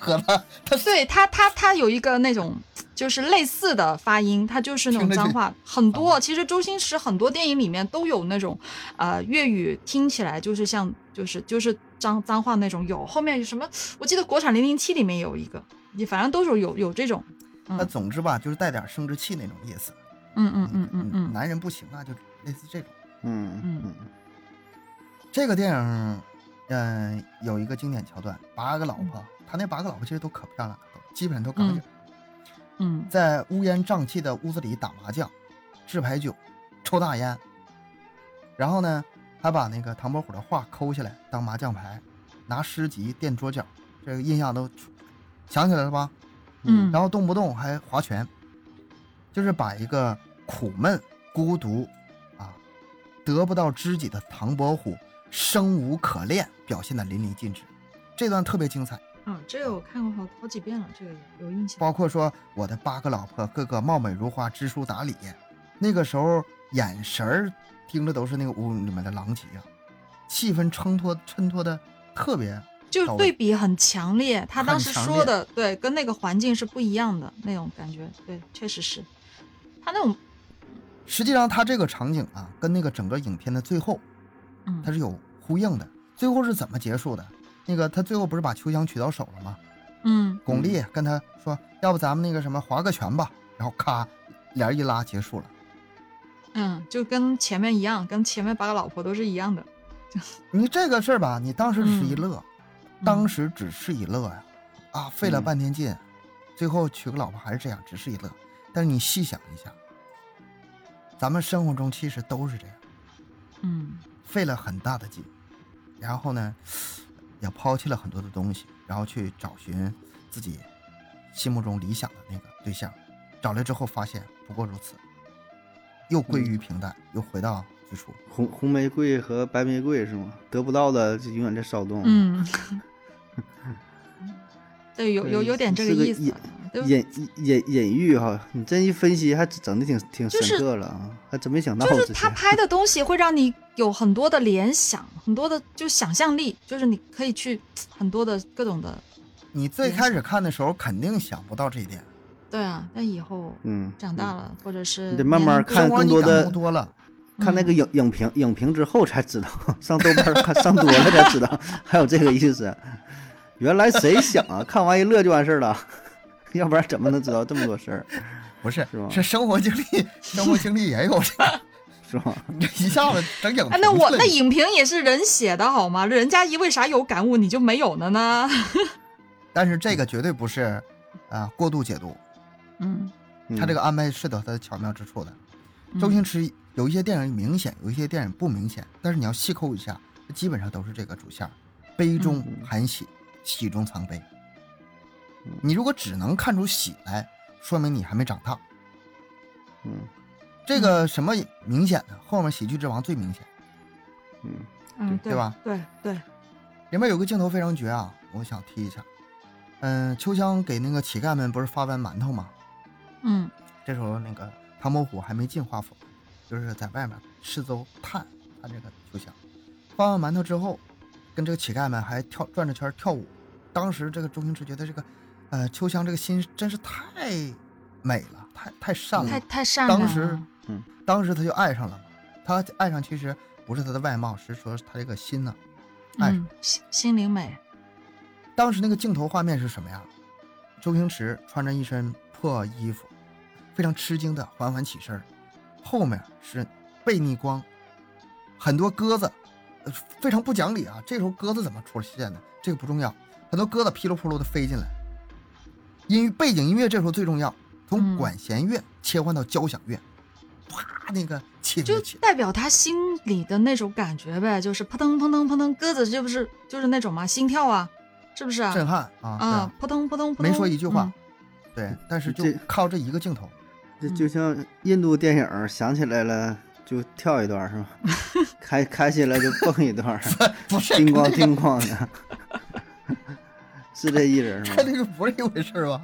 Speaker 1: 和他他
Speaker 2: 对它它它有一个那种就是类似的发音，它就是那
Speaker 1: 听
Speaker 2: 种
Speaker 1: 着就哦
Speaker 2: 脏话，很多。其实周星驰很多电影里面都有那种，呃，粤语听起来就是像就是就是脏脏话那种有。后面有什么？我记得国产《零零七》里面有一个，你反正都是有有这种。
Speaker 1: 他总之吧，就是带点生殖器那种意思。
Speaker 2: 嗯嗯嗯嗯嗯
Speaker 1: 男人不行啊，就类似这种。
Speaker 3: 嗯嗯
Speaker 1: 这个电影，嗯、有一个经典桥段，八个老婆，他那八个老婆其实都可漂亮了，都基本上都港姐，
Speaker 2: 嗯
Speaker 1: 在乌烟瘴气的屋子里打麻将、制牌九、抽大烟，然后呢，还把那个唐伯虎的画抠下来当麻将牌，拿诗集垫桌角，这个印象都出想起来了吧？
Speaker 2: 嗯，
Speaker 1: 然后动不动还划拳，就是把一个苦闷、孤独啊，得不到知己的唐伯虎生无可恋表现得淋漓尽致。这段特别精彩，
Speaker 2: 啊，这个我看过好好几遍了，这个有有印象。
Speaker 1: 包括说我的八个老婆个个貌美如花、知书达理，那个时候眼神儿盯着都是那个屋里面的狼藉啊，气氛衬托衬托的特别
Speaker 2: 就是
Speaker 1: 到
Speaker 2: 对
Speaker 1: 位
Speaker 2: 比很强烈，他
Speaker 1: 很
Speaker 2: 当时
Speaker 1: 强
Speaker 2: 说
Speaker 1: 烈
Speaker 2: 的对，跟那个环境是不一样的那种感觉，对，确实是，他那种，
Speaker 1: 实际上，它这个场景啊，跟那个整个影片的最后，
Speaker 2: 嗯
Speaker 1: 它是有呼应的。最后是怎么结束的？那个他最后不是把秋香娶到手了吗？
Speaker 2: 嗯
Speaker 1: 巩俐跟他说：“要不咱们那个什么划个拳吧。”然后咔，帘儿一拉，结束了。
Speaker 2: 嗯，就跟前面一样，跟前面八个老婆都是一样的，
Speaker 1: 你这个事儿吧，你当时只是一乐，当时只是一乐呀、啊，费了
Speaker 3: 嗯
Speaker 1: 半天劲，最后娶个老婆还是这样，只是一乐。但是你细想一下，咱们生活中其实都是这样。
Speaker 2: 嗯
Speaker 1: 费了很大的劲，然后呢，也抛弃了很多的东西，然后去找寻自己心目中理想的那个对象，找来之后发现不过如此，又归于平淡，又回到最初。
Speaker 3: 红红玫瑰和白玫瑰是吗？得不到的就永远在骚动。，
Speaker 2: 嗯， 对，有有有点这
Speaker 3: 是
Speaker 2: 个意思
Speaker 3: 隐，
Speaker 2: 对，
Speaker 3: 隐隐隐喻哈，你这一分析还整的挺挺深刻了啊，还真没想到
Speaker 2: 就
Speaker 3: 这
Speaker 2: 是
Speaker 3: 些。
Speaker 2: 他拍的东西会让你有很多的联想，很多的就想象力，就是你可以去很多的各种的，
Speaker 1: 你最开始看的时候肯定想不到这一点，
Speaker 2: 对啊，但以后
Speaker 3: 嗯，
Speaker 2: 长大了，或者是
Speaker 3: 你得慢慢
Speaker 2: 年龄
Speaker 3: 看
Speaker 1: 生活
Speaker 3: 更
Speaker 1: 你
Speaker 3: 多的
Speaker 1: 感悟多了，
Speaker 3: 嗯看那个影影评， 影评之后才知道，上豆瓣儿看上多了才知道，还有这个意思。原来谁想啊？ 看完一乐就完事儿了， 要不然怎么能知道这么多事儿，
Speaker 1: 不是
Speaker 3: 是吗
Speaker 1: 是生活经 历，生活经历也有这个，
Speaker 3: 是吧？
Speaker 1: 你这一下子整影评
Speaker 3: 啊
Speaker 2: 哎，那我
Speaker 1: 了
Speaker 2: 那
Speaker 1: 你
Speaker 2: 影评也是人写的好吗？人家一为啥有感悟你就没有了呢？
Speaker 1: 但是这个绝对不是啊、呃过度解读，
Speaker 2: 嗯，
Speaker 3: 嗯
Speaker 1: 他这个安排是有他的巧妙之处的。
Speaker 2: 嗯
Speaker 1: 周星驰有一些电影明显，有一些电影不明显，但是你要细抠一下，基本上都是这个主线儿：悲中
Speaker 3: 嗯
Speaker 1: 含喜，喜中藏悲
Speaker 3: 嗯。
Speaker 1: 你如果只能看出喜来，说明你还没长大。
Speaker 3: 嗯
Speaker 1: 这个什么明显呢？后面《喜剧之王》最明显，
Speaker 3: 嗯
Speaker 2: 嗯，
Speaker 1: 对吧？
Speaker 2: 对对，
Speaker 1: 里面有个镜头非常绝啊，我想提一下。嗯，秋香给那个乞丐们不是发完馒头吗？
Speaker 2: 嗯
Speaker 1: 这时候那个唐伯虎还没进华府，就是在外面四周探探这个秋香。发完馒头之后，跟这个乞丐们还跳转着圈儿跳舞。当时这个周星驰觉得这个，呃，秋香这个心真是太美了，太太善
Speaker 2: 太
Speaker 1: 良。
Speaker 2: 太善良了。
Speaker 1: 当时，
Speaker 3: 嗯，
Speaker 1: 当时他就爱上了。他爱上其实不是他的外貌，是说他这个心呐、
Speaker 3: 哎
Speaker 1: 爱
Speaker 2: 嗯，心心灵美，
Speaker 3: 嗯
Speaker 1: 当时那个镜头画面是什么呀？周星驰穿着一身破衣服，非常吃惊的缓缓起身儿，后面是背逆光，很多鸽子，呃，非常不讲理啊！这时候鸽子怎么出现的？这个不重要，很多鸽子噼里扑噜的飞进来。音乐背景音乐这时候最重要，从
Speaker 2: 嗯
Speaker 1: 管弦乐切换到交响乐，啪，那个气
Speaker 2: 就
Speaker 1: 氛起来，
Speaker 2: 代表他心里的那种感觉呗，就是扑腾扑腾扑腾，鸽子这不是就是那种嘛，心跳啊，是不是啊？
Speaker 1: 震撼啊！对
Speaker 2: 啊
Speaker 1: 啊，
Speaker 2: 扑腾扑腾扑腾，嗯
Speaker 1: 没说一句话，对，但是就
Speaker 3: 这
Speaker 1: 靠这一个镜头，
Speaker 3: 这
Speaker 2: 嗯
Speaker 3: 就像印度电影儿，想起来了就跳一段儿是吧？ 开开起来就蹦一 段儿，
Speaker 1: 不是
Speaker 3: 叮咣
Speaker 1: 这个
Speaker 3: 叮咣的， 是这艺人是
Speaker 1: 他
Speaker 3: 吗？
Speaker 1: 这个不是一回事儿吧？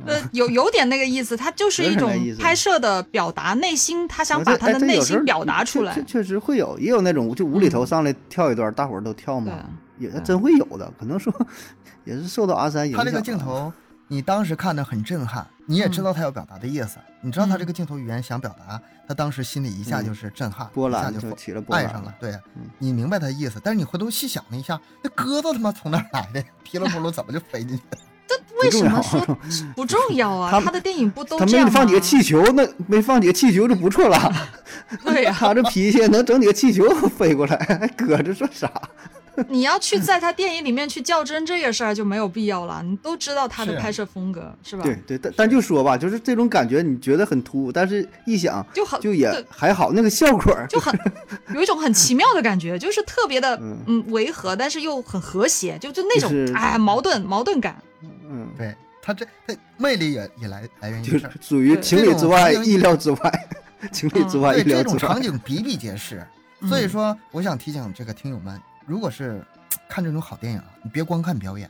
Speaker 2: 嗯。呃，有有点那个意思，它就是一种
Speaker 3: 有点那意思
Speaker 2: 拍摄的表达，内心他想
Speaker 3: 我
Speaker 2: 把
Speaker 3: 这
Speaker 2: 他
Speaker 3: 哎
Speaker 2: 的
Speaker 3: 这
Speaker 2: 内
Speaker 3: 有时
Speaker 2: 心
Speaker 3: 候
Speaker 2: 表达出
Speaker 3: 确
Speaker 2: 来
Speaker 3: 确。确实会有，也有那种就无厘头
Speaker 2: 嗯
Speaker 3: 上来跳一段儿，大伙儿都跳
Speaker 2: 对
Speaker 3: 嘛，，也
Speaker 2: 对
Speaker 3: 真会有的。可能说 也是受到阿三影响
Speaker 1: 他
Speaker 3: 啊了，
Speaker 1: 这个镜头，你当时看的很震撼，你也知道他要表达的意
Speaker 3: 嗯
Speaker 1: 思，你知道他这个镜头语言想表达，他当时心里一下就是震撼，
Speaker 3: 嗯波
Speaker 1: 一下
Speaker 3: 澜
Speaker 1: 就
Speaker 3: 就
Speaker 1: 疯
Speaker 3: 起了波澜
Speaker 1: 爱上了。对
Speaker 3: 嗯，
Speaker 1: 你明白他意思，但是你回头细想了一下，那鸽子他妈从哪儿 来的？噼里扑噜怎么就飞进去了？
Speaker 2: 为什么
Speaker 3: 不重
Speaker 2: 说
Speaker 3: 要
Speaker 2: 不重要啊？
Speaker 3: 他
Speaker 2: 他的电影不都
Speaker 3: 他
Speaker 2: 这
Speaker 3: 没
Speaker 2: 样吗？
Speaker 3: 放几个气球，那没放几个气球就不 错了。
Speaker 2: 对 呀、
Speaker 3: 他这脾气能整几个气球 飞过来，还搁这算啥？
Speaker 2: 你要去在他电影里面去较真这个事儿就没有必要了，你都知道他
Speaker 1: 是
Speaker 2: 的
Speaker 1: 啊
Speaker 2: 拍摄风格是吧？
Speaker 3: 对对，但但就说吧，就是这种感觉，你觉得很突兀，但是一想
Speaker 2: 就很
Speaker 3: 就也
Speaker 2: 哦对
Speaker 3: 还好，那个效果儿
Speaker 2: 就很 有一种很奇妙的感觉，就是特别的
Speaker 3: 嗯
Speaker 2: 嗯违和，但是又很和谐，就就那种
Speaker 3: 就是
Speaker 2: 哎矛盾矛盾感。
Speaker 3: 嗯，
Speaker 1: 对他这他魅力也也来来源于
Speaker 3: 就
Speaker 1: 这儿。
Speaker 3: 属于
Speaker 2: 对
Speaker 3: 情理之外、
Speaker 1: 这种
Speaker 3: 意料之外，情理之外、意
Speaker 1: 对
Speaker 3: 料
Speaker 1: 这
Speaker 3: 之
Speaker 1: 种
Speaker 3: 外
Speaker 1: 场。景比比皆是，所以
Speaker 2: 嗯
Speaker 1: 说我想提醒这个听友们，如果是看这种好电影啊，你别光看表演，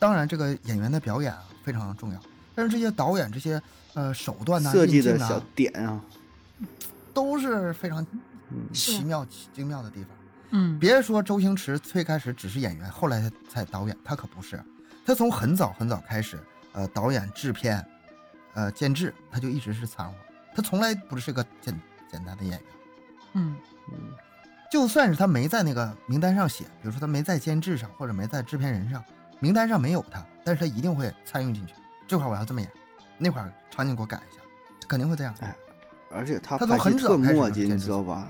Speaker 1: 当然这个演员的表演啊非常重要，但是这些导演这些呃手段呐、
Speaker 3: 设计
Speaker 1: 运镜
Speaker 3: 的小
Speaker 1: 啊，
Speaker 3: 点啊，
Speaker 1: 都是非常
Speaker 3: 嗯，
Speaker 2: 是
Speaker 1: 奇妙精妙的地方。
Speaker 2: 嗯，
Speaker 1: 别说周星驰最开始只是演员，后来才导演，他可不是，他从很早很早开始，呃，导演、制片，呃，监制，他就一直是掺和，他从来不是个简简单的演员。
Speaker 2: 嗯
Speaker 3: 嗯
Speaker 1: 就算是他没在那个名单上写，比如说他没在监制上或者没在制片人上，名单上没有他，但是他一定会参与进去。这块我要这么演，那块场景给我改一下，肯定会这样。
Speaker 3: 哎而且他
Speaker 1: 他
Speaker 3: 拍
Speaker 1: 从很
Speaker 3: 戏
Speaker 1: 早
Speaker 3: 特
Speaker 1: 开始
Speaker 3: 墨
Speaker 1: 就
Speaker 3: 迹，
Speaker 1: 坚
Speaker 3: 你
Speaker 1: 持
Speaker 3: 知道吧？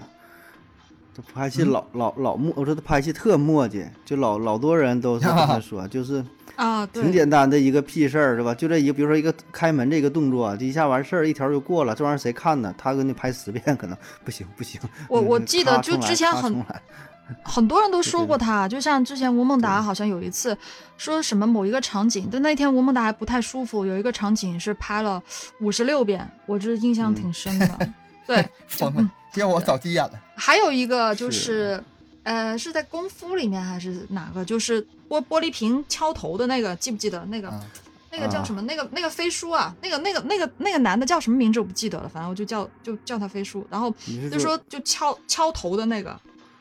Speaker 3: 他拍戏
Speaker 1: 嗯
Speaker 3: 老老老墨，我说他拍戏特墨迹，就老老多人都是跟 他说，就是
Speaker 2: 啊，
Speaker 3: 挺
Speaker 2: 对，
Speaker 3: 简单的一个屁事儿，是吧？就这一个，比如说一个开门这个动作，这啊一下完事儿，一条就过了，这玩意儿谁看呢？他给你拍十遍，可能 不行不行。
Speaker 2: 我
Speaker 3: 嗯
Speaker 2: 我记得
Speaker 3: 咔
Speaker 2: 就
Speaker 3: 重来
Speaker 2: 之前
Speaker 3: 咔
Speaker 2: 很
Speaker 3: 重来
Speaker 2: 很多人都说
Speaker 3: 对
Speaker 2: 过他，就像之前吴孟达好像有一次说什么某一个场景，但那天吴孟达还不太舒服，有一个场景是拍了五十六遍，我这印
Speaker 3: 嗯
Speaker 2: 象挺深的。 对，
Speaker 1: 疯了，要我早急 眼了。
Speaker 2: 还有一个就是是，呃，是在《功夫》里面还是哪个？就是玻玻璃瓶敲头的那个，记不记得那个？
Speaker 1: 啊
Speaker 2: 那个叫什
Speaker 3: 啊
Speaker 2: 么？那个那个飞叔啊，那个那个那个那个男的叫什么名字我不记得了，反正我就叫就叫他飞叔。然后
Speaker 3: 你是
Speaker 2: 就说就敲敲头的那个，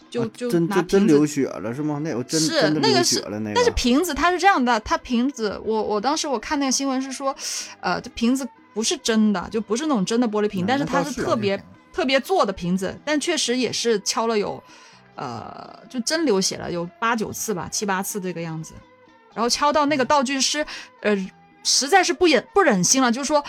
Speaker 2: 就、
Speaker 3: 啊
Speaker 2: 就
Speaker 3: 真
Speaker 2: 拿
Speaker 3: 真真
Speaker 2: 瓶
Speaker 3: 流
Speaker 2: 子。
Speaker 3: 血了是吗？那我真
Speaker 2: 是
Speaker 3: 真的
Speaker 2: 那
Speaker 3: 流
Speaker 2: 个
Speaker 3: 血
Speaker 2: 是
Speaker 3: 了那个。
Speaker 2: 但是瓶子它是这样的，它瓶子，我我当时我看那个新闻是说，呃，这瓶子不是真的，就不是那种真的玻璃瓶，
Speaker 3: 嗯
Speaker 2: 但是
Speaker 3: 那
Speaker 2: 它
Speaker 3: 倒是啊
Speaker 2: 特别特别做的瓶子，但确实也是敲了有，呃，就真流血了，有八九次吧，七八次这个样子。然后敲到那个道具师，呃，实在是不忍不忍心了，就说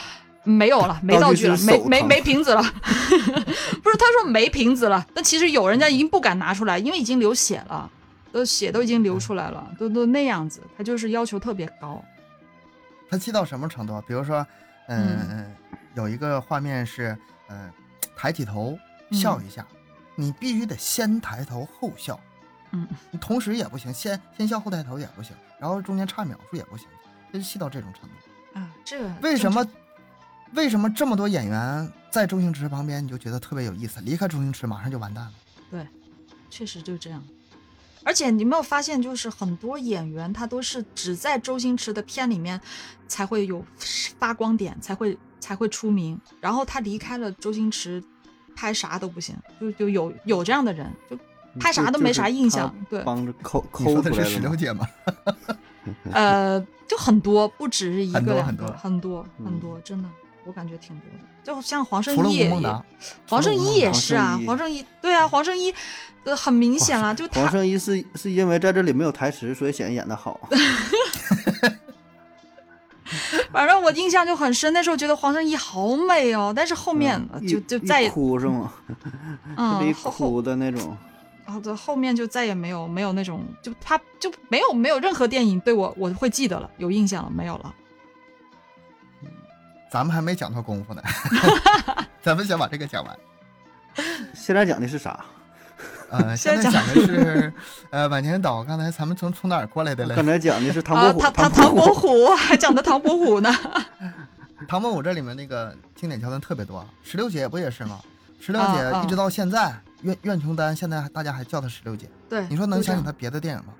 Speaker 2: 没有了，没道具了，
Speaker 1: 道具师
Speaker 2: 没
Speaker 1: 手
Speaker 2: 没
Speaker 1: 疼
Speaker 2: 没瓶子了。 不是，他说没瓶子了，但其实有人家已经不敢拿出来，因为已经流血了，都血都已经流出来了，都都那样子，他就是要求特别高。
Speaker 1: 他气到什么程度啊？比如说，嗯，有一个画面是，嗯，抬起头
Speaker 2: 嗯
Speaker 1: 笑一下，你必须得先抬头后笑，
Speaker 2: 嗯，
Speaker 1: 你同时也不行，先先笑后抬头也不行，然后中间差秒数也不行，就是气到这种程度。
Speaker 2: 啊，这个
Speaker 1: 为什么？为什么这么多演员在周星驰旁边你就觉得特别有意思？离开周星驰马上就完蛋了。
Speaker 2: 确实就这样。而且你有没有发现，就是很多演员他都是只在周星驰的片里面才会有发光点，才会才会出名。然后他离开了周星驰，拍啥都不行，就就有有这样的人，就拍啥都没啥印象
Speaker 3: 嗯就
Speaker 2: 对
Speaker 3: 是他帮着抠
Speaker 1: 你
Speaker 3: 抠
Speaker 1: 说的
Speaker 3: 出来
Speaker 1: 是石
Speaker 3: 了
Speaker 1: 榴
Speaker 3: 嘛。
Speaker 1: 姐吗？
Speaker 2: 呃，就很多，不只是一个
Speaker 1: 很多
Speaker 2: 两
Speaker 1: 很
Speaker 2: 个，
Speaker 1: 多
Speaker 2: 很多
Speaker 3: 嗯
Speaker 2: 很多，真的，我感觉挺多的。就像黄圣
Speaker 1: 除了
Speaker 2: 依
Speaker 1: 吴
Speaker 2: 也
Speaker 1: 孟
Speaker 3: 啊
Speaker 1: 达，
Speaker 2: 黄
Speaker 1: 除
Speaker 2: 圣
Speaker 1: 了吴
Speaker 2: 依
Speaker 1: 孟
Speaker 2: 也
Speaker 1: 达
Speaker 2: 是啊，黄
Speaker 3: 黄
Speaker 2: 圣依对啊，黄圣依，呃，很明显了，就
Speaker 3: 黄
Speaker 2: 他
Speaker 3: 圣依是是因为在这里没有台词，所以显得演的好。
Speaker 2: 反正我印象就很深，那时候觉得黄圣依好美哦，但是后面呃
Speaker 3: 嗯一
Speaker 2: 就就
Speaker 3: 一
Speaker 2: 再也
Speaker 3: 哭 是吗？特别
Speaker 2: 嗯后后
Speaker 3: 哭的那种。
Speaker 2: 好的哦后面就再也没有没有那种就他就没有没有任何电影对我我会记得了，有印象了没有了？
Speaker 1: 咱们还没讲到功 夫呢， 咱们先把这个讲完。
Speaker 3: 现在讲的是啥？
Speaker 1: 呃，
Speaker 2: 现
Speaker 1: 现在
Speaker 2: 在
Speaker 1: 讲
Speaker 2: 讲
Speaker 1: 的是，呃，晚年岛，刚才咱们从从哪儿过来的
Speaker 3: 刚
Speaker 1: 嘞？
Speaker 3: 才讲的是唐
Speaker 2: 啊，
Speaker 3: 伯虎，
Speaker 2: 唐唐
Speaker 3: 伯
Speaker 2: 唐伯
Speaker 3: 虎。
Speaker 2: 虎还讲的唐伯虎呢，
Speaker 1: 唐伯虎这里面那个经典桥段特别多，石榴姐不也是吗？石榴
Speaker 2: 啊
Speaker 1: 姐
Speaker 2: 啊
Speaker 1: 一直到现在，苑苑琼丹现在大家还叫她石榴姐。
Speaker 2: 对，
Speaker 1: 你说能
Speaker 2: 就这
Speaker 1: 想起
Speaker 2: 样
Speaker 1: 她别的电影吗？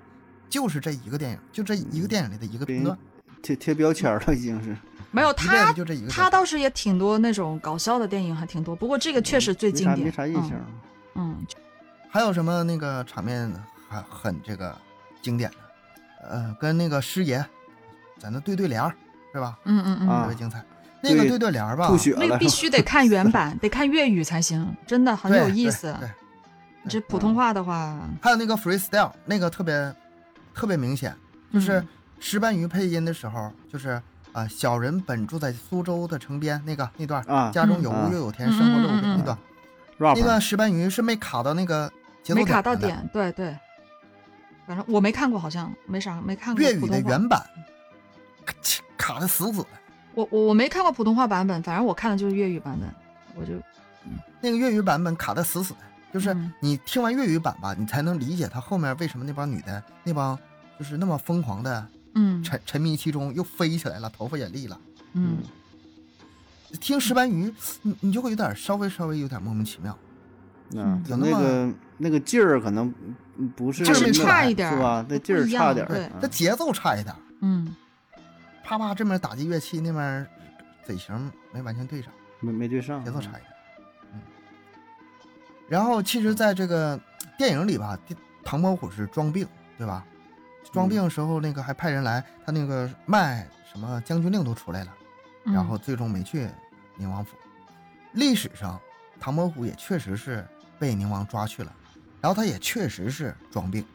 Speaker 1: 就是这一个电影，就这一个电影里的一个片段，
Speaker 3: 贴贴标签了已经是。
Speaker 2: 没有
Speaker 1: 一辈子
Speaker 2: 他
Speaker 1: 就这一个片
Speaker 2: 他
Speaker 1: 段。
Speaker 2: 倒是也挺多那种搞笑的电影还挺多，不过这个确实最
Speaker 3: 没
Speaker 2: 经
Speaker 3: 啥
Speaker 2: 典，
Speaker 3: 没啥印象。
Speaker 2: 嗯，嗯
Speaker 1: 还有什么那个场面很很这个经典的？呃，跟那个师爷在那对对联儿，是吧？
Speaker 2: 嗯嗯嗯。
Speaker 1: 特
Speaker 3: 啊
Speaker 1: 别精彩。那个
Speaker 3: 对
Speaker 1: 对对联儿吧，
Speaker 3: 吐血了
Speaker 2: 那
Speaker 3: 是
Speaker 2: 个
Speaker 3: 吧，
Speaker 2: 必须得看原版，得看粤语才行，真的很
Speaker 1: 对
Speaker 2: 有意
Speaker 1: 对
Speaker 2: 思。
Speaker 1: 对
Speaker 2: 你这普通话的话，
Speaker 1: 还有那个 freestyle 那个特别特别明显，就是
Speaker 2: 嗯
Speaker 1: 石斑鱼配音的时候，就是啊、呃小人本住在苏州的城边那个那段儿，
Speaker 3: 啊
Speaker 1: 家中有屋
Speaker 3: 嗯
Speaker 1: 又有田，生活着
Speaker 2: 嗯嗯嗯嗯
Speaker 1: 那段儿，
Speaker 3: rap
Speaker 1: 那段石斑鱼是没卡到那个节奏
Speaker 2: 没卡到
Speaker 1: 的。
Speaker 2: 点，对对。反正我没看过，好像没啥没看过
Speaker 1: 粤
Speaker 2: 普
Speaker 1: 语的
Speaker 2: 通话。
Speaker 1: 原版咔嚓卡的死死的，
Speaker 2: 我我我没看过普通话版本，反正我看的就是粤语版本，我就
Speaker 1: 那个粤语版本卡的死死的，就是
Speaker 2: 嗯
Speaker 1: 你听完粤语版吧，你才能理解他后面为什么那帮女的那帮就是那么疯狂的
Speaker 2: 嗯
Speaker 1: 沉沉迷其中，又飞起来了，头发也立了。
Speaker 2: 嗯
Speaker 1: 听石斑鱼，你你就会有点稍微稍微有点莫名其妙。
Speaker 3: 嗯，
Speaker 1: 有那
Speaker 3: 那
Speaker 1: 么
Speaker 3: 个那个劲儿可能嗯不是
Speaker 1: 劲儿
Speaker 3: 那么
Speaker 1: 差
Speaker 2: 一点儿
Speaker 3: 是吧？
Speaker 2: 不
Speaker 3: 那劲儿
Speaker 2: 不一
Speaker 3: 差
Speaker 2: 样
Speaker 3: 点儿
Speaker 2: 对
Speaker 3: 啊
Speaker 1: 那节奏差一点，
Speaker 2: 嗯
Speaker 1: 啪啪这面打击乐器，那面嘴型没完全对上，
Speaker 3: 没没对上，
Speaker 1: 节奏差一点。嗯。然后其实，在这个电影里吧，电唐伯虎是装病，对吧？装病的时候，那个还派人来，他那个卖什么将军令都出来了，
Speaker 2: 嗯
Speaker 1: 然后最终没去宁王府。历史上，唐伯虎也确实是被宁王抓去了，然后他也确实是装病，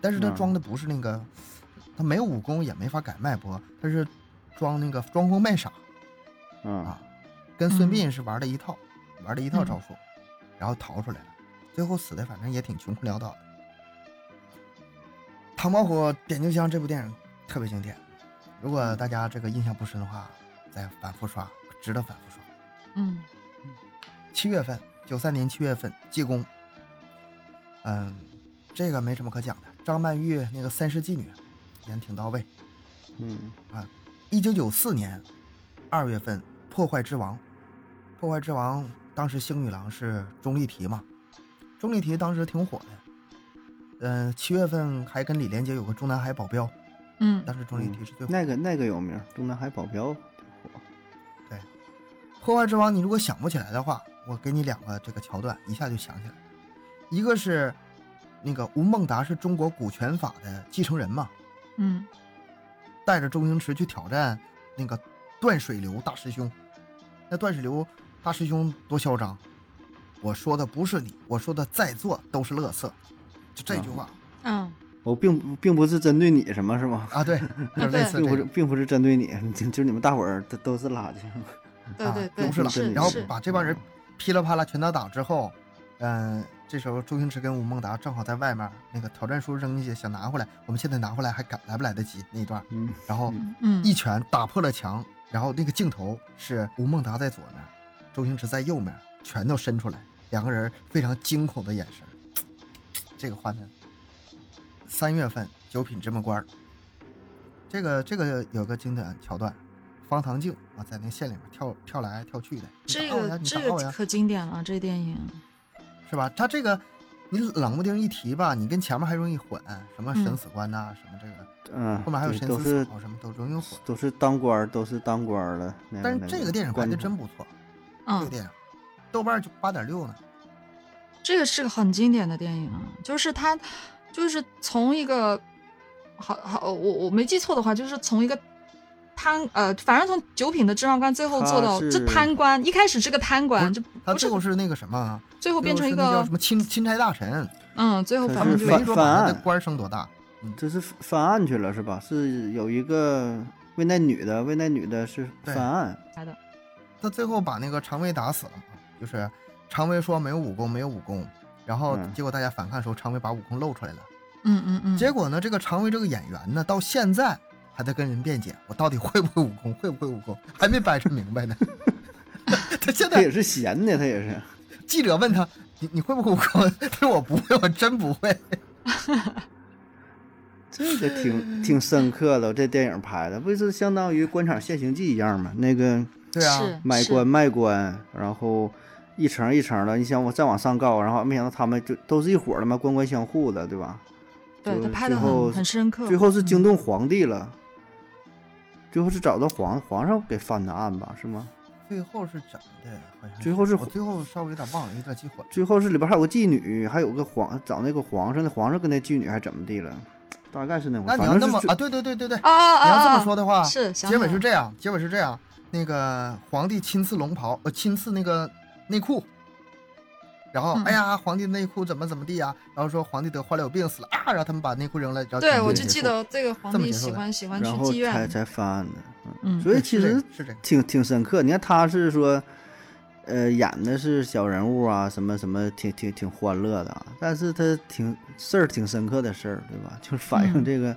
Speaker 1: 但是他
Speaker 3: 嗯
Speaker 1: 装的不是那个，他没有武功，也没法改脉搏，他是装那个装疯卖傻
Speaker 3: 嗯
Speaker 1: 啊，跟孙
Speaker 2: 嗯
Speaker 1: 膑是玩了一套，玩了一套
Speaker 2: 嗯
Speaker 1: 招数，然后逃出来了，最后死的反正也挺穷困潦倒的。唐伯虎点秋香这部电影特别经典，如
Speaker 2: 嗯
Speaker 1: 果大家这个印象不深的话，再反复刷，值得反复刷。
Speaker 2: 嗯
Speaker 1: 七月份，九三年七月份，济公。嗯，这个没什么可讲的。张曼玉那个三世妓女演挺到位。啊
Speaker 3: 嗯
Speaker 1: 一九九四年二月份，《破坏之王》，《破坏之王》当时星女郎是钟丽缇嘛，钟丽缇当时挺火的。嗯、七月份还跟李连杰有个《中南海保镖》，
Speaker 2: 嗯
Speaker 1: 当时钟丽缇是最火的。
Speaker 3: 那个那个有名儿，中南海保镖
Speaker 1: 破坏之王，你如果想不起来的话，我给你两个这个桥段，一下就想起来了。一个是那个吴孟达是中国股权法的继承人嘛，
Speaker 2: 嗯
Speaker 1: 带着周星驰去挑战那个段水流大师兄。那段水流大师兄多嚣张！我说的不是你，我说的在座都是乐色，就这句话。
Speaker 2: 嗯
Speaker 3: 我哦并不并不是针对你什么，是吗？
Speaker 1: 啊，对，就是类似
Speaker 3: 并
Speaker 1: 这
Speaker 3: 不是
Speaker 1: 种
Speaker 3: 并不是针对你， 就就你们大伙儿都都是垃圾。
Speaker 2: 对
Speaker 1: 啊
Speaker 2: 对对，
Speaker 1: 都是
Speaker 2: 是
Speaker 1: 了。
Speaker 2: 是
Speaker 1: 然后把这帮人噼里啪啦全都打之后，嗯、这时候周星驰跟吴孟达正好在外面，那个挑战书扔进去想拿回来，我们现在拿回来还赶来不来得及那一段，
Speaker 3: 嗯，
Speaker 1: 然后
Speaker 2: 嗯
Speaker 1: 一拳打破了墙，然后那个镜头是吴孟达在左面，周星驰在右面，拳头伸出来，两个人非常惊恐的眼神，这个画面。三月份九品芝麻官儿，这个这个有个经典桥段，方唐镜啊在那线里面跳跳来跳去的，你
Speaker 2: 这
Speaker 1: 打我呀
Speaker 2: 个
Speaker 1: 你
Speaker 2: 这
Speaker 1: 打我
Speaker 2: 个
Speaker 1: 呀，
Speaker 2: 可经典了，这电影
Speaker 1: 是吧？他这个你冷不丁一提吧，你跟前面还容易混，什么生
Speaker 2: 嗯
Speaker 1: 死关呐、什么这个，
Speaker 3: 嗯，
Speaker 1: 后面还有
Speaker 3: 对
Speaker 1: 深
Speaker 3: 都
Speaker 1: 思
Speaker 3: 是
Speaker 1: 草什么都容易混。
Speaker 3: 都是当官儿，都是当官儿了。那
Speaker 1: 但是
Speaker 3: 嗯那
Speaker 1: 这个电影还
Speaker 3: 观
Speaker 1: 的
Speaker 3: 察
Speaker 1: 真不错，这
Speaker 2: 嗯
Speaker 1: 个，电影，豆瓣就八点六呢。
Speaker 2: 这个是个很经典的电影啊，就是它，就是从一个，好好，我我没记错的话，就是从一个贪呃，反正从九品的芝麻官最后
Speaker 3: 他
Speaker 2: 做到
Speaker 3: 是
Speaker 2: 这贪官，一开始是个贪官，
Speaker 1: 不
Speaker 2: 这
Speaker 1: 他
Speaker 2: 不
Speaker 1: 最
Speaker 2: 是
Speaker 1: 后是那个什么，啊
Speaker 2: 最后变成一
Speaker 1: 最后是那叫
Speaker 2: 个
Speaker 1: 什么钦钦差大臣，
Speaker 2: 嗯，最后
Speaker 3: 可
Speaker 2: 反
Speaker 1: 他
Speaker 2: 正
Speaker 1: 们没
Speaker 2: 就
Speaker 3: 是反
Speaker 1: 说把他
Speaker 3: 犯
Speaker 1: 的官儿升多大，
Speaker 3: 这是翻案去了是吧？是有一个为那女的，为那女的是
Speaker 1: 对
Speaker 3: 翻案，
Speaker 2: 来的，
Speaker 1: 他最后把那个常威打死了嘛，就是常威说没有武功，没有武功，然后
Speaker 3: 嗯
Speaker 1: 结果大家反抗的时候，常威把武功露出来了。
Speaker 2: 嗯嗯嗯，
Speaker 1: 结果呢，这个常威这个演员呢，到现在还在跟人辩解，我到底会不会武功，会不会武功，还没掰扯明白呢。 他现
Speaker 3: 她
Speaker 1: 在
Speaker 3: 也是闲的，她也是。
Speaker 1: 记者问他，你你会不会武功？他说我不会，我真不会。
Speaker 3: 这个挺挺深刻的，这电影拍的不是相当于《官场现形记》一样吗？那个
Speaker 1: 对啊，
Speaker 2: 是
Speaker 3: 买
Speaker 2: 是
Speaker 3: 官卖官，然后一层一层的，你想我再往上告，然后没想到他们就都是一伙儿的嘛，官官相护的，对吧？
Speaker 2: 对
Speaker 3: 就
Speaker 2: 他拍
Speaker 3: 最
Speaker 2: 的
Speaker 3: 后
Speaker 2: 很很深刻，
Speaker 3: 最后是
Speaker 2: 嗯
Speaker 3: 惊动皇帝了，最后是找到皇皇上给翻的案吧，是吗？
Speaker 1: 最后是怎么的？好像
Speaker 3: 最后是
Speaker 1: 我最后稍微有点忘了，有点记混。
Speaker 3: 最后是里边还有个妓女，还有个皇找那个皇上，那皇上跟那妓女还怎么地了？大概是那回
Speaker 1: 那
Speaker 3: 事，
Speaker 1: 你
Speaker 3: 反
Speaker 1: 要
Speaker 3: 正
Speaker 1: 那
Speaker 3: 是
Speaker 1: 么
Speaker 3: 最
Speaker 1: 啊，对对对对对，
Speaker 2: 啊啊啊
Speaker 1: 你要这么
Speaker 2: 啊
Speaker 1: 说的话，
Speaker 2: 是想
Speaker 1: 结
Speaker 2: 起
Speaker 1: 尾
Speaker 2: 来
Speaker 1: 是
Speaker 2: 了
Speaker 1: 这样，结尾是这样，那个皇帝亲赐龙袍，呃，亲赐那个内裤，然后、
Speaker 2: 嗯
Speaker 1: 哎呀，皇帝内裤怎么怎么地呀、然后说皇帝得花柳病死了啊，然后他们把内裤扔了，然后
Speaker 2: 对
Speaker 1: 就
Speaker 2: 我
Speaker 1: 结
Speaker 2: 就
Speaker 1: 束
Speaker 2: 记得这个皇
Speaker 1: 这么
Speaker 2: 帝
Speaker 1: 结束
Speaker 2: 喜
Speaker 1: 的
Speaker 2: 欢喜欢去
Speaker 3: 然后
Speaker 2: 妓
Speaker 3: 才
Speaker 2: 院，
Speaker 3: 才翻案的，嗯
Speaker 2: 嗯
Speaker 3: 所以
Speaker 1: 对
Speaker 3: 其
Speaker 1: 是这
Speaker 3: 实
Speaker 1: 个是这个
Speaker 3: 挺挺深刻。你看他是说，呃，演的是小人物啊，什么什么，挺挺挺欢乐的啊，但是他挺事儿挺深刻的事儿，对吧？就反映
Speaker 2: 嗯
Speaker 3: 这个，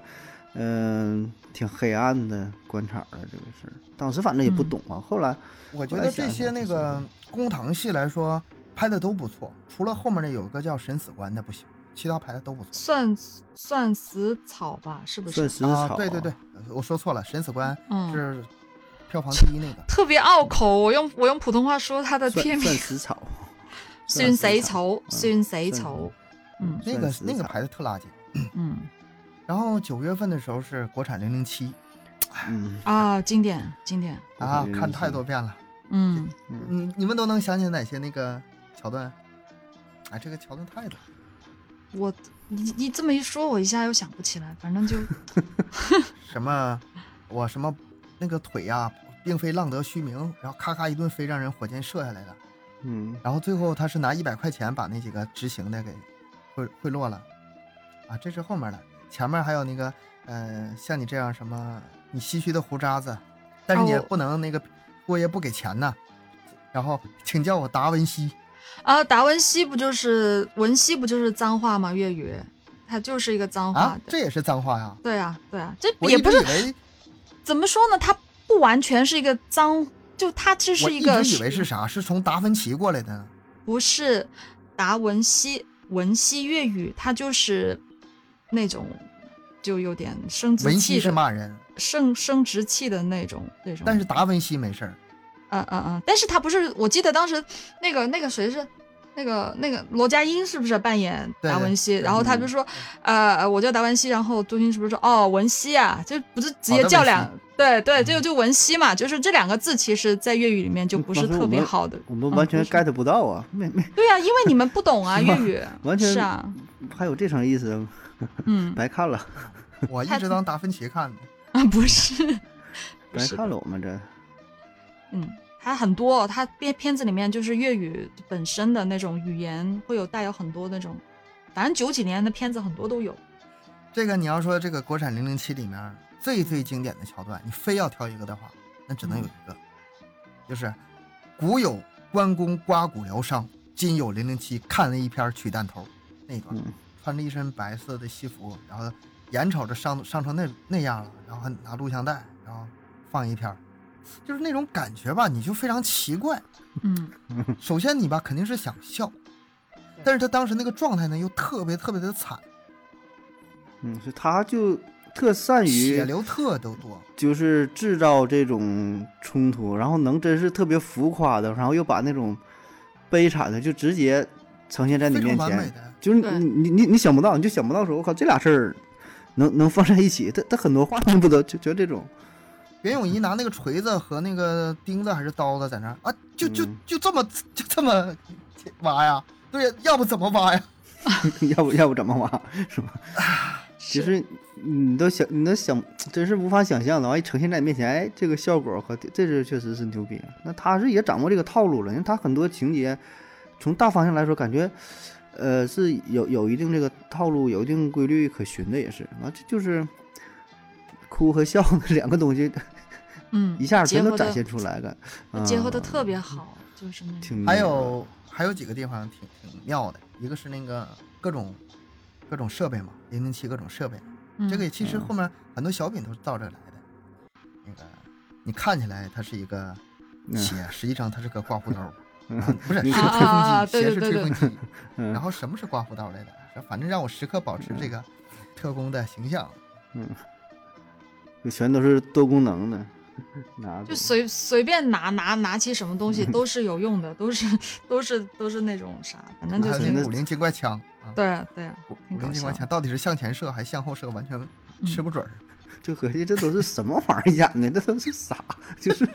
Speaker 3: 嗯、挺黑暗的官场的这个事儿。当时反正也不
Speaker 2: 嗯
Speaker 3: 懂啊，后来
Speaker 1: 我觉
Speaker 3: 后
Speaker 1: 得
Speaker 3: 来
Speaker 1: 这
Speaker 3: 想
Speaker 1: 些
Speaker 3: 想
Speaker 1: 那
Speaker 3: 挺
Speaker 1: 个
Speaker 3: 深刻
Speaker 1: 公堂戏来说拍的都不错，除了后面那有一个叫审死官的不行，其他拍的都不错。
Speaker 2: 算算死草吧，是不
Speaker 3: 算
Speaker 2: 是？
Speaker 3: 十字
Speaker 1: 啊
Speaker 3: 草、，
Speaker 1: 对对对，，我说错了，审死官
Speaker 2: 嗯
Speaker 1: 是票房第一那个。
Speaker 2: 特别拗口，我用我用普通话说他的片
Speaker 3: 算算
Speaker 2: 名
Speaker 3: 十 草，
Speaker 2: “ 算
Speaker 3: 算
Speaker 2: 谁
Speaker 3: 死草
Speaker 2: 仇，
Speaker 3: 嗯
Speaker 2: 算谁
Speaker 3: 算
Speaker 2: 仇”。嗯
Speaker 1: 那
Speaker 3: 算
Speaker 1: 个
Speaker 3: 死
Speaker 1: 那个
Speaker 3: 草
Speaker 1: 牌子特垃圾。
Speaker 2: 嗯
Speaker 1: 然后九月份的时候是国产零零七
Speaker 3: 嗯
Speaker 2: 啊，经典经典，
Speaker 3: 国
Speaker 1: 啊
Speaker 3: 产，
Speaker 1: 看
Speaker 3: 007
Speaker 1: 太多遍了。
Speaker 2: 嗯，
Speaker 3: 嗯，
Speaker 1: 嗯，你们都能想起哪些那个桥段？哎，这个桥段太多了。
Speaker 2: 我你你这么一说，我一下又想不起来，反 正就
Speaker 1: 什么我什么那个腿呀、并非浪得虚名，然后咔咔一顿飞让人火箭射下来了。
Speaker 3: 嗯，
Speaker 1: 然后最后他是拿一百块钱把那几个执行的给贿贿赂了，啊，这是后面的，前面还有那个，呃，像你这样什么你唏嘘的胡渣子，但是
Speaker 2: 啊
Speaker 1: 你也
Speaker 2: 我
Speaker 1: 不能那个，我也不给钱呐，然后请叫我达文西，
Speaker 2: 啊，达文西不就是文西不就是脏话吗？粤语，它就是一个脏话
Speaker 1: 啊，
Speaker 2: 的。
Speaker 1: 这也是脏话呀，
Speaker 2: 对啊，对啊，这
Speaker 1: 我
Speaker 2: 哦也
Speaker 1: 一
Speaker 2: 不
Speaker 1: 直
Speaker 2: 是
Speaker 1: 以为
Speaker 2: 怎么说呢，它不完全是一个脏，就它这
Speaker 1: 我
Speaker 2: 是一
Speaker 1: 一
Speaker 2: 个
Speaker 1: 直以为是啥，是从达芬奇过来的呢，
Speaker 2: 不是达文西文西粤语，它就是那种就有点生殖
Speaker 1: 文
Speaker 2: 器
Speaker 1: 西是
Speaker 2: 的
Speaker 1: 骂人，
Speaker 2: 生生殖器的那种那种。
Speaker 1: 但是达文西没 事儿，
Speaker 2: 嗯嗯嗯，但是他不是，我记得当时那个那个谁是。那个那个罗家英是不是扮演
Speaker 1: 对
Speaker 2: 达
Speaker 1: 对
Speaker 2: 文西？然后他就
Speaker 3: 嗯
Speaker 2: 说，呃，我叫达文西。然后周星是不是说，哦，文西啊，就不是直
Speaker 1: 好
Speaker 2: 接
Speaker 1: 的
Speaker 2: 叫
Speaker 1: 哦文西嗯
Speaker 2: 两，对对，就就文西嘛，就是这两个字，其实在粤语里面就不是
Speaker 3: 当时
Speaker 2: 特
Speaker 3: 我
Speaker 2: 别
Speaker 3: 们
Speaker 2: 好的。
Speaker 3: 我们
Speaker 2: 嗯
Speaker 3: 完全
Speaker 2: 不是
Speaker 3: get 不到啊，没没
Speaker 2: 对呀、因为你们不 懂啊
Speaker 3: 是吧
Speaker 2: 粤语，
Speaker 3: 完全
Speaker 2: 是啊，
Speaker 3: 还有这层意思，
Speaker 2: 嗯，
Speaker 3: 白看了，
Speaker 1: 我一直当达芬奇看的，
Speaker 2: 啊，不是，不
Speaker 3: 白
Speaker 2: 是，
Speaker 3: 看了，我们这。
Speaker 2: 嗯，它很多，它片片子里面就是粤语本身的那种语言会有带有很多那种，反正九几年的片子很多都有，
Speaker 1: 这个你要说这个国产《零零七》里面最最经典的桥段，你非要挑一个的话，那只能有一个，就是古有关公刮骨疗伤，今有零零七看了一篇取弹头那一段，
Speaker 3: 嗯
Speaker 1: 穿着一身白色的西服，然后眼瞅着伤伤成那那样了，然后还拿录像带，然后放一片儿，就是那种感觉吧，你就非常奇怪。
Speaker 2: 嗯
Speaker 1: 首先你吧肯定是想笑，但是他当时那个状态呢又特别特别的惨，
Speaker 3: 嗯，是他就特善于
Speaker 1: 血
Speaker 2: 啊
Speaker 1: 流特都多。
Speaker 3: 就是制造这种冲突，然后能真是特别浮夸的，然后又把那种悲惨的就直接呈现在你
Speaker 1: 非常
Speaker 3: 面
Speaker 1: 完美
Speaker 3: 前，
Speaker 1: 的，
Speaker 3: 就是
Speaker 2: 对
Speaker 3: 你你你你想不到，你就想不到说，我靠，这俩事儿能能放在一起，他他很多画面不都就就这种，
Speaker 1: 袁咏仪拿那个锤子和那个钉子还是刀子在那儿啊，就就
Speaker 3: 嗯
Speaker 1: 就这么就这么挖呀？对呀，要不怎么挖呀？
Speaker 3: 要不要不怎么挖是吧？其
Speaker 2: 是
Speaker 3: 实你都想你都想，真是无法想象的，完一呈现在你面前，哎，这个效果和这是确实是牛逼。那他是也掌握这个套路了，因为他很多情节从大方向来说，感觉呃是有有一定这个套路，有一定规律可循的，也是啊，这就是哭和笑的两个东西
Speaker 2: 嗯，
Speaker 3: 一下
Speaker 2: 结
Speaker 3: 全都
Speaker 2: 合
Speaker 3: 展
Speaker 2: 的
Speaker 3: 现出来了，啊
Speaker 2: 结合的特别好，就是那种
Speaker 3: 挺那
Speaker 1: 还
Speaker 3: 个
Speaker 1: 有还有几个地方挺挺妙的，一个是那个各种各种设备嘛，零零七各种设备，这个
Speaker 2: 嗯
Speaker 1: 其实
Speaker 3: 嗯
Speaker 1: 后面很多小品都是到这儿来的。那个你看起来它是一个
Speaker 3: 嗯
Speaker 1: 鞋，实际上它是个刮胡 刀儿，
Speaker 3: 嗯
Speaker 1: 啊不是
Speaker 3: 你
Speaker 1: 是
Speaker 2: 说
Speaker 1: 个吹
Speaker 2: 啊
Speaker 1: 风
Speaker 2: 对
Speaker 1: 机，鞋是
Speaker 2: 对
Speaker 1: 吹
Speaker 2: 对
Speaker 1: 风 机。
Speaker 3: 嗯
Speaker 1: 然后什么是刮胡刀来的？反正让我时刻保持这个特工的形象。
Speaker 3: 就全都是多功能的，拿
Speaker 2: 就
Speaker 3: 走
Speaker 2: 随随便拿拿拿起什么东西都是有用的，都是都是都是那种啥，反嗯正就
Speaker 1: 还有
Speaker 2: 挺
Speaker 1: 那五菱金怪枪啊，
Speaker 2: 对对，
Speaker 1: 五
Speaker 2: 挺
Speaker 1: 五菱
Speaker 2: 搞
Speaker 1: 金怪
Speaker 2: 笑嗯
Speaker 1: 枪到底是向前射还是向后射，完全吃不准儿。
Speaker 3: 就合计这都是什么玩意儿演的，这都是啥？就是，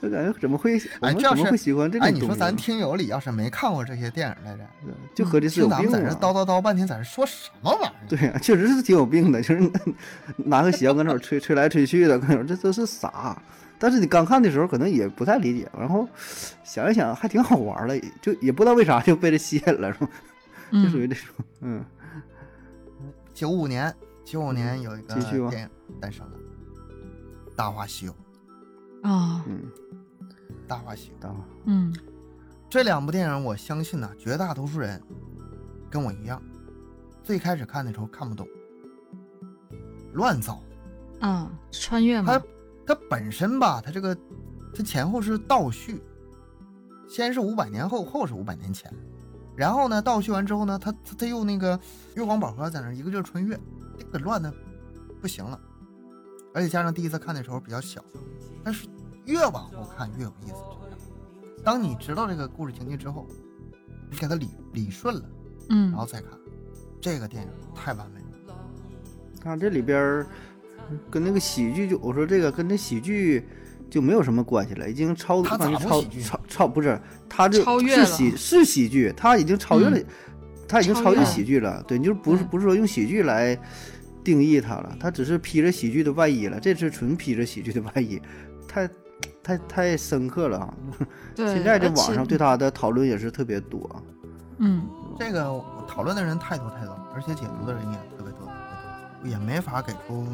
Speaker 3: 我感觉怎么会，我
Speaker 1: 哎，
Speaker 3: 们
Speaker 1: 这
Speaker 3: 怎
Speaker 1: 要
Speaker 3: 么会
Speaker 1: 是
Speaker 3: 喜欢这种
Speaker 1: 哎，
Speaker 3: 东
Speaker 1: 你
Speaker 3: 西呢？
Speaker 1: 说咱听友里要是没看过这些电影来着，
Speaker 3: 对就合计是有
Speaker 1: 听咱
Speaker 3: 病
Speaker 1: 们在这
Speaker 3: 啊
Speaker 1: 叨叨叨半天，在这说什么玩意儿？
Speaker 3: 对呀、确实是挺有病的，就是 拿个鞋跟那儿吹吹来吹去的，跟那儿这都是啥？但是你刚看的时候可能也不太理解，然后想一想还挺好玩儿的，就也不知道为啥就被这吸引了，是吧？就属于
Speaker 2: 嗯，
Speaker 3: 这种，嗯
Speaker 1: 九五年，九五年
Speaker 3: 嗯
Speaker 1: 有一个
Speaker 3: 继续吧
Speaker 1: 电影诞生了，《大话西游》。
Speaker 2: 啊，
Speaker 3: 嗯，啊
Speaker 1: 《大话西游》
Speaker 3: 等会儿
Speaker 2: 嗯
Speaker 1: 这两部电影，我相信呢、绝大多数人跟我一样，最开始看的时候看不懂，乱造。
Speaker 2: 啊，穿越嘛
Speaker 1: 它，它本身吧，它这个它前后是倒叙，先是五百年后，后是五百年前，然后呢倒叙完之后呢，它它它又那个月光宝盒在那儿一个劲儿穿越，这个乱的不行了，而且加上第一次看的时候比较小，但是越往后看越有意思，真的。当你知道这个故事情节之后，你给它理理顺了，
Speaker 2: 嗯
Speaker 1: 然后再看这个电影太完美了。
Speaker 3: 看啊这里边儿跟那个喜剧就我说这个跟那喜剧就没有什么关系了，已经超
Speaker 1: 他
Speaker 3: 我感觉
Speaker 1: 咋不
Speaker 3: 超
Speaker 1: 喜剧
Speaker 3: 超超不是，他这
Speaker 2: 超越
Speaker 3: 是
Speaker 2: 了
Speaker 3: 喜是喜剧，他已经超越
Speaker 1: 嗯
Speaker 3: 了，他已经
Speaker 2: 超
Speaker 3: 超
Speaker 2: 越
Speaker 3: 越
Speaker 2: 了嗯
Speaker 3: 喜剧了，对，你就是不是
Speaker 2: 对
Speaker 3: 不是说用喜剧来定义它了，他只是披着喜剧的外衣了，这是纯披着喜剧的外衣，太太太深刻了啊！
Speaker 2: 对，
Speaker 3: 现在这
Speaker 2: 而
Speaker 3: 网
Speaker 2: 且
Speaker 3: 上对他的讨论也是特别多啊，
Speaker 2: 嗯
Speaker 1: 这个我讨论的人太多太多，而且解读的人也特别多，也没法给出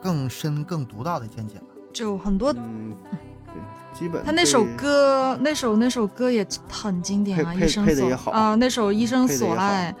Speaker 1: 更深更独到的见解吧。
Speaker 2: 就很多，
Speaker 3: 嗯，对，基本
Speaker 2: 他那首
Speaker 3: 对
Speaker 2: 歌那首那首歌也很经典啊，
Speaker 3: 配
Speaker 2: 一生
Speaker 3: 配配得
Speaker 2: 所
Speaker 3: 也好
Speaker 2: 啊，那首一生
Speaker 3: 配得也
Speaker 2: 所
Speaker 3: 好
Speaker 2: 爱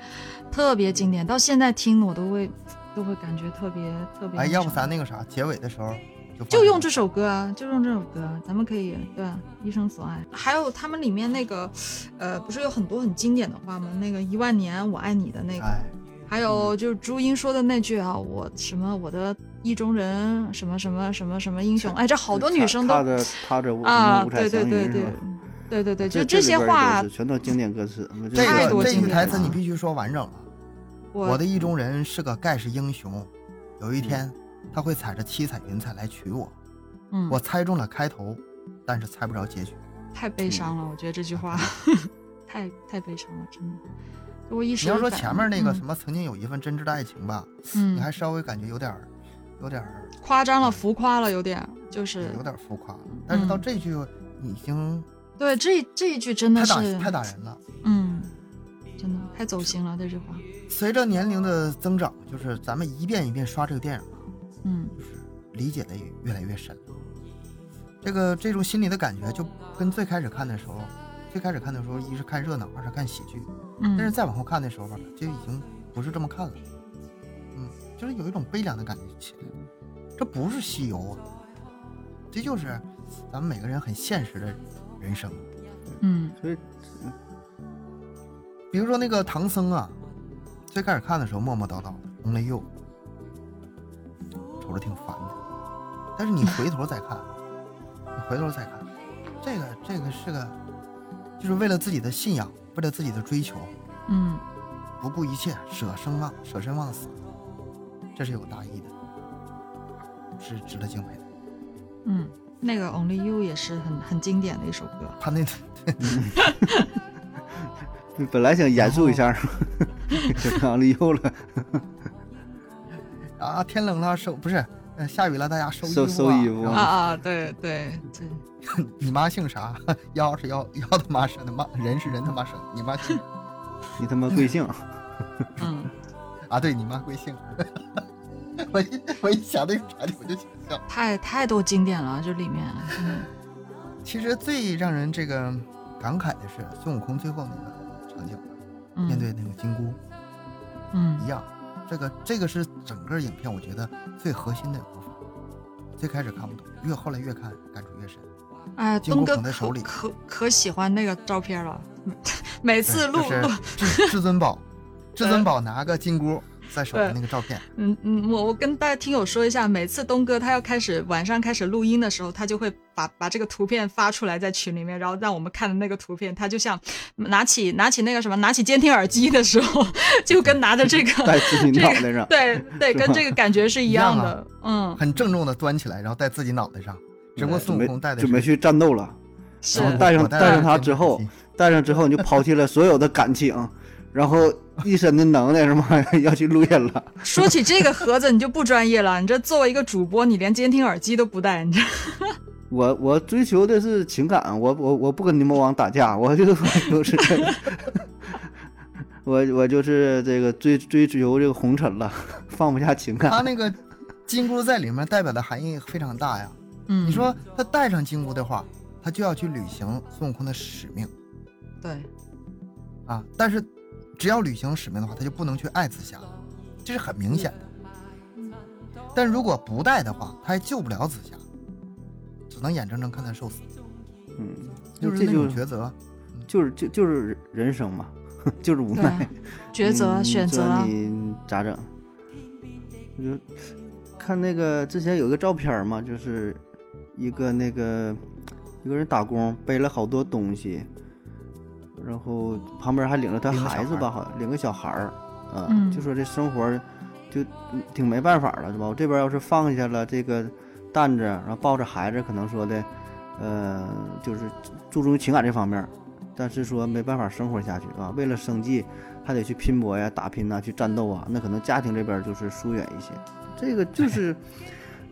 Speaker 2: 特别经典，到现在听我都会都会感觉特别特别那什么。
Speaker 1: 哎，要不咱那个啥，结尾的时候就
Speaker 2: 就用这
Speaker 1: 这
Speaker 2: 首歌啊，就用这首歌，咱们可以对啊，一生所爱。还有他们里面那个，呃，不是有很多很经典的话吗？那个一万年我爱你的那个，
Speaker 1: 哎，
Speaker 2: 还有就是朱茵说的那句啊，我什么我的意中人，什么什么什么什么英雄，哎，这好多女生都
Speaker 3: 踏着踏着我
Speaker 2: 啊，
Speaker 3: 五
Speaker 2: 对
Speaker 3: 彩祥
Speaker 2: 对对
Speaker 3: 云是
Speaker 2: 对
Speaker 3: 吧？，
Speaker 2: 对对对，就
Speaker 3: 这
Speaker 2: 些话
Speaker 3: 里边儿的歌词，全都经典歌词，我觉得
Speaker 1: 这
Speaker 2: 太
Speaker 1: 个
Speaker 2: 多
Speaker 1: 这
Speaker 2: 经
Speaker 1: 句
Speaker 2: 典
Speaker 1: 台词
Speaker 2: 了
Speaker 1: 你必须说完整了。我
Speaker 2: 我
Speaker 1: 的意中人是个盖世英雄，有一天他会踩着七彩云彩来娶我。
Speaker 2: 嗯
Speaker 1: 我猜中了开头，但是猜不着结局。
Speaker 2: 太悲伤了，我觉得这句话 太太悲伤了，真的。我一
Speaker 1: 嗯
Speaker 2: 时
Speaker 1: 你要说
Speaker 2: 反
Speaker 1: 前面那个
Speaker 2: 嗯
Speaker 1: 什么曾经有一份真挚的爱情吧，
Speaker 2: 嗯
Speaker 1: 你还稍微感觉有点儿，有点儿
Speaker 2: 夸张了，浮夸了，有点就是
Speaker 1: 有点浮夸，但是到
Speaker 2: 嗯
Speaker 1: 这句你已经
Speaker 2: 对，这这一句真的
Speaker 1: 太
Speaker 2: 是
Speaker 1: 打太打人了。
Speaker 2: 嗯，真的太走心了，这句话。
Speaker 1: 随着年龄的增长，就是咱们一遍一遍刷这个电影，
Speaker 2: 嗯
Speaker 1: 理解的也越来越深。这个这种心理的感觉，就跟最开始看的时候，最开始看的时候，一是看热闹，二是看喜剧，但是
Speaker 2: 嗯
Speaker 1: 再往后看的时候吧，就已经不是这么看了，嗯，就是有一种悲凉的感觉起来了。这不是西游啊，这就是咱们每个人很现实的人生。
Speaker 2: 嗯
Speaker 3: 所以
Speaker 1: 比如说那个唐僧啊，最开始看的时候磨磨叨叨的，红了又，瞅着挺烦的。但是你回头再看， 你回头再看，这个这个是个，就是为了自己的信仰，为了自己的追求，
Speaker 2: 嗯
Speaker 1: 不顾一切，舍生忘舍身忘死，这是有大义的，是值得敬佩的。
Speaker 2: 嗯，那个 Only You 也是很很经典的一首歌。
Speaker 1: 他那
Speaker 3: 你本来想严肃一下，想利用了，
Speaker 1: 啊，天冷了收不是，呃，下雨了大家收衣服、
Speaker 3: 收
Speaker 1: 啊，
Speaker 3: 收衣服
Speaker 1: 然
Speaker 2: 啊
Speaker 1: 后
Speaker 2: 啊，对对对，
Speaker 1: 你妈姓啥？ 妖是妖，妖他妈生的妈，人是人他妈生。你妈姓
Speaker 3: 你他妈贵姓？
Speaker 2: 嗯，
Speaker 1: 啊？对，你妈贵姓？ 我一我一想那个场景我就想笑。
Speaker 2: 太太多经典了，这里面。嗯
Speaker 1: 其实最让人这个感慨的是孙悟空最后那个场景，
Speaker 2: 嗯，
Speaker 1: 面对那个金箍一
Speaker 2: 嗯
Speaker 1: 样，这个这个是整个影片我觉得最核心的部分。最开始看不懂，越后来越看感触越深。
Speaker 2: 哎，
Speaker 1: 金
Speaker 2: 东
Speaker 1: 箍
Speaker 2: 哥
Speaker 1: 捧在手
Speaker 2: 可
Speaker 1: 里
Speaker 2: 可可喜欢那个照片了， 每次录
Speaker 1: 对
Speaker 2: 录
Speaker 1: 这哎是至至尊宝，至尊宝拿个金箍在手里那个照片，
Speaker 2: 嗯嗯，我我跟大家听友说一下，每次东哥他要开始晚上开始录音的时候，他就会把把这个图片发出来在群里面，然后让我们看的那个图片，他就像拿起拿起那个什么，拿起监听耳机的时候， 就跟拿着这
Speaker 3: 在
Speaker 2: 个，
Speaker 3: 自己
Speaker 2: 这
Speaker 3: 脑
Speaker 2: 个
Speaker 3: 袋 上。
Speaker 2: 对对，
Speaker 3: 是吧
Speaker 2: 跟这个感觉是一
Speaker 1: 一样啊哎
Speaker 2: 的，嗯，
Speaker 1: 很郑重的端起来，然后戴自己脑袋上。只不过孙
Speaker 3: 哎准
Speaker 1: 悟
Speaker 3: 备
Speaker 1: 空戴的
Speaker 3: 准备
Speaker 1: 是
Speaker 3: 去战斗了，
Speaker 2: 是
Speaker 1: 然后
Speaker 3: 我戴上
Speaker 1: 我
Speaker 3: 戴上
Speaker 1: 的
Speaker 3: 它
Speaker 1: 是
Speaker 3: 之后
Speaker 1: 金箍
Speaker 3: 戴上之后你就抛弃了所有的感情，然后一身的能耐什么 要去录音了。
Speaker 2: 说起这个盒子，你就不专业了，你这作为一个主播，你连监听耳机都不带，你这
Speaker 3: 我我追求的是情感，我我我不跟你们王打架，我就我就是 我我就是这个追追求这个红尘了，放不下情
Speaker 1: 他
Speaker 3: 感。
Speaker 1: 那个金箍在里面代表的含义非常大呀。
Speaker 2: 嗯，
Speaker 1: 你说他戴上金箍的话，他就要去履行孙悟空的使命
Speaker 2: 对，
Speaker 1: 啊。但是，只要履行使命的话，他就不能去爱紫霞，这是很明显的。但如果不戴的话，他还救不了紫霞，只能眼睁睁看他受死，
Speaker 3: 嗯，
Speaker 1: 就是
Speaker 3: 这
Speaker 1: 那种
Speaker 3: 就
Speaker 1: 抉择。
Speaker 3: 就是就就是人生嘛， 就是无
Speaker 2: 对啊
Speaker 3: 奈。
Speaker 2: 抉择
Speaker 1: 嗯
Speaker 3: 你
Speaker 2: 选
Speaker 3: 你说
Speaker 2: 择，
Speaker 3: 嗯你咋整？我就看那个之前有一个照片儿嘛，就是一个那个一个人打工背了好多东西，然后旁边还领着他
Speaker 1: 领个小
Speaker 3: 孩子
Speaker 1: 孩儿
Speaker 3: 吧，好领个小孩儿，啊、
Speaker 2: 嗯
Speaker 3: 就说这生活儿就挺没办法了，是吧？我这边要是放下了这个担子，然后抱着孩子，可能说的，呃，就是注重情感这方面儿，但是说没办法生活下去啊，为了生计还得去拼搏呀、打拼呐、去战斗啊，那可能家庭这边就是疏远一些。这个就是，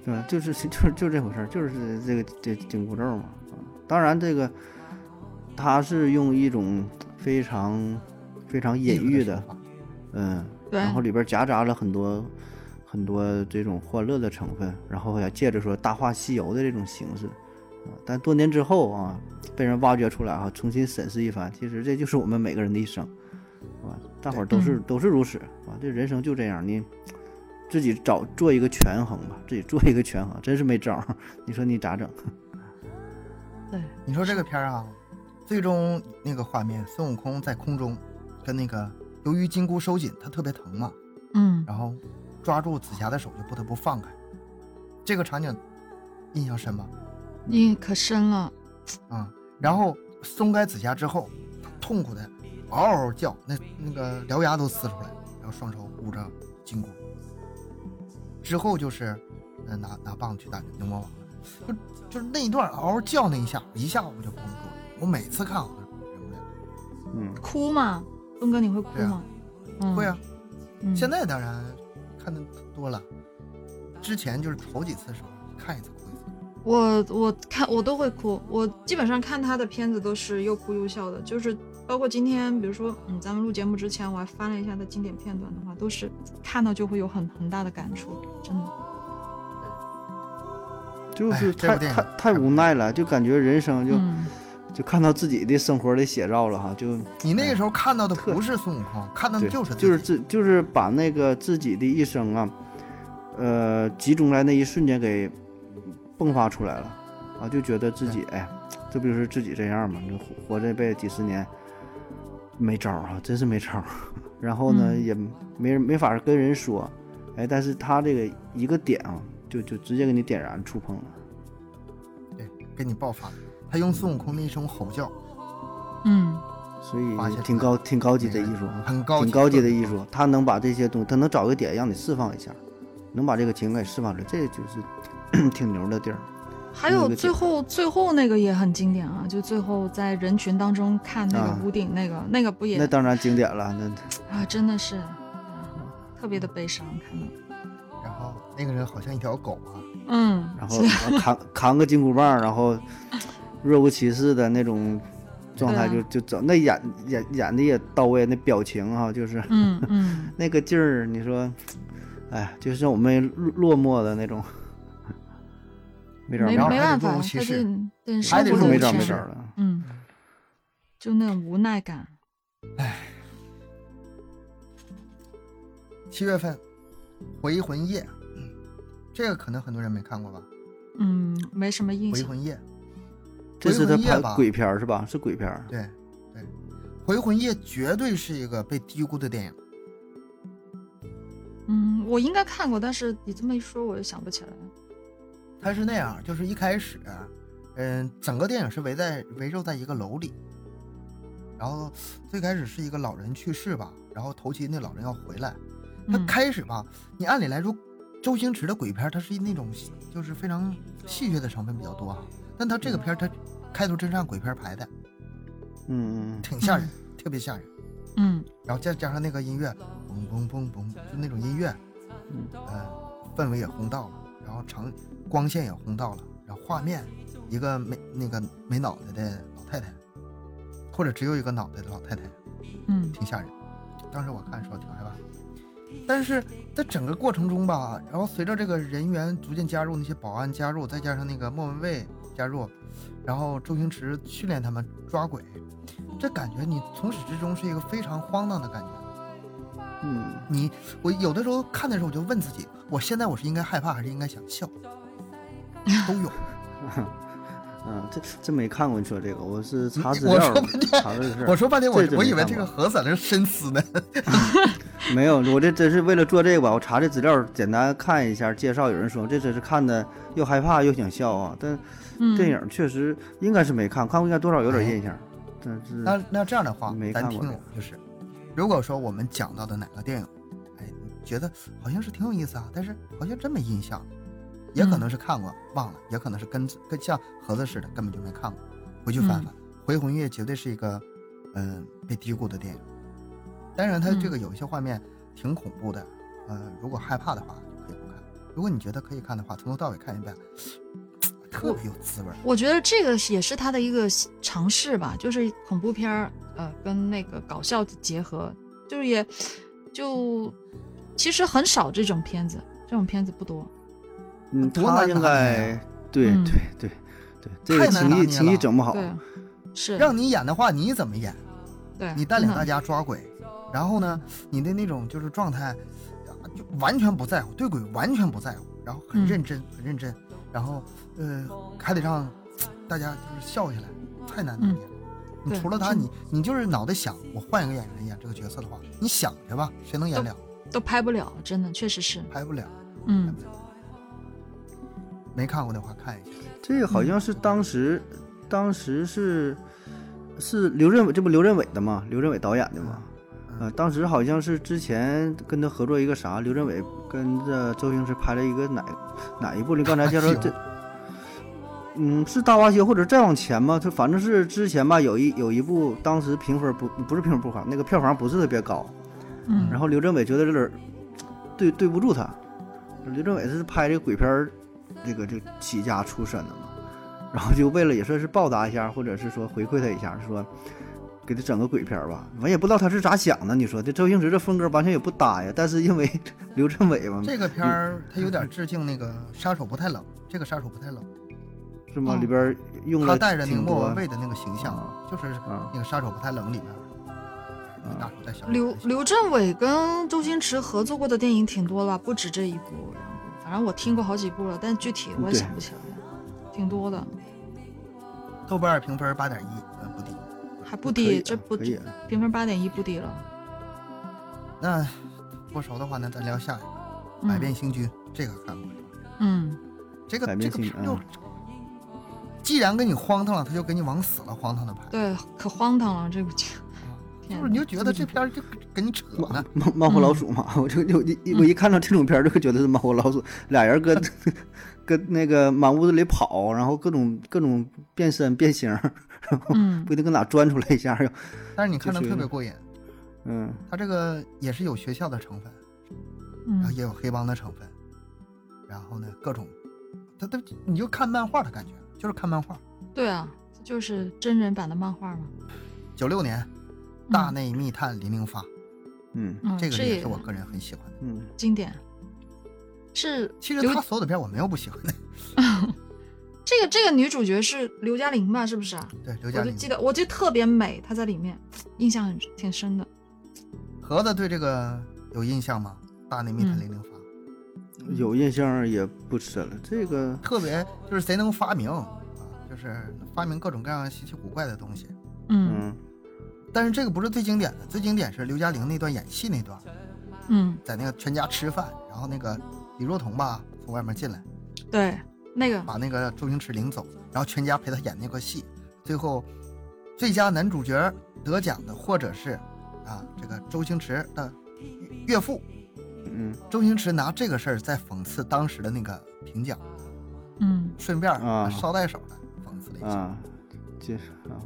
Speaker 3: 对吧？就是就是就这回事儿，就是这个这紧箍咒嘛。啊，当然这个他是用一种非常非常隐喻的
Speaker 1: 说，法
Speaker 3: 嗯，
Speaker 2: 对
Speaker 3: 然后里边夹杂了很多很多这种欢乐的成分，然后也借着说《大话西游》的这种形式，啊，但多年之后啊，被人挖掘出来啊，重新审视一番，其实这就是我们每个人的一生，啊，大伙儿都是
Speaker 2: 嗯
Speaker 3: 都是如此啊，这人生就这样，你自己找做一个权衡吧，自己做一个权衡，真是没招儿， 你说你咋整？
Speaker 1: 你说这个片儿啊，最终那个画面，孙悟空在空中跟那个由于金箍收紧，他特别疼嘛，
Speaker 2: 嗯
Speaker 1: 然后抓住紫霞的手就不得不放开，这个场景印象深吧？
Speaker 2: 你可深了，
Speaker 1: 啊、然后松开紫霞之后，他痛苦的嗷嗷叫，那那个獠牙都撕出来，然后双手捂着金箍，之后就是，呃，拿拿棒去打牛魔王了，就就是那一段嗷嗷叫那一下，一下我就绷不住了，我每次看我都忍不了。
Speaker 3: 嗯，
Speaker 2: 哭吗？东哥你会哭
Speaker 1: 对啊
Speaker 2: 吗？嗯，
Speaker 1: 会啊，
Speaker 2: 嗯，
Speaker 1: 现在当然看的多了，之前就是头几次时候看一次哭一次，
Speaker 2: 我我看我都会哭，我基本上看他的片子都是又哭又笑的，就是包括今天，比如说嗯，咱们录节目之前我还翻了一下他经典片段的话，都是看到就会有很很大的感触，真的。
Speaker 3: 就
Speaker 1: 哎
Speaker 3: 是
Speaker 1: 这
Speaker 3: 太
Speaker 1: 部电影
Speaker 3: 太太
Speaker 1: 太
Speaker 3: 无奈了，就感觉人生就、
Speaker 2: 嗯，
Speaker 3: 就看到自己的生活的写照了哈，就
Speaker 1: 你那个时候看到的
Speaker 3: 特
Speaker 1: 不是孙悟空，看到的
Speaker 3: 对，
Speaker 1: 就是
Speaker 3: 就是
Speaker 1: 自己
Speaker 3: 自就是把那个自己的一生啊，呃，集中在那一瞬间给迸发出来了啊，就觉得自己哎，这不就是自己这样吗？你活活这辈子几十年没招儿啊，真是没招儿。 然后呢，
Speaker 2: 嗯
Speaker 3: 也没人没法跟人说，哎，但是他这个一个点啊，就就直接给你点燃触碰了。
Speaker 1: 给你爆发。他用孙悟空的一声吼叫，
Speaker 2: 嗯，
Speaker 3: 所以
Speaker 1: 发泄出
Speaker 3: 挺
Speaker 1: 来
Speaker 3: 高挺高级的
Speaker 1: 对
Speaker 3: 艺术啊，
Speaker 1: 很高
Speaker 3: 挺
Speaker 1: 级
Speaker 3: 高级
Speaker 1: 特
Speaker 3: 的
Speaker 1: 别
Speaker 3: 艺术，他能把这些东西，他能找个点让你释放一下，能把这个情感释放出来，这就是 挺牛的地儿。
Speaker 2: 还
Speaker 3: 有一
Speaker 2: 有
Speaker 3: 个
Speaker 2: 最
Speaker 3: 点
Speaker 2: 后最后那个也很经典啊，就最后在人群当中看那
Speaker 3: 啊
Speaker 2: 个屋顶那个、那个不也
Speaker 3: 那当然经典了，那
Speaker 2: 啊，真的是、啊特别的悲伤，看到。
Speaker 1: 然后那个人好像一条狗啊，
Speaker 2: 嗯，
Speaker 3: 然后然后扛扛个金箍棒，然后若无其事的那种状态
Speaker 2: 对
Speaker 3: 就
Speaker 2: 啊
Speaker 3: 就走，那演演演的也到位，那表情哈、就是
Speaker 2: 嗯嗯，
Speaker 3: 那个劲儿，你说，哎，就像我们落落寞的那种，没招儿
Speaker 2: 没
Speaker 1: 然后
Speaker 2: 没
Speaker 1: 还得
Speaker 2: 办
Speaker 1: 若
Speaker 2: 法，
Speaker 1: 无
Speaker 2: 他
Speaker 1: 其
Speaker 2: 这
Speaker 1: 事
Speaker 2: 对
Speaker 1: 还
Speaker 2: 生
Speaker 1: 得
Speaker 2: 活
Speaker 1: 若无
Speaker 2: 的
Speaker 3: 没
Speaker 2: 无
Speaker 3: 招儿
Speaker 1: 其
Speaker 3: 没
Speaker 1: 事
Speaker 3: 招
Speaker 2: 常，
Speaker 3: 儿了。
Speaker 2: 嗯，就那种无奈感。
Speaker 1: 七月份《回魂夜》，嗯，这个可能很多人没看过吧，
Speaker 2: 嗯，没什么印
Speaker 1: 《回
Speaker 2: 象。
Speaker 1: 魂夜》。
Speaker 3: 这是他
Speaker 1: 回魂夜
Speaker 3: 拍
Speaker 1: 吧
Speaker 3: 鬼片儿是吧？是鬼片儿。
Speaker 1: 对，对，《回魂夜》绝对是一个被低估的电影。
Speaker 2: 嗯，我应该看过，但是你这么一说，我又想不起来了。
Speaker 1: 它是那样，就是一开始，嗯，整个电影是围在围绕在一个楼里，然后最开始是一个老人去世吧，然后头七那老人要回来。他
Speaker 2: 嗯
Speaker 1: 开始吧，你按理来说，周星驰的鬼片它是那种就是非常戏谑的成分比较多哈，但他这个片儿它开头真是按鬼片排的，
Speaker 3: 嗯嗯
Speaker 1: 挺吓人，特别吓人。
Speaker 2: 嗯
Speaker 1: 然后再加上那个音乐，嘣嘣嘣嘣，就那种音乐，
Speaker 3: 嗯
Speaker 1: 呃，氛围也烘到了，然后长光线也烘到了，然后画面一个没那个没脑袋的老太太，或者只有一个脑袋的老太太，
Speaker 2: 嗯
Speaker 1: 挺吓人。当时我看的时候挺害怕的，但是在整个过程中吧，然后随着这个人员逐渐加入，那些保安加入，再加上那个莫文蔚加入，然后周星驰训练他们抓鬼，这感觉你从始至终是一个非常荒诞的感觉。
Speaker 3: 嗯嗯，
Speaker 1: 你我有的时候看的时候，我就问自己，我现在我是应该害怕还是应该想笑，都有。
Speaker 3: 嗯，这真没看过，你说这个，我是查
Speaker 1: 你
Speaker 3: 资
Speaker 1: 我
Speaker 3: 料
Speaker 1: 说半天
Speaker 3: 查的是，
Speaker 1: 我说半天，我
Speaker 3: 这真
Speaker 1: 我
Speaker 3: 没
Speaker 1: 以为
Speaker 3: 看
Speaker 1: 这个
Speaker 3: 过
Speaker 1: 盒子在那深思呢。
Speaker 3: 没有，我这真是为了做这个吧，我查这资料，简单看一下介绍，有人说这真是看的又害怕又想笑啊，但
Speaker 2: 嗯，
Speaker 3: 电影确实应该是没看，看过应该多少有点印象，但是
Speaker 1: 哎那那这样的话
Speaker 3: 嗯没，
Speaker 1: 咱
Speaker 3: 看
Speaker 1: 听
Speaker 3: 过这
Speaker 1: 友就是，如果说我们讲到的哪个电影，哎，你觉得好像是挺有意思啊，但是好像真没印象，也
Speaker 3: 嗯
Speaker 1: 可能是看过、忘了，也可能是跟跟像盒子似的根本就没看过，回去翻翻，
Speaker 3: 嗯
Speaker 1: 回魂夜》绝对是一个嗯、被低估的电影。当然，它这
Speaker 3: 嗯
Speaker 1: 个有一些画面挺恐怖的，呃，如果害怕的话就可以不看，如果你觉得可以看的话，从头到尾看一遍， 特别有滋味儿。
Speaker 2: 我觉得这个也是他的一个尝试吧，就是恐怖片儿，呃，跟那个搞笑结合，就是也就其实很少这种片子，这种片子不多。
Speaker 3: 嗯，
Speaker 1: 多难
Speaker 3: 他应
Speaker 1: 拿捏啊
Speaker 3: 该对
Speaker 2: 嗯
Speaker 3: 对对对，这个
Speaker 1: 太难拿
Speaker 3: 情谊
Speaker 1: 捏
Speaker 3: 情谊
Speaker 1: 了
Speaker 3: 整不好，
Speaker 2: 对，是
Speaker 1: 让你演的话，你怎么演？
Speaker 2: 对，嗯
Speaker 1: 你带领
Speaker 2: 哎真的
Speaker 1: 大家抓鬼，然后呢，你的那种就是状态，啊就完全不在乎，对鬼完全不在乎，然后很
Speaker 2: 嗯
Speaker 1: 认真，很认真，然后呃，还得让大家就是笑起来，太难拿捏了。你
Speaker 2: 嗯对
Speaker 1: 除了他，
Speaker 2: 是
Speaker 1: 你你就是脑袋想，我换一个演员演这个角色的话，你想去吧，谁能
Speaker 2: 嗯
Speaker 1: 演了？
Speaker 2: 都拍不了，真的确实是，
Speaker 1: 拍不了。
Speaker 2: 嗯
Speaker 1: 没看过的话看一下。
Speaker 3: 这个好像是当时，当时是是刘镇伟，这不刘镇伟的吗？刘镇伟导演的吗？
Speaker 1: 嗯
Speaker 3: 呃，当时好像是之前跟他合作一个啥，刘镇伟跟着周星驰拍了一个哪哪一部？你刚才叫做
Speaker 1: 大话西
Speaker 3: 这
Speaker 1: 游，
Speaker 3: 嗯，是《大话西游》或者再往前吗？就反正是之前吧，有一有一部当时评分不不是评分不好，那个票房不是特别高，
Speaker 2: 嗯，
Speaker 3: 然后刘镇伟觉得这人对对不住他，刘镇伟是拍这个鬼片儿这个这个起家出身的嘛，然后就为了也算是报答一下，或者是说回馈他一下，说给他整个鬼片儿吧。完也不知道他是咋想的，你说这周星驰这风格完全也不搭呀。但是因为 刘镇伟嘛，
Speaker 1: 这个片儿它有点致敬那个杀手不太冷，这个杀手不太冷，
Speaker 3: 是吗？
Speaker 2: 嗯
Speaker 3: 里边儿用
Speaker 1: 他
Speaker 3: 了
Speaker 1: 带着那个
Speaker 3: 挺
Speaker 1: 莫
Speaker 3: 多啊
Speaker 1: 文蔚的那个形象，就是那个杀手不太冷里面，那个
Speaker 3: 啊
Speaker 1: 大叔带小
Speaker 2: 刘
Speaker 1: 刘
Speaker 2: 刘镇伟跟周星驰合作过的电影挺多了，不止这一部。然后反正我听过好几部了，但具体
Speaker 1: 嗯
Speaker 2: 我也
Speaker 3: 对
Speaker 2: 想不起来了，挺多的，
Speaker 1: 豆瓣评分八点一，嗯，不低。
Speaker 2: 还不
Speaker 3: 可以
Speaker 2: 低，
Speaker 1: 啊
Speaker 3: 的
Speaker 2: 这不
Speaker 3: 可以啊
Speaker 2: 低
Speaker 3: 的
Speaker 2: 评分八点一不低了。
Speaker 1: 那不熟的话，那咱聊下一个《百变
Speaker 2: 嗯
Speaker 1: 星君》，这个看过。
Speaker 2: 嗯，
Speaker 1: 这个
Speaker 3: 百
Speaker 1: 这
Speaker 3: 变
Speaker 1: 个
Speaker 3: 星嗯
Speaker 1: 片儿又，既然给你荒唐了，他就给你往死了荒唐的拍，
Speaker 2: 对，可荒唐了这部剧，天
Speaker 1: 啊就是
Speaker 2: 哪
Speaker 1: 你就觉得这片儿就给你扯呢。
Speaker 3: 猫猫和老鼠嘛，
Speaker 2: 嗯
Speaker 3: 我就就一我一看到这种片儿就会觉得是猫和老鼠，俩人搁
Speaker 2: 嗯
Speaker 3: 搁那个满屋子里跑，然后各种各种变身变形，然后
Speaker 2: 嗯
Speaker 3: 不一定搁哪钻出来一下儿呀，
Speaker 1: 但是你看着
Speaker 3: 就是
Speaker 1: 特别过瘾，
Speaker 3: 嗯，
Speaker 1: 它这个也是有学校的成分，然后
Speaker 2: 嗯
Speaker 1: 也有黑帮的成分，然后呢各种，它都你就看漫画的感觉，就是看漫画。
Speaker 2: 对啊，这就是真人版的漫画嘛。
Speaker 1: 九六年，《大内密探零零发》
Speaker 3: 嗯
Speaker 2: 嗯，
Speaker 1: 这个
Speaker 2: 这
Speaker 1: 也是我个人很喜欢的。
Speaker 3: 嗯，
Speaker 2: 经典，是
Speaker 1: 其实
Speaker 2: 刘
Speaker 1: 他所有的片儿我没有不喜欢的，
Speaker 2: 这个这个女主角是刘嘉玲吧？是不是啊？
Speaker 1: 对刘嘉
Speaker 2: 我就
Speaker 1: 玲。
Speaker 2: 记得，我记得特别美，她在里面印象很挺深的。
Speaker 1: 盒子对这个有印象吗？《大内密探
Speaker 2: 嗯
Speaker 1: 零零发》
Speaker 3: 有印象也不深了，这个
Speaker 1: 特别就是谁能发明啊，就是发明各种各样稀奇古怪的东西。
Speaker 2: 嗯
Speaker 3: 嗯
Speaker 1: 但是这个不是最经典的，最经典是刘嘉玲那段演戏那段，
Speaker 2: 嗯，
Speaker 1: 在那个全家吃饭，然后那个李若彤吧从外面进来，
Speaker 2: 对，那个
Speaker 1: 把那个周星驰领走，然后全家陪他演那个戏，最后最佳男主角得奖的或者是啊这个周星驰的岳父，
Speaker 3: 嗯
Speaker 1: 周星驰拿这个事儿在讽刺当时的那个评奖，
Speaker 2: 嗯
Speaker 1: 顺便
Speaker 3: 啊
Speaker 1: 捎带手的讽刺了一下。
Speaker 3: 啊，就是啊，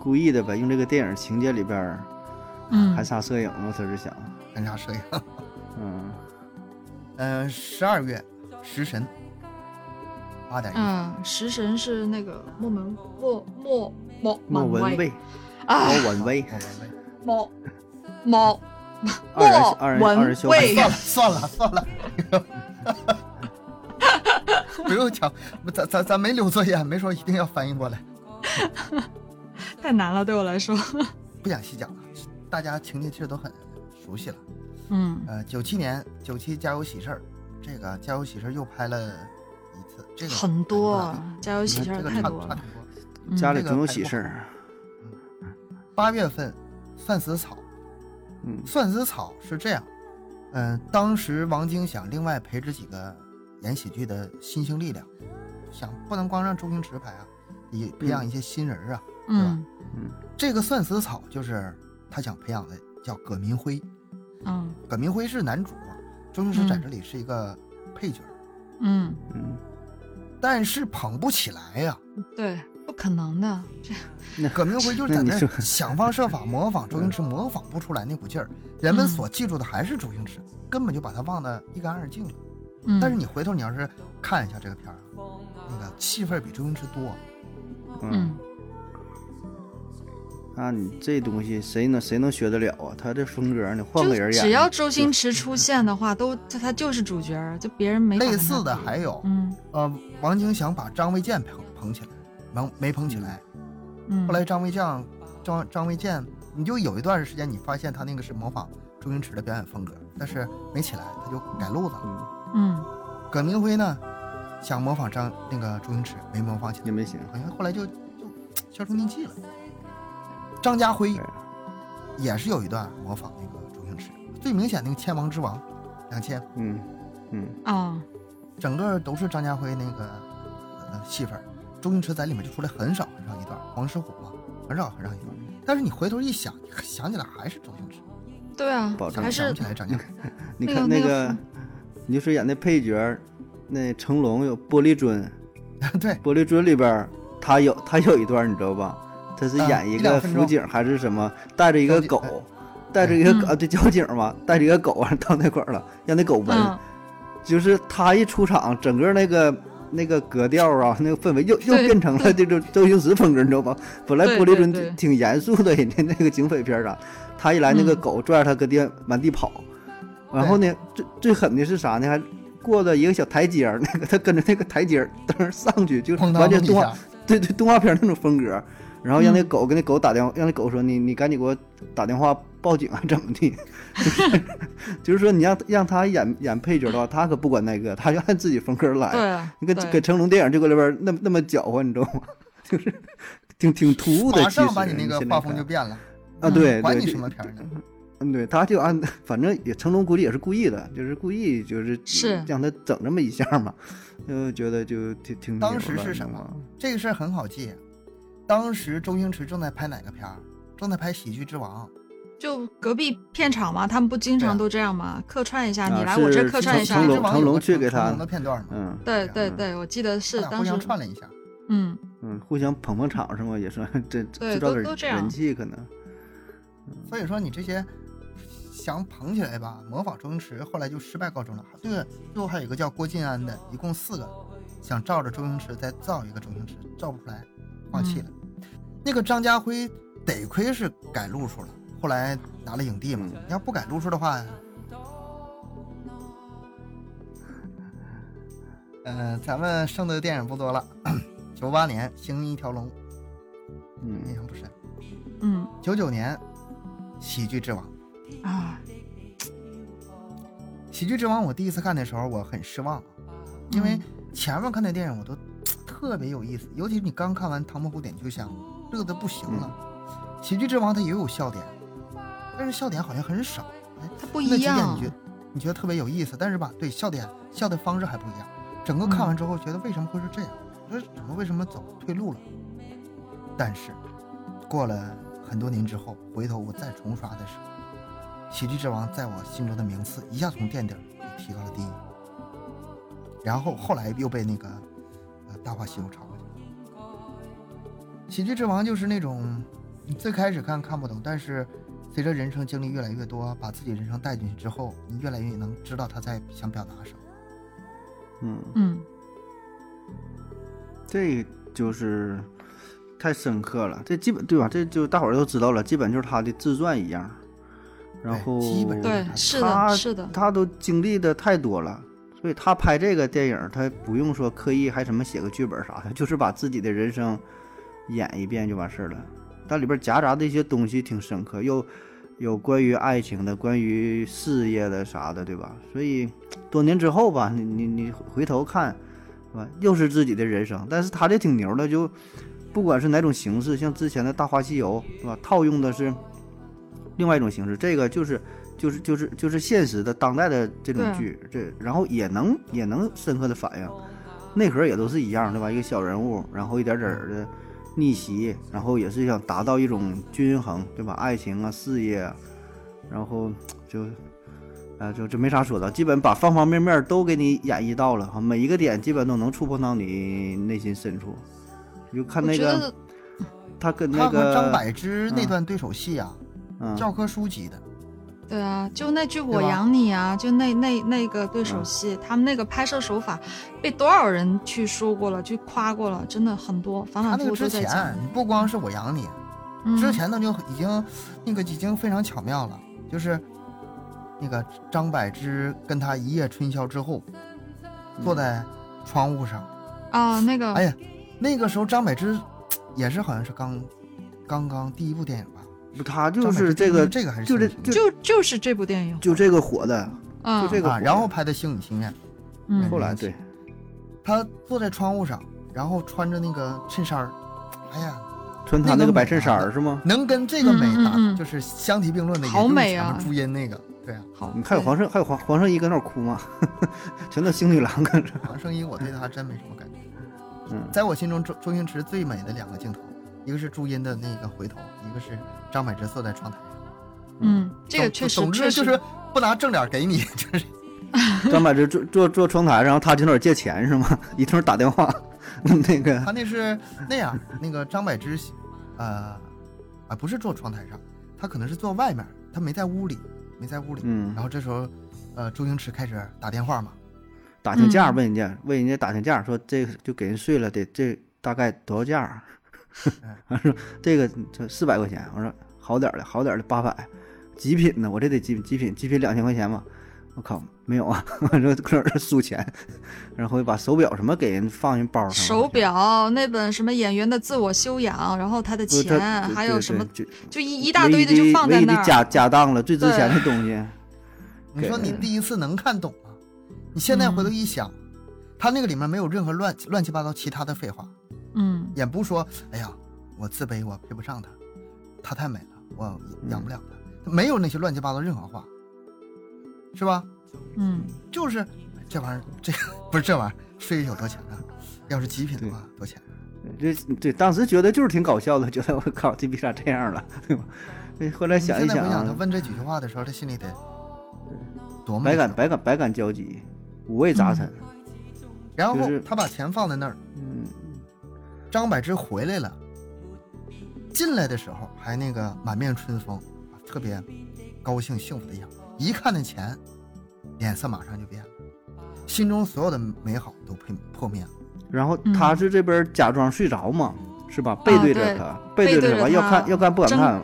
Speaker 3: 故意的呗，用这个电影情节里边儿
Speaker 2: 嗯
Speaker 3: 含沙射影嘛，他是想，
Speaker 1: 干啥 摄影？
Speaker 3: 嗯
Speaker 1: 嗯，十二月，食神，八点一，
Speaker 2: 嗯，食神是那个莫文莫莫莫
Speaker 3: 莫文
Speaker 2: 蔚
Speaker 3: 蔚，
Speaker 2: 啊，
Speaker 3: 莫文蔚，
Speaker 1: 莫文蔚。
Speaker 2: 莫莫
Speaker 3: 二人
Speaker 2: 莫
Speaker 3: 二人二
Speaker 2: 文
Speaker 3: 人修
Speaker 2: 蔚，
Speaker 1: 算了算了算了， 不用讲，咱咱咱没留作业，没说一定要翻译过来，
Speaker 2: 太难了，对我来说。
Speaker 1: 不想细讲了，大家情节其实都很熟悉了。
Speaker 2: 嗯
Speaker 1: 呃，九七年九七《家有喜事儿》，这个《家有喜事儿》又拍了一次，这个
Speaker 2: 很多
Speaker 1: 看
Speaker 2: 啊，家有喜事
Speaker 1: 不
Speaker 2: 儿
Speaker 1: 了
Speaker 2: 太
Speaker 1: 这个差
Speaker 2: 多
Speaker 1: 差
Speaker 2: 了。
Speaker 1: 挺多。
Speaker 2: 嗯
Speaker 3: 家里总有喜事儿，
Speaker 1: 八月份，《算死草》，
Speaker 3: 嗯
Speaker 1: 《算死草》是这样，嗯、当时王晶想另外培植几个演喜剧的新兴力量，想不能光让周星驰拍啊，也培养一些新人儿啊。
Speaker 2: 嗯
Speaker 3: 嗯
Speaker 1: 这个算死草就是他想培养的，叫葛民辉。
Speaker 2: 嗯
Speaker 1: 葛民辉是男主嘛，周星驰在
Speaker 2: 嗯
Speaker 1: 这里是一个配角，
Speaker 2: 嗯，
Speaker 3: 嗯，
Speaker 1: 但是捧不起来呀、
Speaker 2: 对，不可能的。
Speaker 1: 葛民辉就是
Speaker 3: 那
Speaker 1: 在
Speaker 3: 你
Speaker 1: 那
Speaker 3: 说
Speaker 1: 儿想方设法模仿周星驰，模仿不出来那股劲儿。人
Speaker 3: 嗯
Speaker 1: 们所记住的还是周星驰，根本就把他忘得一干二净了。
Speaker 2: 嗯，
Speaker 1: 但是你回头你要是看一下这个片儿啊，那个戏份比周星驰多。
Speaker 2: 嗯，
Speaker 3: 那啊你这东西谁能谁能学得了啊？他这风格呢，换
Speaker 2: 就
Speaker 3: 个人演，
Speaker 2: 只要周星驰出现的话，都他他就是主角儿，就别人没法
Speaker 1: 类
Speaker 2: 跟他
Speaker 1: 似的
Speaker 2: 比
Speaker 1: 还有，
Speaker 2: 嗯
Speaker 1: 呃，王晶想把张卫健捧捧起来，没没捧起来。
Speaker 2: 嗯，
Speaker 1: 后来张卫健，张张卫健，你就有一段时间你发现他那个是模仿周星驰的表演风格，但是没起来，他就改路子了。
Speaker 3: 嗯，
Speaker 2: 嗯
Speaker 1: 葛明辉呢，想模仿张那个周星驰，没模仿起
Speaker 3: 也
Speaker 1: 来，
Speaker 3: 没行。
Speaker 1: 好像哎后来就就消除匿迹了。张家辉
Speaker 3: 对啊
Speaker 1: 也是有一段模仿那个周星驰，最明显那个《千王之王》，两千，
Speaker 3: 嗯嗯
Speaker 2: 啊
Speaker 1: 整个都是张家辉那个呃戏份儿，周星驰在里面就出来很少很少一段，黄狮虎嘛，很少很少一段。但是你回头一想，你想起来还是周星驰，
Speaker 2: 对啊
Speaker 3: 保，证
Speaker 2: 还
Speaker 1: 想
Speaker 2: 是
Speaker 1: 不起来张家辉。
Speaker 3: 你
Speaker 2: 那
Speaker 3: 看
Speaker 2: 个那
Speaker 3: 那
Speaker 2: 个
Speaker 3: 个，你就说演那配角儿，那成龙有玻璃樽，
Speaker 1: 对，
Speaker 3: 玻璃樽里边儿他有他有一段你知道吧？他是
Speaker 1: 啊
Speaker 3: 演
Speaker 1: 一
Speaker 3: 一
Speaker 1: 两
Speaker 3: 个
Speaker 1: 分
Speaker 3: 辅
Speaker 1: 钟
Speaker 3: 警还是什么，带着一个
Speaker 1: 交警
Speaker 3: 狗
Speaker 1: 哎，
Speaker 3: 带着一个
Speaker 2: 嗯
Speaker 3: 狗啊对交警嘛，带着一个 狗啊到那块儿了，让那狗闻，
Speaker 2: 嗯
Speaker 3: 就是他一出场，整个那个那个格调啊， 那个氛围又又
Speaker 2: 对
Speaker 3: 变成了这种周星驰风格，你知道吧？ 本来
Speaker 2: 对
Speaker 3: 玻璃
Speaker 2: 对
Speaker 3: 樽
Speaker 2: 对
Speaker 3: 挺挺严肃的，人家那个警匪片儿啊，他一来那个
Speaker 2: 嗯
Speaker 3: 狗拽着他搁地满地跑，然后呢，最最狠的是啥呢？还过了一个小台阶儿，那个他跟着那个台阶儿噔儿上去，就
Speaker 1: 哐
Speaker 3: 完
Speaker 1: 当
Speaker 3: 全
Speaker 1: 一
Speaker 3: 动画
Speaker 1: 下，
Speaker 3: 对对，动画片那种风格。然后让那
Speaker 2: 嗯
Speaker 3: 狗给那狗打电话，让那狗说你你赶紧给我打电话报警啊，怎么地？ 就是就是说你让让他演演配角的话，他可不管那个，他就按自己风格来。
Speaker 2: 对，
Speaker 3: 你跟
Speaker 2: 对
Speaker 3: 跟成龙电影就搁里边儿那么那么搅和，你知道吗？ 就是挺挺突兀的。
Speaker 1: 马上
Speaker 3: 其实
Speaker 1: 把你那个
Speaker 3: 现在
Speaker 1: 画风
Speaker 3: 看
Speaker 1: 就变了，
Speaker 3: 啊，对
Speaker 1: 管
Speaker 3: 对，
Speaker 1: 你
Speaker 3: 就
Speaker 1: 什么片儿呢？
Speaker 3: 嗯，对，他就按，反正也成龙估计也是故意的，就是故意就是
Speaker 2: 是
Speaker 3: 让他整这么一下嘛，就觉得就挺挺
Speaker 1: 当
Speaker 3: 扭
Speaker 1: 时
Speaker 3: 了
Speaker 1: 是
Speaker 3: 你
Speaker 1: 什
Speaker 3: 知道
Speaker 1: 么
Speaker 3: 吗？
Speaker 1: 这个事儿很好记。当时周星驰正在拍哪个片儿？正在拍《喜剧之王》。
Speaker 2: 就隔壁片场嘛，他们不经
Speaker 1: 对啊
Speaker 2: 常都这样嘛，客串一下，
Speaker 3: 啊
Speaker 2: 你来我这
Speaker 3: 是
Speaker 2: 客
Speaker 1: 成
Speaker 2: 串一下
Speaker 3: 成。
Speaker 1: 龙
Speaker 3: 龙成龙去
Speaker 1: 有个
Speaker 3: 给他
Speaker 1: 成龙的片段嘛，
Speaker 3: 嗯
Speaker 2: 对
Speaker 1: 这
Speaker 2: 对
Speaker 3: 样
Speaker 2: 对，我记得是
Speaker 1: 他俩互
Speaker 2: 当时
Speaker 1: 相，串了一下。
Speaker 2: 嗯，
Speaker 3: 嗯，互相捧捧场是吗？也算这
Speaker 2: 对
Speaker 3: 制造
Speaker 2: 都
Speaker 3: 点
Speaker 2: 都这
Speaker 3: 人
Speaker 2: 样
Speaker 3: 气可能。
Speaker 1: 所以说你这些想捧起来吧，模仿周星驰，后来就失败告终了。对，最后还有一个叫郭晋安的，一共四个，想照着周星驰再造一个周星驰，造不出来，放弃了。那个张家辉得亏是改路数了，后来拿了影帝嘛。
Speaker 3: 嗯
Speaker 1: 你要不改路数的话，呃，咱们剩的电影不多了。九八年《行一条龙》印
Speaker 3: 嗯，
Speaker 1: 象不深，
Speaker 2: 嗯
Speaker 1: 九九年《喜剧之王》。
Speaker 2: 啊，
Speaker 1: 《喜剧之王》我第一次看的时候，我很失望，因
Speaker 2: 嗯
Speaker 1: 为前面看的电影我都特别有意思，尤其是你刚看完《唐伯虎点秋香》，乐的不行了。
Speaker 2: 嗯
Speaker 1: 喜剧之王》它也有笑点，但是笑点好像很少。哎，
Speaker 2: 它不
Speaker 1: 那
Speaker 2: 一
Speaker 1: 几点
Speaker 2: 样
Speaker 1: 你觉，得你觉得特别有意思，但是吧，对笑点笑的方式还不一样。整个看完之后觉得为什么会是这样？我说怎么为什么走退路了？但是过了很多年之后，回头我再重刷的时候，《喜剧之王》在我心中的名次一下从垫底儿就提高了第一。然后后来又被那个呃《大话西游》超过去了。《喜剧之王》就是那种你最开始看看不懂，但是随着人生经历越来越多，把自己人生带进去之后，你越来越能知道他在想表达什么。
Speaker 3: 嗯，
Speaker 2: 嗯，
Speaker 3: 这就是太深刻了，这基本对吧？这就大伙儿都知道了，基本就是他的自传一样。然
Speaker 1: 对
Speaker 3: 后
Speaker 1: 基本上
Speaker 2: 对
Speaker 1: 他，
Speaker 2: 是
Speaker 3: 嗯他
Speaker 2: 的，是的，
Speaker 3: 他都经历的太多了，所以他拍这个电影儿，他不用说刻意还什么写个剧本啥的，就是把自己的人生演一遍就完事儿了。但里边夹杂的一些东西挺深刻，又有关于爱情的，关于事业的啥的，对吧？所以多年之后吧，你你你回头看，是吧？又是自己的人生，但是他这挺牛的，就不管是哪种形式，像之前的《大话西游》，是吧？套用的是另外一种形式，这个就是就是就是就是现实的当代的这种
Speaker 2: 对
Speaker 3: 剧，这然后也能也能深刻的反映，内核也都是一样，对吧？一个小人物，然后一点点的逆袭，然后也是想达到一种均衡，对吧？爱情啊，事业啊，然后就。啊，就这没啥说的，基本把方方面面都给你演绎到了哈，每一个点基本都能触碰到你内心深处。你就看
Speaker 2: 我
Speaker 3: 那
Speaker 2: 觉
Speaker 3: 个
Speaker 2: 得
Speaker 3: 他跟
Speaker 1: 他
Speaker 3: 那
Speaker 1: 和
Speaker 3: 个
Speaker 1: 张柏芝那
Speaker 3: 嗯
Speaker 1: 段对手戏啊，
Speaker 3: 嗯
Speaker 1: 教科书级的。
Speaker 2: 对啊，就那句“我
Speaker 1: 对吧
Speaker 2: 养你”啊，就那那那个对手
Speaker 3: 嗯
Speaker 2: 戏，他们那个拍摄手法被多少人去说过了，去夸过了，真的很多，反
Speaker 1: 他
Speaker 2: 反
Speaker 1: 那
Speaker 2: 复
Speaker 1: 个
Speaker 2: 复
Speaker 1: 之
Speaker 2: 都在讲
Speaker 1: 前，。你不光是我养你，
Speaker 2: 嗯
Speaker 1: 之前那就已经那个已经非常巧妙了，就是那个张柏芝跟他一夜春宵之后，
Speaker 3: 嗯
Speaker 1: 坐在窗户上，
Speaker 2: 啊，那个
Speaker 1: 哎呀，那个时候张柏芝也是好像是刚刚刚第一部电影吧，
Speaker 3: 不他
Speaker 1: 张
Speaker 3: 就
Speaker 1: 柏芝
Speaker 3: 是
Speaker 1: 第一
Speaker 3: 这
Speaker 1: 部
Speaker 3: 个
Speaker 1: 这个还是
Speaker 3: 就这
Speaker 1: 幸运
Speaker 3: 就
Speaker 2: 就就是这部电影，
Speaker 3: 就这个火的，
Speaker 2: 嗯，
Speaker 3: 就这个
Speaker 1: 啊，
Speaker 3: 火
Speaker 1: 然
Speaker 3: 的
Speaker 1: 后拍的《星语心愿》，
Speaker 2: 嗯
Speaker 3: 后来对，
Speaker 1: 他坐在窗户上，然后穿着那个衬衫儿，哎呀，
Speaker 3: 穿他
Speaker 1: 那
Speaker 3: 那
Speaker 1: 个
Speaker 3: 个白
Speaker 1: 美啊
Speaker 3: 衬衫
Speaker 1: 男
Speaker 3: 儿
Speaker 1: 的
Speaker 3: 是吗？
Speaker 1: 能跟这个美搭，
Speaker 2: 嗯嗯嗯
Speaker 1: 就是相提并论的，
Speaker 2: 好美
Speaker 1: 也
Speaker 2: 啊
Speaker 1: 就是前面朱茵那个，对啊，
Speaker 2: 好，
Speaker 3: 你看有
Speaker 2: 对
Speaker 3: 黄圣还有黄黄圣依搁那儿哭吗？ 全都星女郎搁这儿，
Speaker 1: 黄圣依我对她真没什么感觉。
Speaker 3: 嗯
Speaker 1: 在我心中，周周星驰最美的两个镜头，一个是朱茵的那个回头，一个是张柏芝坐在窗台上。
Speaker 2: 嗯，这个
Speaker 1: 总
Speaker 2: 确实
Speaker 1: 总
Speaker 2: 确
Speaker 1: 之就
Speaker 2: 实
Speaker 1: 是不拿正脸给你， 就是
Speaker 3: 张柏芝坐坐坐窗台上，然后他去那儿借钱是吗？ 一通打电话，那个
Speaker 1: 他那是那样，那个张柏芝，呃，啊不是坐窗台上，他可能是坐外面，他没在屋里，没在屋里。
Speaker 3: 嗯
Speaker 1: 然后这时候，呃，周星驰开始打电话嘛，
Speaker 3: 打听价，
Speaker 2: 嗯
Speaker 3: 问人家，问人家打听价，说这个就给人睡了，得这大概多少 价
Speaker 2: 嗯
Speaker 3: 啊？完说这个这四百块钱，我说好点儿的，好点儿的八百，极品呢，我这得极极品，极品两千块钱嘛。我靠，没有啊！ 我说搁这儿输钱，然后把手表什么给人放人包上了。
Speaker 2: 手表那本什么演员的自我修养，然后他的
Speaker 3: 不是
Speaker 2: 钱，
Speaker 3: 他
Speaker 2: 还有
Speaker 3: 对
Speaker 2: 什么
Speaker 3: 对就
Speaker 2: 就一一大堆的就放在
Speaker 3: 唯一
Speaker 2: 那
Speaker 3: 的
Speaker 2: 儿。
Speaker 3: 家家当了最值钱的东西。
Speaker 1: 你说你
Speaker 3: 对
Speaker 1: 第一次能看懂吗？你现在回头一
Speaker 3: 嗯
Speaker 1: 想，他那个里面没有任何乱乱七八糟其他的废话，
Speaker 2: 嗯
Speaker 1: 也不说哎呀我自卑，我配不上她，她太美了，我养不了
Speaker 3: 嗯
Speaker 1: 她，没有那些乱七八糟任何话，是吧？
Speaker 2: 嗯，
Speaker 1: 就是这玩意儿，这 不是这玩意儿，睡一宿多钱啊？要是极品的话多钱？
Speaker 3: 这对当时觉得就是挺搞笑的，觉得我靠，这逼咋这样了，对吧？那后来
Speaker 1: 你
Speaker 3: 想一
Speaker 1: 现在回想他
Speaker 3: 啊，
Speaker 1: 问这几句话的时候，他心里得多啊么
Speaker 3: 百感百感百感交集，五味杂陈。
Speaker 1: 然后
Speaker 3: 就是
Speaker 1: 他把钱放在那儿，
Speaker 3: 嗯，
Speaker 1: 张柏芝回来了，进来的时候还那个满面春风，特别高兴幸福的样子。一看那钱，脸色马上就变了，心中所有的美好都破破灭了。
Speaker 3: 然后
Speaker 2: 嗯
Speaker 3: 他是这边假装睡着嘛，是吧？背对着
Speaker 2: 啊对
Speaker 3: 他，背对着
Speaker 2: 背对着
Speaker 3: 他，要看
Speaker 2: 他
Speaker 3: 要看不敢
Speaker 2: 睁
Speaker 3: 看。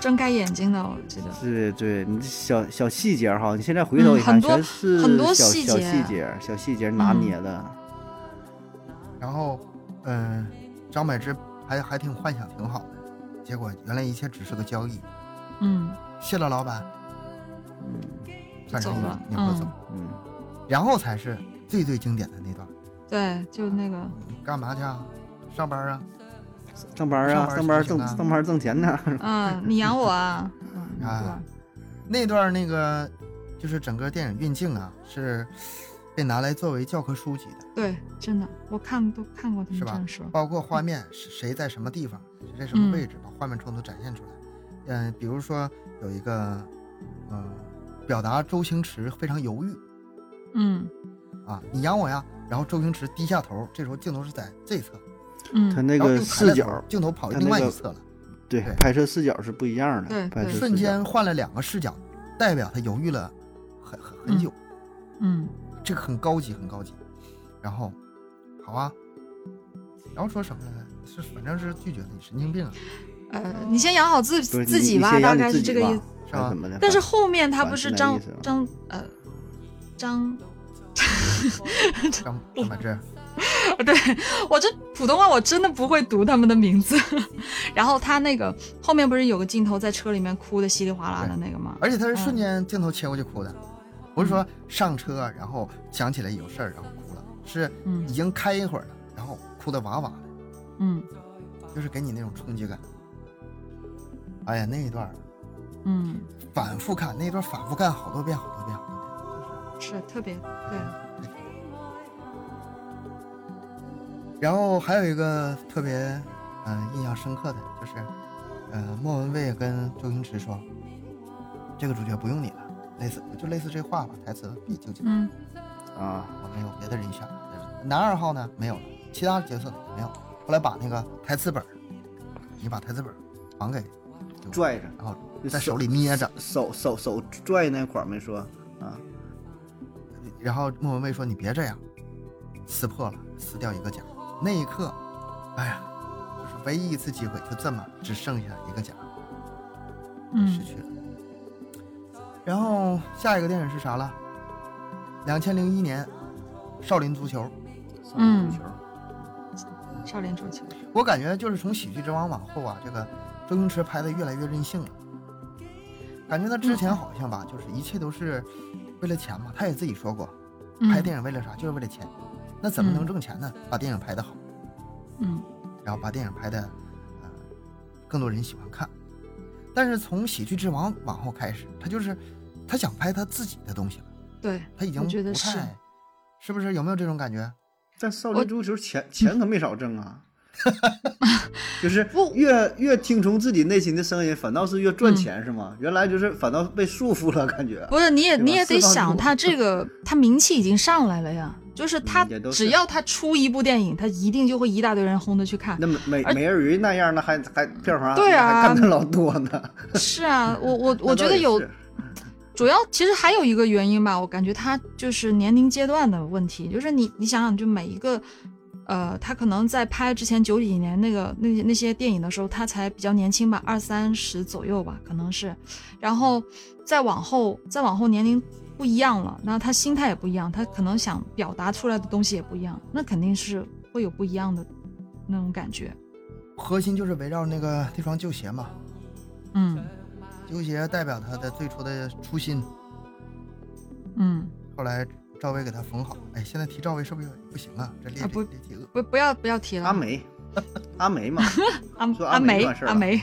Speaker 2: 睁开眼睛的，我记得。
Speaker 3: 对对，你这小小细节哈，你现在回头
Speaker 2: 嗯
Speaker 3: 一看，
Speaker 2: 很多
Speaker 3: 全是
Speaker 2: 很多
Speaker 3: 小
Speaker 2: 细
Speaker 3: 小
Speaker 2: 节
Speaker 3: 细节，小细节拿
Speaker 2: 嗯
Speaker 3: 捏的。
Speaker 1: 然后，嗯、张柏芝还还挺幻想挺好的，结果原来一切只是个交易。
Speaker 2: 嗯，
Speaker 1: 谢了老板，算是
Speaker 2: 走了
Speaker 1: 拧了走，
Speaker 3: 嗯，
Speaker 1: 然后才是最最经典的那段，
Speaker 2: 对，就那个，
Speaker 1: 你干嘛去啊？上班啊？
Speaker 3: 上班啊，上
Speaker 1: 上
Speaker 3: 班
Speaker 1: 班
Speaker 3: 儿
Speaker 1: 儿行
Speaker 3: 挣
Speaker 1: 啊
Speaker 3: 上班儿挣钱呢。
Speaker 2: 嗯，你养我啊，嗯，
Speaker 1: 啊
Speaker 2: 对吧？
Speaker 1: 那段那个就是整个电影运镜啊，是被拿来作为教科书级的，
Speaker 2: 对，真的，我看都看过他们
Speaker 1: 是
Speaker 2: 这
Speaker 1: 吧
Speaker 2: 样说。
Speaker 1: 包括画面是谁在什么地方，谁在什么位置，把画面冲突展现出来。嗯、比如说有一个，嗯、表达周星驰非常犹豫
Speaker 2: 嗯
Speaker 1: 啊，你养我呀。然后周星驰低下头，这时候镜头是在这侧，
Speaker 3: 他
Speaker 2: 嗯，
Speaker 3: 那
Speaker 1: 然后
Speaker 3: 个
Speaker 1: 又抬
Speaker 3: 视
Speaker 1: 了
Speaker 3: 角
Speaker 1: 头，镜头跑
Speaker 3: 他
Speaker 1: 另
Speaker 3: 那
Speaker 1: 外
Speaker 3: 个
Speaker 1: 一侧了，
Speaker 3: 对
Speaker 1: 对
Speaker 3: 拍摄视角是不一样的
Speaker 2: 对，
Speaker 3: 拍摄
Speaker 2: 对
Speaker 3: 视
Speaker 1: 瞬
Speaker 3: 角
Speaker 1: 间换了两个视角，代表他犹豫了很很很
Speaker 2: 嗯
Speaker 1: 久。
Speaker 2: 嗯
Speaker 1: 这个很高级，很高级。然后，好啊，然后说什么来着？是反正是拒绝了你神经病啊，
Speaker 2: 呃，你先养好自
Speaker 3: 不是
Speaker 2: 自
Speaker 3: 你
Speaker 2: 己
Speaker 3: 你
Speaker 2: 吧，
Speaker 3: 先
Speaker 2: 大
Speaker 3: 让你
Speaker 2: 概
Speaker 3: 自
Speaker 2: 是这
Speaker 3: 己
Speaker 2: 个
Speaker 3: 吧
Speaker 2: 意思。
Speaker 1: 是
Speaker 3: 还
Speaker 1: 吧
Speaker 3: 怎？么的？
Speaker 2: 但是
Speaker 3: 反
Speaker 2: 后面他
Speaker 3: 反
Speaker 2: 不
Speaker 3: 是
Speaker 2: 是
Speaker 3: 那
Speaker 2: 张
Speaker 3: 意思吧
Speaker 2: 张呃张，
Speaker 1: 张张柏芝，
Speaker 2: 对我这普通话我真的不会读他们的名字。 然后他那个后面不是有个镜头在车里面哭的稀里哗啦的那个吗？
Speaker 1: 而且他是瞬间镜头切过去哭的，不是说上车然后想起来有事儿然后哭了，是
Speaker 2: 嗯
Speaker 1: 已经开一会儿了，然后哭的哇哇的，
Speaker 2: 嗯
Speaker 1: 就是给你那种冲击感。哎呀，那一段儿
Speaker 2: 嗯，
Speaker 1: 反复看，那一段反复看好多遍，好多遍，好多
Speaker 2: 是特别对，
Speaker 1: 遍。然后还有一个特别嗯、呃印象深刻的就是，呃，莫文蔚跟周星驰说，这个主角不用你了，类似就类似这话吧，台词你就这样
Speaker 2: 嗯
Speaker 3: 正啊，
Speaker 1: 我没有别的人选了。男二号呢没有了，其他角色也没有了。后来把那个台词本儿，你把台词本儿还给，
Speaker 3: 拽着
Speaker 1: 然后在手里捏着，
Speaker 3: 手手手拽那块儿没说啊，
Speaker 1: 然后莫文蔚说：“你别这样，撕破了，撕掉一个角。”那一刻，哎呀，就是唯一一次机会，就这么只剩下一个角。失
Speaker 2: 嗯
Speaker 1: 去了。然后下一个电影是啥了？两千零一年，《少林足球》。
Speaker 3: 上篮
Speaker 2: 嗯
Speaker 3: 球
Speaker 2: 少林足球，
Speaker 1: 我感觉就是从《喜剧之王》往后啊，这个周星驰拍的越来越任性了。感觉他之前好像
Speaker 2: 嗯
Speaker 1: 吧，就是一切都是为了钱嘛。他也自己说过，拍
Speaker 2: 嗯
Speaker 1: 电影为了啥？就是为了钱。那怎么能
Speaker 2: 嗯
Speaker 1: 挣钱呢？把电影拍得好，
Speaker 2: 嗯
Speaker 1: 然后把电影拍得，呃，更多人喜欢看。但是从《喜剧之王》往后开始，他就是他想拍他自己的东西了。
Speaker 2: 对，
Speaker 1: 他已经
Speaker 2: 我觉得
Speaker 1: 不
Speaker 2: 是
Speaker 1: 太，是不是有没有这种感觉？
Speaker 3: 但少
Speaker 2: 我
Speaker 3: 林足球钱钱可没少挣 啊，就是
Speaker 2: 不嗯
Speaker 3: 越越听从自己内心的声音，反倒是越赚钱是吗？原来就是反倒被束缚了，感觉
Speaker 2: 不是，你也
Speaker 3: 对吧
Speaker 2: 你也得
Speaker 3: 四方
Speaker 2: 想，
Speaker 3: 柱
Speaker 2: 他这个他名气已经上来了呀，就是他
Speaker 3: 嗯也都是
Speaker 2: 只要他出一部电影，他一定就会一大堆人轰着去看。
Speaker 3: 那美美美人鱼那样，那还还票房
Speaker 2: 对啊
Speaker 3: 还干的老多呢。
Speaker 2: 是啊，我我我
Speaker 3: 那
Speaker 2: 觉
Speaker 3: 倒
Speaker 2: 得
Speaker 3: 也
Speaker 2: 有
Speaker 3: 是
Speaker 2: 主要其实还有一个原因吧，我感觉他就是年龄阶段的问题，就是你你想想，就每一个，呃，他可能在拍之前九几年那个那些那些电影的时候，他才比较年轻吧，二三十左右吧，可能是，然后再往后再往后年龄不一样了，那他心态也不一样，他可能想表达出来的东西也不一样，那肯定是会有不一样的那种感觉，
Speaker 1: 核心就是围绕那个那双旧鞋嘛，
Speaker 2: 嗯
Speaker 1: 旧鞋代表他的最初的初心，
Speaker 2: 嗯。
Speaker 1: 后来赵薇给他缝好。哎，现在提赵薇是不是有点不行啊？这列
Speaker 2: 啊
Speaker 1: 举
Speaker 2: 不
Speaker 1: 列 举恶。
Speaker 2: 不不要不要提了，
Speaker 3: 阿梅，阿梅嘛，
Speaker 2: 阿
Speaker 3: 说阿
Speaker 2: 阿
Speaker 3: 梅
Speaker 2: 梅
Speaker 3: 完事儿
Speaker 2: 阿
Speaker 3: 了
Speaker 2: 梅，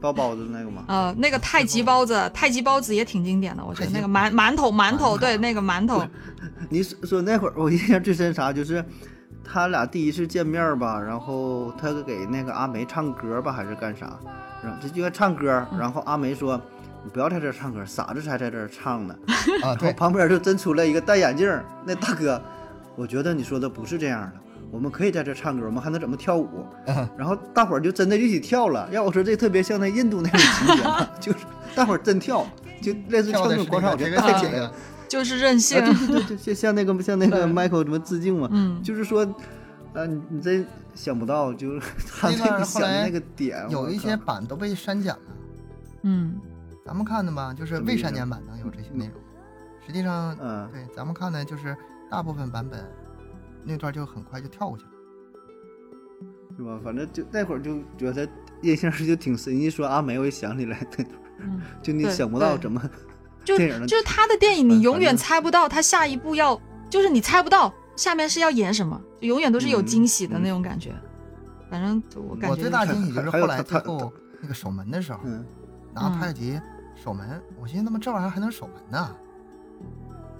Speaker 3: 包包子那个嘛，
Speaker 2: 呃，那个太极包子，太极包子也挺经典的，我觉得
Speaker 1: 太极
Speaker 2: 那个馒馒头
Speaker 1: 馒
Speaker 2: 馒
Speaker 1: 头
Speaker 2: 头，对，那个馒头，
Speaker 3: 你说说那会儿，我印象最深啥就是，他俩第一次见面儿吧，然后他给那个阿梅唱歌吧，还是干啥？然后这就该唱歌，然后阿梅说：“你不要在这儿唱歌，傻子才在这儿唱呢。
Speaker 1: 啊，”
Speaker 3: 然后
Speaker 1: 对，
Speaker 3: 旁边就真出来一个戴眼镜儿那大哥，我觉得你说的不是这样的，我们可以在这儿唱歌，我们还能怎么跳舞？
Speaker 1: 嗯
Speaker 3: 然后大伙儿就真的一起跳了。要我说，这特别像那印度那种情节 嘛，就是大伙儿真跳，就类似于
Speaker 1: 跳
Speaker 3: 跳
Speaker 1: 的是
Speaker 3: 那种广
Speaker 1: 那个
Speaker 3: 场舞
Speaker 1: 这
Speaker 3: 就
Speaker 1: 个
Speaker 3: 带
Speaker 1: 这个
Speaker 3: 起来了。
Speaker 2: 就是任性
Speaker 3: 啊，，对对对，就像那个像那个
Speaker 2: 对
Speaker 3: Michael 什么致敬嘛，
Speaker 2: 嗯
Speaker 3: 就是说，呃，你你真想不到，就是他
Speaker 1: 那
Speaker 3: 那
Speaker 1: 个
Speaker 3: 个
Speaker 1: 后
Speaker 3: 想的
Speaker 1: 来
Speaker 3: 那个点，我
Speaker 1: 有一
Speaker 3: 靠
Speaker 1: 些版都被删减了。
Speaker 2: 嗯
Speaker 1: 咱们看的嘛，就是
Speaker 3: 什么
Speaker 1: 未
Speaker 3: 意思
Speaker 1: 删减版能有这些内容。实际上，
Speaker 3: 嗯
Speaker 1: 对咱们看的就是大部分版本那段就很快就跳过去了。
Speaker 3: 是吧？反正就那会儿就觉得印象就挺深。一说阿梅，我就想起来，对，
Speaker 2: 嗯，
Speaker 3: 就你
Speaker 2: 对
Speaker 3: 想不到
Speaker 2: 对
Speaker 3: 怎么
Speaker 2: 就
Speaker 3: 电影的
Speaker 2: 就是他的电影，
Speaker 3: 嗯反
Speaker 2: 你永
Speaker 3: 反
Speaker 2: 远
Speaker 3: 正
Speaker 2: 猜不到他下一步要，就是你猜不到下面是要演什么，就永远都是有
Speaker 3: 嗯
Speaker 2: 惊喜的
Speaker 3: 嗯
Speaker 2: 那种感觉。反正就我感
Speaker 1: 我
Speaker 2: 觉
Speaker 1: 最大
Speaker 2: 就是
Speaker 1: 惊喜就是后
Speaker 3: 还有
Speaker 1: 来
Speaker 3: 他
Speaker 1: 最
Speaker 3: 他
Speaker 1: 后那个守门的时候，
Speaker 3: 嗯
Speaker 1: 拿
Speaker 2: 嗯
Speaker 1: 太极守门，我寻思他妈这玩意儿还能守门呢。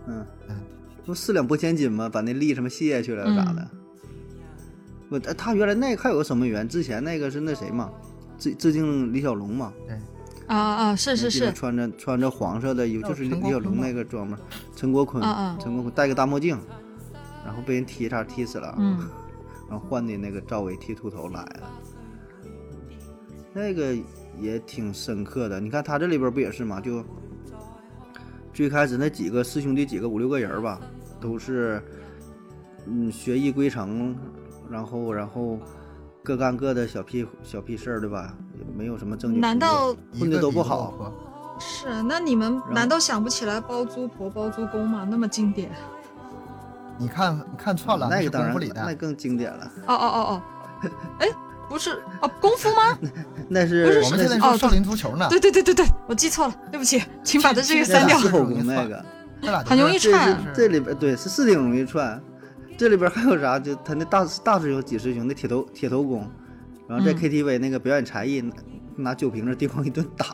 Speaker 3: 嗯，
Speaker 1: 嗯，
Speaker 3: 不四两拨千斤嘛，把那力什么卸下去了咋的？我呃他原来那个还有个守门员，之前那个是那谁嘛，致致敬李小龙嘛，
Speaker 1: 对，
Speaker 2: 啊啊，是是
Speaker 3: 那记得
Speaker 2: 是，
Speaker 3: 穿着穿着黄色的衣服，
Speaker 1: 叫
Speaker 3: 就是
Speaker 1: 陈
Speaker 3: 李
Speaker 1: 国
Speaker 3: 小
Speaker 1: 坤
Speaker 3: 龙
Speaker 1: 吧
Speaker 3: 那个装扮，陈国坤，
Speaker 2: 嗯嗯
Speaker 3: 陈国坤戴个大墨镜，然后被人踢一下踢死了，
Speaker 2: 嗯
Speaker 3: 然后换的那个赵薇剃秃头来了，那个也挺深刻的。你看他这里边不也是嘛，就最开始那几个四兄弟几个五六个人儿吧，都是嗯学艺归程，然后然后。各干各的小屁小屁事儿，对吧？也没有什么正经工作。
Speaker 2: 难道
Speaker 1: 一
Speaker 3: 混
Speaker 1: 个
Speaker 3: 的都
Speaker 1: 比
Speaker 3: 不
Speaker 1: 一个
Speaker 3: 好？
Speaker 1: 活
Speaker 2: 是那你们
Speaker 3: 后
Speaker 2: 难道想不起来包租婆包租公吗？那么经典。
Speaker 1: 你看，你看错了，
Speaker 3: 那
Speaker 1: 哦是
Speaker 3: 个当
Speaker 1: 功
Speaker 3: 然
Speaker 1: 夫里
Speaker 3: 那
Speaker 1: 的。
Speaker 3: 更经典了。
Speaker 2: 哦哦哦哦，哎，不是哦，功夫吗？
Speaker 3: 那是
Speaker 2: 不是
Speaker 3: 那
Speaker 1: 我们
Speaker 3: 是
Speaker 1: 现在说
Speaker 2: 哦对
Speaker 1: 少林足球呢，
Speaker 2: 对对对对对，我记错了，对不起，请把这这个
Speaker 1: 这这
Speaker 2: 删掉
Speaker 1: 这。
Speaker 3: 西后宫那个，
Speaker 1: 这俩
Speaker 2: 很容易
Speaker 1: 这
Speaker 2: 串
Speaker 1: 是
Speaker 3: 这里边对是是挺容易串。这里边还有啥？就他那大大师兄、几师兄的铁头铁头功，然后在
Speaker 2: 嗯
Speaker 3: KTV 那个表演才艺，拿拿酒瓶子地方一顿打，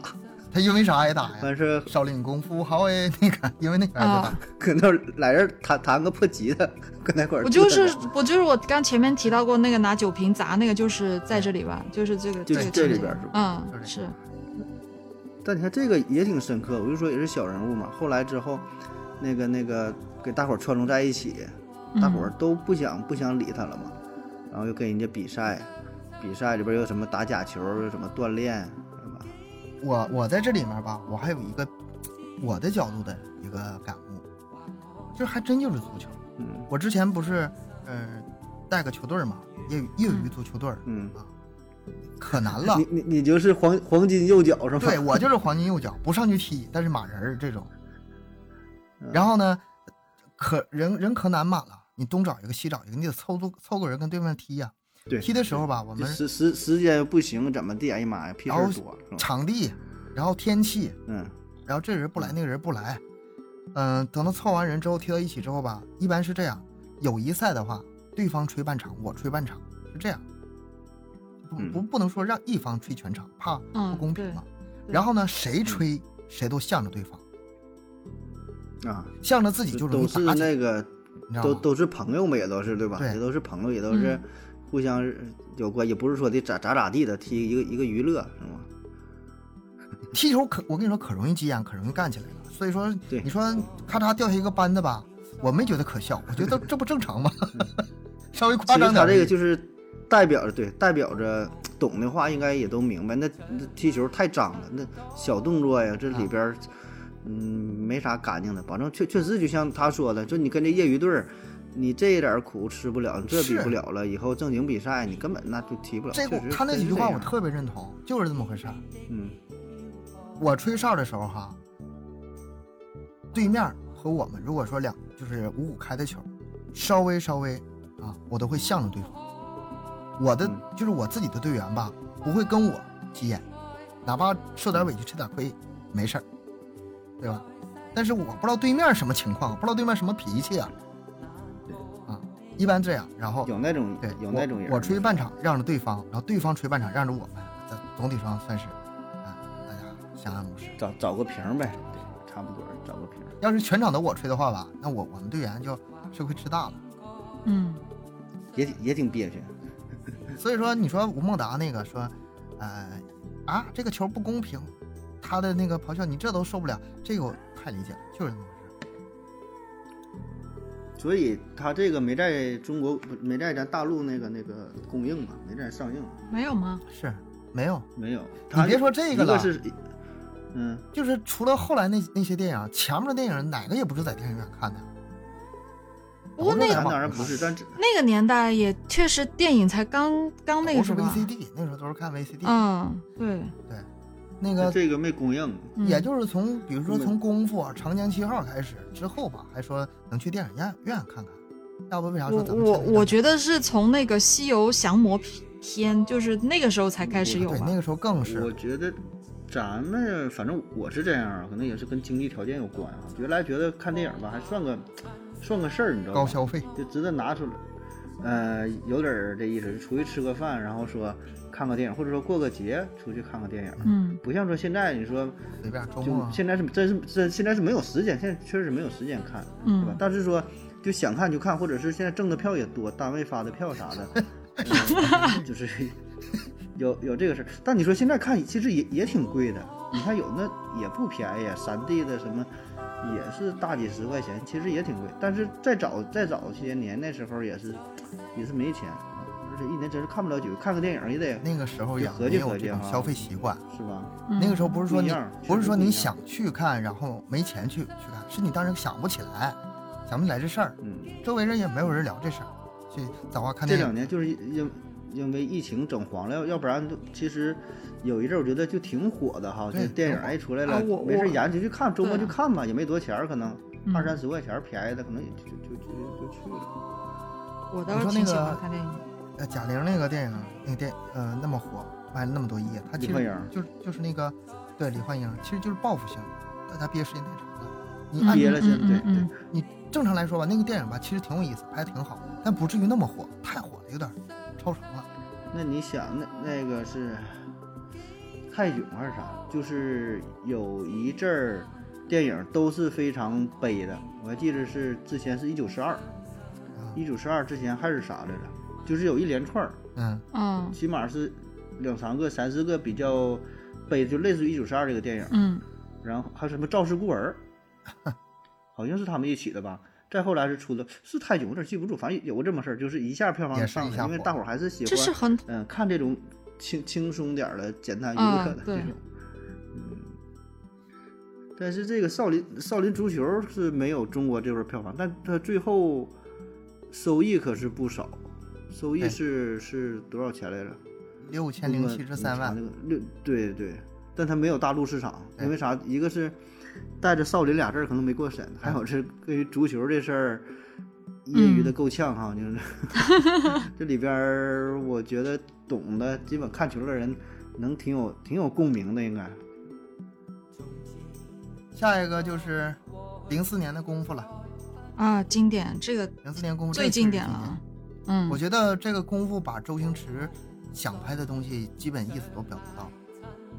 Speaker 1: 他因为啥挨打呀？
Speaker 3: 完事儿
Speaker 1: 少林功夫好哎，那个因为那个挨打
Speaker 2: 啊。
Speaker 3: 搁那儿俩人弹弹个破吉他，搁那块儿
Speaker 2: 我
Speaker 3: 嘚
Speaker 2: 就
Speaker 3: 瑟
Speaker 2: 是
Speaker 3: 着
Speaker 2: 我就是我刚前面提到过那个拿酒瓶砸那个，就是在这里吧，就是这个
Speaker 3: 就
Speaker 2: 这个
Speaker 3: 这
Speaker 2: 情
Speaker 3: 里
Speaker 2: 节
Speaker 3: 边是吧
Speaker 1: 就是
Speaker 2: 嗯
Speaker 1: 这
Speaker 2: 是
Speaker 1: 个
Speaker 3: 但你看这个也挺深刻，我就说也是小人物嘛。后来之后，那个那个给大伙儿串融在一起，大
Speaker 2: 嗯
Speaker 3: 伙儿都不想不想理他了嘛，然后又跟人家比赛，比赛里边有什么打假球，有什么锻炼，是吧？
Speaker 1: 我我在这里面吧，我还有一个我的角度的一个感悟，这还真就是足球。
Speaker 3: 嗯
Speaker 1: 我之前不是呃带个球队嘛，业余业余
Speaker 2: 嗯
Speaker 1: 足球队儿
Speaker 3: 嗯，
Speaker 1: 啊，可难了。
Speaker 3: 你你你就是黄黄金右脚是 吗？
Speaker 1: 啊对我就是黄金右脚，不上去踢，但是马人儿这种
Speaker 3: 嗯。
Speaker 1: 然后呢，可人人可难马了，你东找一个西找一个，你得凑足凑个人跟对面踢呀、
Speaker 3: 对
Speaker 1: 踢的时候吧，我
Speaker 3: 这
Speaker 1: 们
Speaker 3: 时时时间不行，怎么地？哎呀妈呀，屁事
Speaker 1: 然
Speaker 3: 儿
Speaker 1: 后
Speaker 3: 多是吧？
Speaker 1: 场地，然后天气，
Speaker 3: 嗯，
Speaker 1: 然后这人不来，那个人不来。嗯、等到凑完人之后，踢到一起之后吧，一般是这样：友谊赛的话，对方吹半场，我吹半场，是这样。不
Speaker 3: 嗯
Speaker 1: 不不能说让一方吹全场，怕不
Speaker 2: 嗯
Speaker 1: 公
Speaker 2: 对
Speaker 1: 平嘛。
Speaker 2: 对
Speaker 1: 然后呢，谁吹谁都向着对方，
Speaker 3: 啊，
Speaker 1: 向着自己
Speaker 3: 就
Speaker 1: 就容
Speaker 3: 都
Speaker 1: 易
Speaker 3: 是
Speaker 1: 打起来，
Speaker 3: 那个
Speaker 1: 你知道
Speaker 3: 都
Speaker 1: 吗？
Speaker 3: 都是朋友嘛，也都是对吧？
Speaker 1: 对
Speaker 3: 也都是朋友，也都是
Speaker 2: 嗯
Speaker 3: 互相有关，也不是说的咋咋咋地的，踢一个一个娱乐是吗？
Speaker 1: 踢球可我跟你说可容易急眼，可容易干起来了。所以说，
Speaker 3: 对
Speaker 1: 你说咔嚓掉下一个班子吧，我没觉得可笑，我觉得这不正 常吗？ 稍微
Speaker 3: 嗯其
Speaker 1: 夸
Speaker 3: 实
Speaker 1: 张点
Speaker 3: 他
Speaker 1: 儿而已。
Speaker 3: 这个就是代表着对，代表着懂
Speaker 1: 嗯啊
Speaker 3: 的话应该也都明白。那那踢球太脏了，那小动作呀，这里边儿嗯，没啥干净的，保证确确实就像他说的，就你跟这业余队儿，你这一点儿苦吃不了，你这比
Speaker 1: 是
Speaker 3: 不了了，以后正经比赛你根本那就提不了。
Speaker 1: 这个
Speaker 3: 确实
Speaker 1: 他那
Speaker 3: 真
Speaker 1: 几
Speaker 3: 是
Speaker 1: 句
Speaker 3: 这
Speaker 1: 话我
Speaker 3: 样
Speaker 1: 特别认同，就是这么回事儿。
Speaker 3: 嗯
Speaker 1: 我吹哨的时候哈，对面和我们如果说两就是五五开的球，稍微稍微啊，我都会向着对方。我的
Speaker 3: 嗯
Speaker 1: 就是我自己的队员吧，不会跟我急眼，哪怕受点委屈吃点亏，没事儿，对吧？但是我不知道对面什么情况，不知道对面什么脾气啊，啊，一般这样，然后
Speaker 3: 有那种
Speaker 1: 哦对，
Speaker 3: 有
Speaker 1: 我
Speaker 3: 那种人儿，
Speaker 1: 我吹半场让着对方，然后对方吹半场让着我们，在总体上算是，啊，大家相安无事。
Speaker 3: 找找个平儿呗，对，差不多找个平儿。
Speaker 1: 要是全场都我吹的话吧，那我我们队员就吃亏吃大了。
Speaker 2: 嗯，
Speaker 3: 也挺也挺憋屈。
Speaker 1: 所以说，你说吴孟达那个说，呃，啊，这个球不公平，他的那个咆哮你这都受不了，这个我太理解了，就是这么回事。
Speaker 3: 所以他这个没在中国，不没在咱大陆那个那个供应嘛，没在上映，
Speaker 2: 没有吗？
Speaker 1: 是没有，
Speaker 3: 没有。他
Speaker 1: 别说这个
Speaker 3: 一个
Speaker 1: 了
Speaker 3: 是，嗯，
Speaker 1: 就是除了后来那那些电影，前面的电影哪个也不是在电影院看的。
Speaker 2: 不过那个
Speaker 1: 都
Speaker 3: 咱
Speaker 1: 在网
Speaker 3: 当然
Speaker 1: 上
Speaker 3: 不
Speaker 1: 看
Speaker 3: 是，但这
Speaker 2: 那个年代也确实电影才刚刚那个
Speaker 1: 都
Speaker 2: 时
Speaker 1: 是
Speaker 2: 候啊，
Speaker 1: VCD，那时候都是看 VCD，、
Speaker 2: 嗯，对，
Speaker 1: 那个
Speaker 3: 这个没供应，
Speaker 2: 嗯
Speaker 1: 也就是从比如说
Speaker 3: 嗯
Speaker 1: 从《功夫》《啊长江七号》开始之后吧，还说能去电影院院看看。要不为啥
Speaker 2: 我
Speaker 1: 说咱们
Speaker 2: 我我
Speaker 1: 得
Speaker 2: 觉得是从那个《西游降魔篇》，就是那个时候才开始有
Speaker 1: 对
Speaker 2: 吧
Speaker 1: 那。个时候更是
Speaker 3: 我觉得咱们反正我是这样啊，可能也是跟经济条件有关啊。原来觉得看电影吧，还算个算个事儿，你知道吗？
Speaker 1: 高消费，
Speaker 3: 就值得拿出来。呃，有点儿这意思，出去吃个饭，然后说看个电影，或者说过个节出去看个电影，
Speaker 2: 嗯，
Speaker 3: 不像说现在你说
Speaker 1: 随便周末
Speaker 3: 就
Speaker 1: 啊
Speaker 3: 现在是真是真现在是没有时间，现在确实没有时间看，
Speaker 2: 嗯
Speaker 3: 对吧？但是说就想看就看，或者是现在挣的票也多，单位发的票啥的， 嗯就是 有有这个事儿。但你说现在看其实也也挺贵的，你看有那也不便宜，啊三 D 的什么也是大几十块钱，其实也挺贵。但是再早再早些年那时候也是也是没钱，而且一年真是看不了几个，看个电影也得
Speaker 1: 那个时候也
Speaker 3: 就合
Speaker 1: 没
Speaker 3: 计
Speaker 1: 有
Speaker 3: 合计
Speaker 1: 这种
Speaker 3: 哈
Speaker 1: 消费习惯。
Speaker 3: 是吧？
Speaker 2: 嗯
Speaker 1: 那个时候不是说
Speaker 3: 不一
Speaker 1: 你
Speaker 3: 样
Speaker 1: 不是说
Speaker 3: 确
Speaker 1: 你
Speaker 3: 实不一样
Speaker 1: 想去看，然后没钱去去看，是你当时想不起来，想不起来这事儿，
Speaker 3: 嗯。
Speaker 1: 周围人也没有人聊这事儿，所以早话看
Speaker 3: 这
Speaker 1: 电
Speaker 3: 两
Speaker 1: 影。
Speaker 3: 年就是因因因为疫情整黄了，要要不然就其实有一阵儿我觉得就挺火的哈，
Speaker 1: 对
Speaker 3: 这电影
Speaker 1: 挺火
Speaker 3: 哎出来了，
Speaker 2: 啊我
Speaker 3: 没
Speaker 2: 我
Speaker 3: 事研究去看，周末
Speaker 2: 对
Speaker 3: 就看吧，也没多钱儿，可能
Speaker 2: 嗯
Speaker 3: 二三十块钱儿便宜的，可能也就就就就就去了。
Speaker 2: 我倒是
Speaker 1: 你说那
Speaker 2: 挺喜
Speaker 1: 个
Speaker 2: 欢看电影。
Speaker 1: 呃，贾玲那个电影，那个电呃那么火，卖了那么多亿，她其
Speaker 3: 李焕
Speaker 1: 实
Speaker 3: 英
Speaker 1: 就是就是那个对李焕英，其实就是报复性的，大家憋时间太长了。你按
Speaker 3: 憋了，现在
Speaker 2: 嗯
Speaker 3: 对
Speaker 2: 嗯嗯
Speaker 3: 对，
Speaker 1: 你正常来说吧，那个电影吧，其实挺有意思，拍的挺好，但不至于那么火，太火了，有点超长了。
Speaker 3: 那你想那那个是泰囧还是啥？就是有一阵儿电影都是非常悲的，我还记得是之前是一九十二，一九十二之前还是啥来着？就是有一连串儿。
Speaker 1: 嗯，
Speaker 2: 嗯
Speaker 3: 起码是两三个、三四个比较悲，就类似于《一九四二》这个电影，
Speaker 2: 嗯
Speaker 3: 然后还有什么《赵氏孤 儿》，好像是他们一起的吧。再后来是出了是泰囧，我有点记不住，反正有过这么事儿，就是一下票
Speaker 1: 也
Speaker 3: 房
Speaker 1: 是
Speaker 3: 上
Speaker 1: 一
Speaker 3: 来，
Speaker 1: 下
Speaker 3: 因为
Speaker 1: 火
Speaker 3: 大伙儿还是喜欢，
Speaker 2: 这是很
Speaker 3: 嗯、看这种轻轻松点儿的、简单愉
Speaker 2: 啊
Speaker 3: 快的这
Speaker 2: 对
Speaker 3: 种。嗯，但是这个少林少林足球是没有中国这边票房，但它最后收益可是不少，收益
Speaker 1: 对
Speaker 3: 是是多少钱来着？
Speaker 1: 六千零七十三万哎
Speaker 3: 那，个六对对，但它没有大陆市场，
Speaker 1: 对
Speaker 3: 因为啥？一个是带着少林俩字儿可能没过审，
Speaker 1: 哎
Speaker 3: 还有是关于足球这事儿，业余
Speaker 2: 嗯
Speaker 3: 的够呛哈，就是 这里边儿我觉得懂的，基本看球的人能挺有挺有共鸣的，应该
Speaker 1: 下一个就是零四年的功夫了，
Speaker 2: 啊经典，这个
Speaker 1: 零四年功夫
Speaker 2: 最经典了啊。。嗯
Speaker 1: 我觉得这个功夫把周星驰想拍的东西基本意思都表达到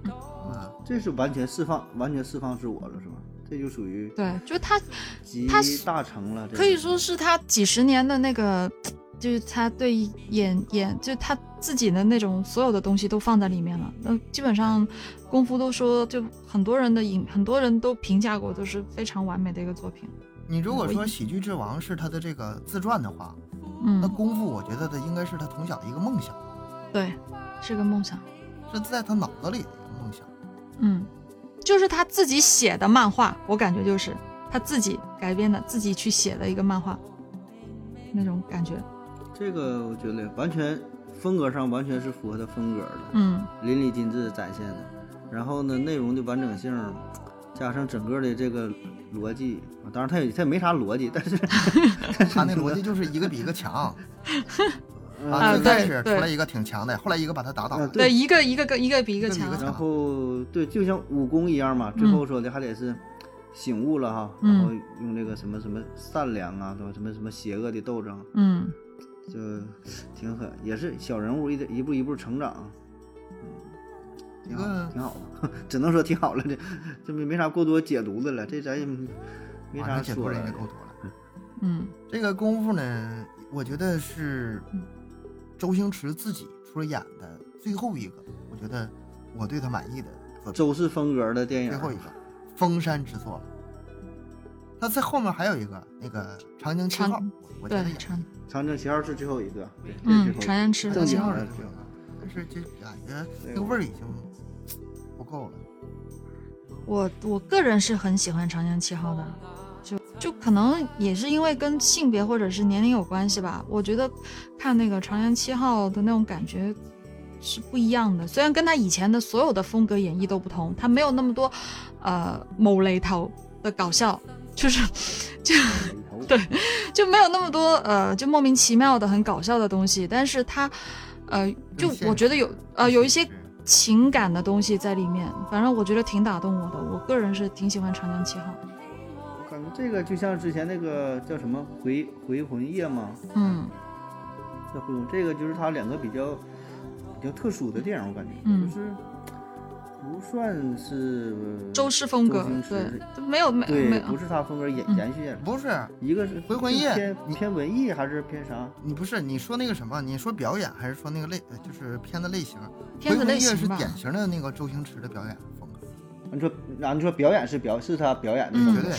Speaker 2: 嗯
Speaker 1: 了。啊，
Speaker 3: 这是完全释放完全释放自我了，是吧？这就属于
Speaker 2: 对，就他
Speaker 3: 集
Speaker 2: 他是
Speaker 3: 大成了，这
Speaker 2: 可以
Speaker 3: 个
Speaker 2: 说是他几十年的那个，就是他对演演，就他自己的那种所有的东西都放在里面了。那基本上，功夫都说，就很多人的影，很多人都评价过，都是非常完美的一个作品。
Speaker 1: 你如果
Speaker 2: 我
Speaker 1: 说《喜剧之王》是他的这个自传的话，那
Speaker 2: 嗯，
Speaker 1: 功夫我觉得的应该是他从小的一个梦想，
Speaker 2: 对，是个梦想。
Speaker 1: 是在他脑子里的一个梦想。
Speaker 2: 嗯，就是他自己写的漫画，我感觉就是他自己改编的，自己去写的一个漫画，那种感觉。
Speaker 3: 这个我觉得完全风格上完全是符合他风格的，
Speaker 2: 嗯
Speaker 3: 淋漓尽致地展现的。然后呢，内容的完整性，加上整个的这个逻辑，啊当然他也他也没啥逻辑，但是
Speaker 1: 他那逻辑就是一个比一个强
Speaker 3: 嗯
Speaker 1: 啊，最开
Speaker 2: 对
Speaker 1: 始出
Speaker 2: 对
Speaker 1: 来一个挺强的，后来一个把他打倒
Speaker 3: 啊
Speaker 1: 了。
Speaker 3: 对
Speaker 2: 一个一个个一个比一个
Speaker 1: 一个比一
Speaker 2: 强
Speaker 1: 个。强
Speaker 3: 然后对，就像武功一样嘛，
Speaker 1: 嗯
Speaker 3: 最后说的还得是醒悟了哈，
Speaker 2: 嗯
Speaker 3: 然后用这个什么什么善良啊，对吧？什么什么邪恶的斗争，
Speaker 2: 嗯，
Speaker 3: 就挺狠，也是小人物一点一步一步成长，嗯，
Speaker 1: 一
Speaker 3: 挺好
Speaker 1: 个
Speaker 3: 的，挺好的， 只能说挺好了，这这没没啥过多解读的了，这咱也没
Speaker 1: 啊
Speaker 3: 啥
Speaker 1: 那解读
Speaker 3: 说
Speaker 1: 人
Speaker 3: 的
Speaker 1: 也。够多了。
Speaker 2: 嗯
Speaker 1: 这个功夫呢，我觉得是周星驰自己出来演的最后一个，我觉得我对他满意的作品，
Speaker 3: 周氏风格的电影，
Speaker 1: 最后一个《封山之作》了。他在后面还有一个那个《长江七号》
Speaker 2: 长
Speaker 1: 我，我觉
Speaker 2: 对
Speaker 1: 得也，
Speaker 2: 长
Speaker 3: 长江七号是最后一个，对这是
Speaker 2: 嗯
Speaker 3: 最后一个
Speaker 2: 长安吃
Speaker 1: 《
Speaker 3: 正
Speaker 1: 长江七
Speaker 3: 经
Speaker 1: 号》
Speaker 3: 的
Speaker 1: 是最后一个，但是就感觉
Speaker 3: 对
Speaker 1: 那个味儿已经不够了。
Speaker 2: 我我个人是很喜欢长江七号的，就就可能也是因为跟性别或者是年龄有关系吧。我觉得看那个长江七号的那种感觉是不一样的，虽然跟他以前的所有的风格演绎都不同，他没有那么多呃某雷头的搞笑，就是 就对就没有那么多呃就莫名其妙的很搞笑的东西，但是他呃就
Speaker 1: 更现
Speaker 2: 我觉得有
Speaker 1: 实
Speaker 2: 呃有一些
Speaker 1: 更现实
Speaker 2: 情感的东西在里面，反正我觉得挺打动我的。我个人是挺喜欢《长江七号》的。
Speaker 3: 我感觉这个就像之前那个叫什么回回魂夜嘛，
Speaker 2: 嗯
Speaker 3: 叫回魂，这个就是它两个比较比较特殊的电影，我感觉、
Speaker 2: 嗯
Speaker 3: 就是不算是
Speaker 2: 周氏风格
Speaker 3: 周星，驰是
Speaker 2: 对，没有没没
Speaker 3: 对，
Speaker 2: 有，
Speaker 3: 不是他风格延
Speaker 2: 嗯
Speaker 3: 延续下来，
Speaker 1: 不是
Speaker 3: 一个是
Speaker 1: 回魂
Speaker 3: 是
Speaker 1: 夜
Speaker 3: 偏
Speaker 1: 你
Speaker 3: 偏文艺还是偏啥？
Speaker 1: 你不是你说那个什么？你说表演还是说那个类，呃就是片子类型？
Speaker 2: 片子
Speaker 1: 回魂
Speaker 2: 类
Speaker 1: 夜
Speaker 2: 型
Speaker 1: 是
Speaker 2: 吧
Speaker 1: 典型的那个周星驰的表演风格。
Speaker 3: 你说啊，你说表演是表是他表演的
Speaker 2: 嗯，
Speaker 1: 绝对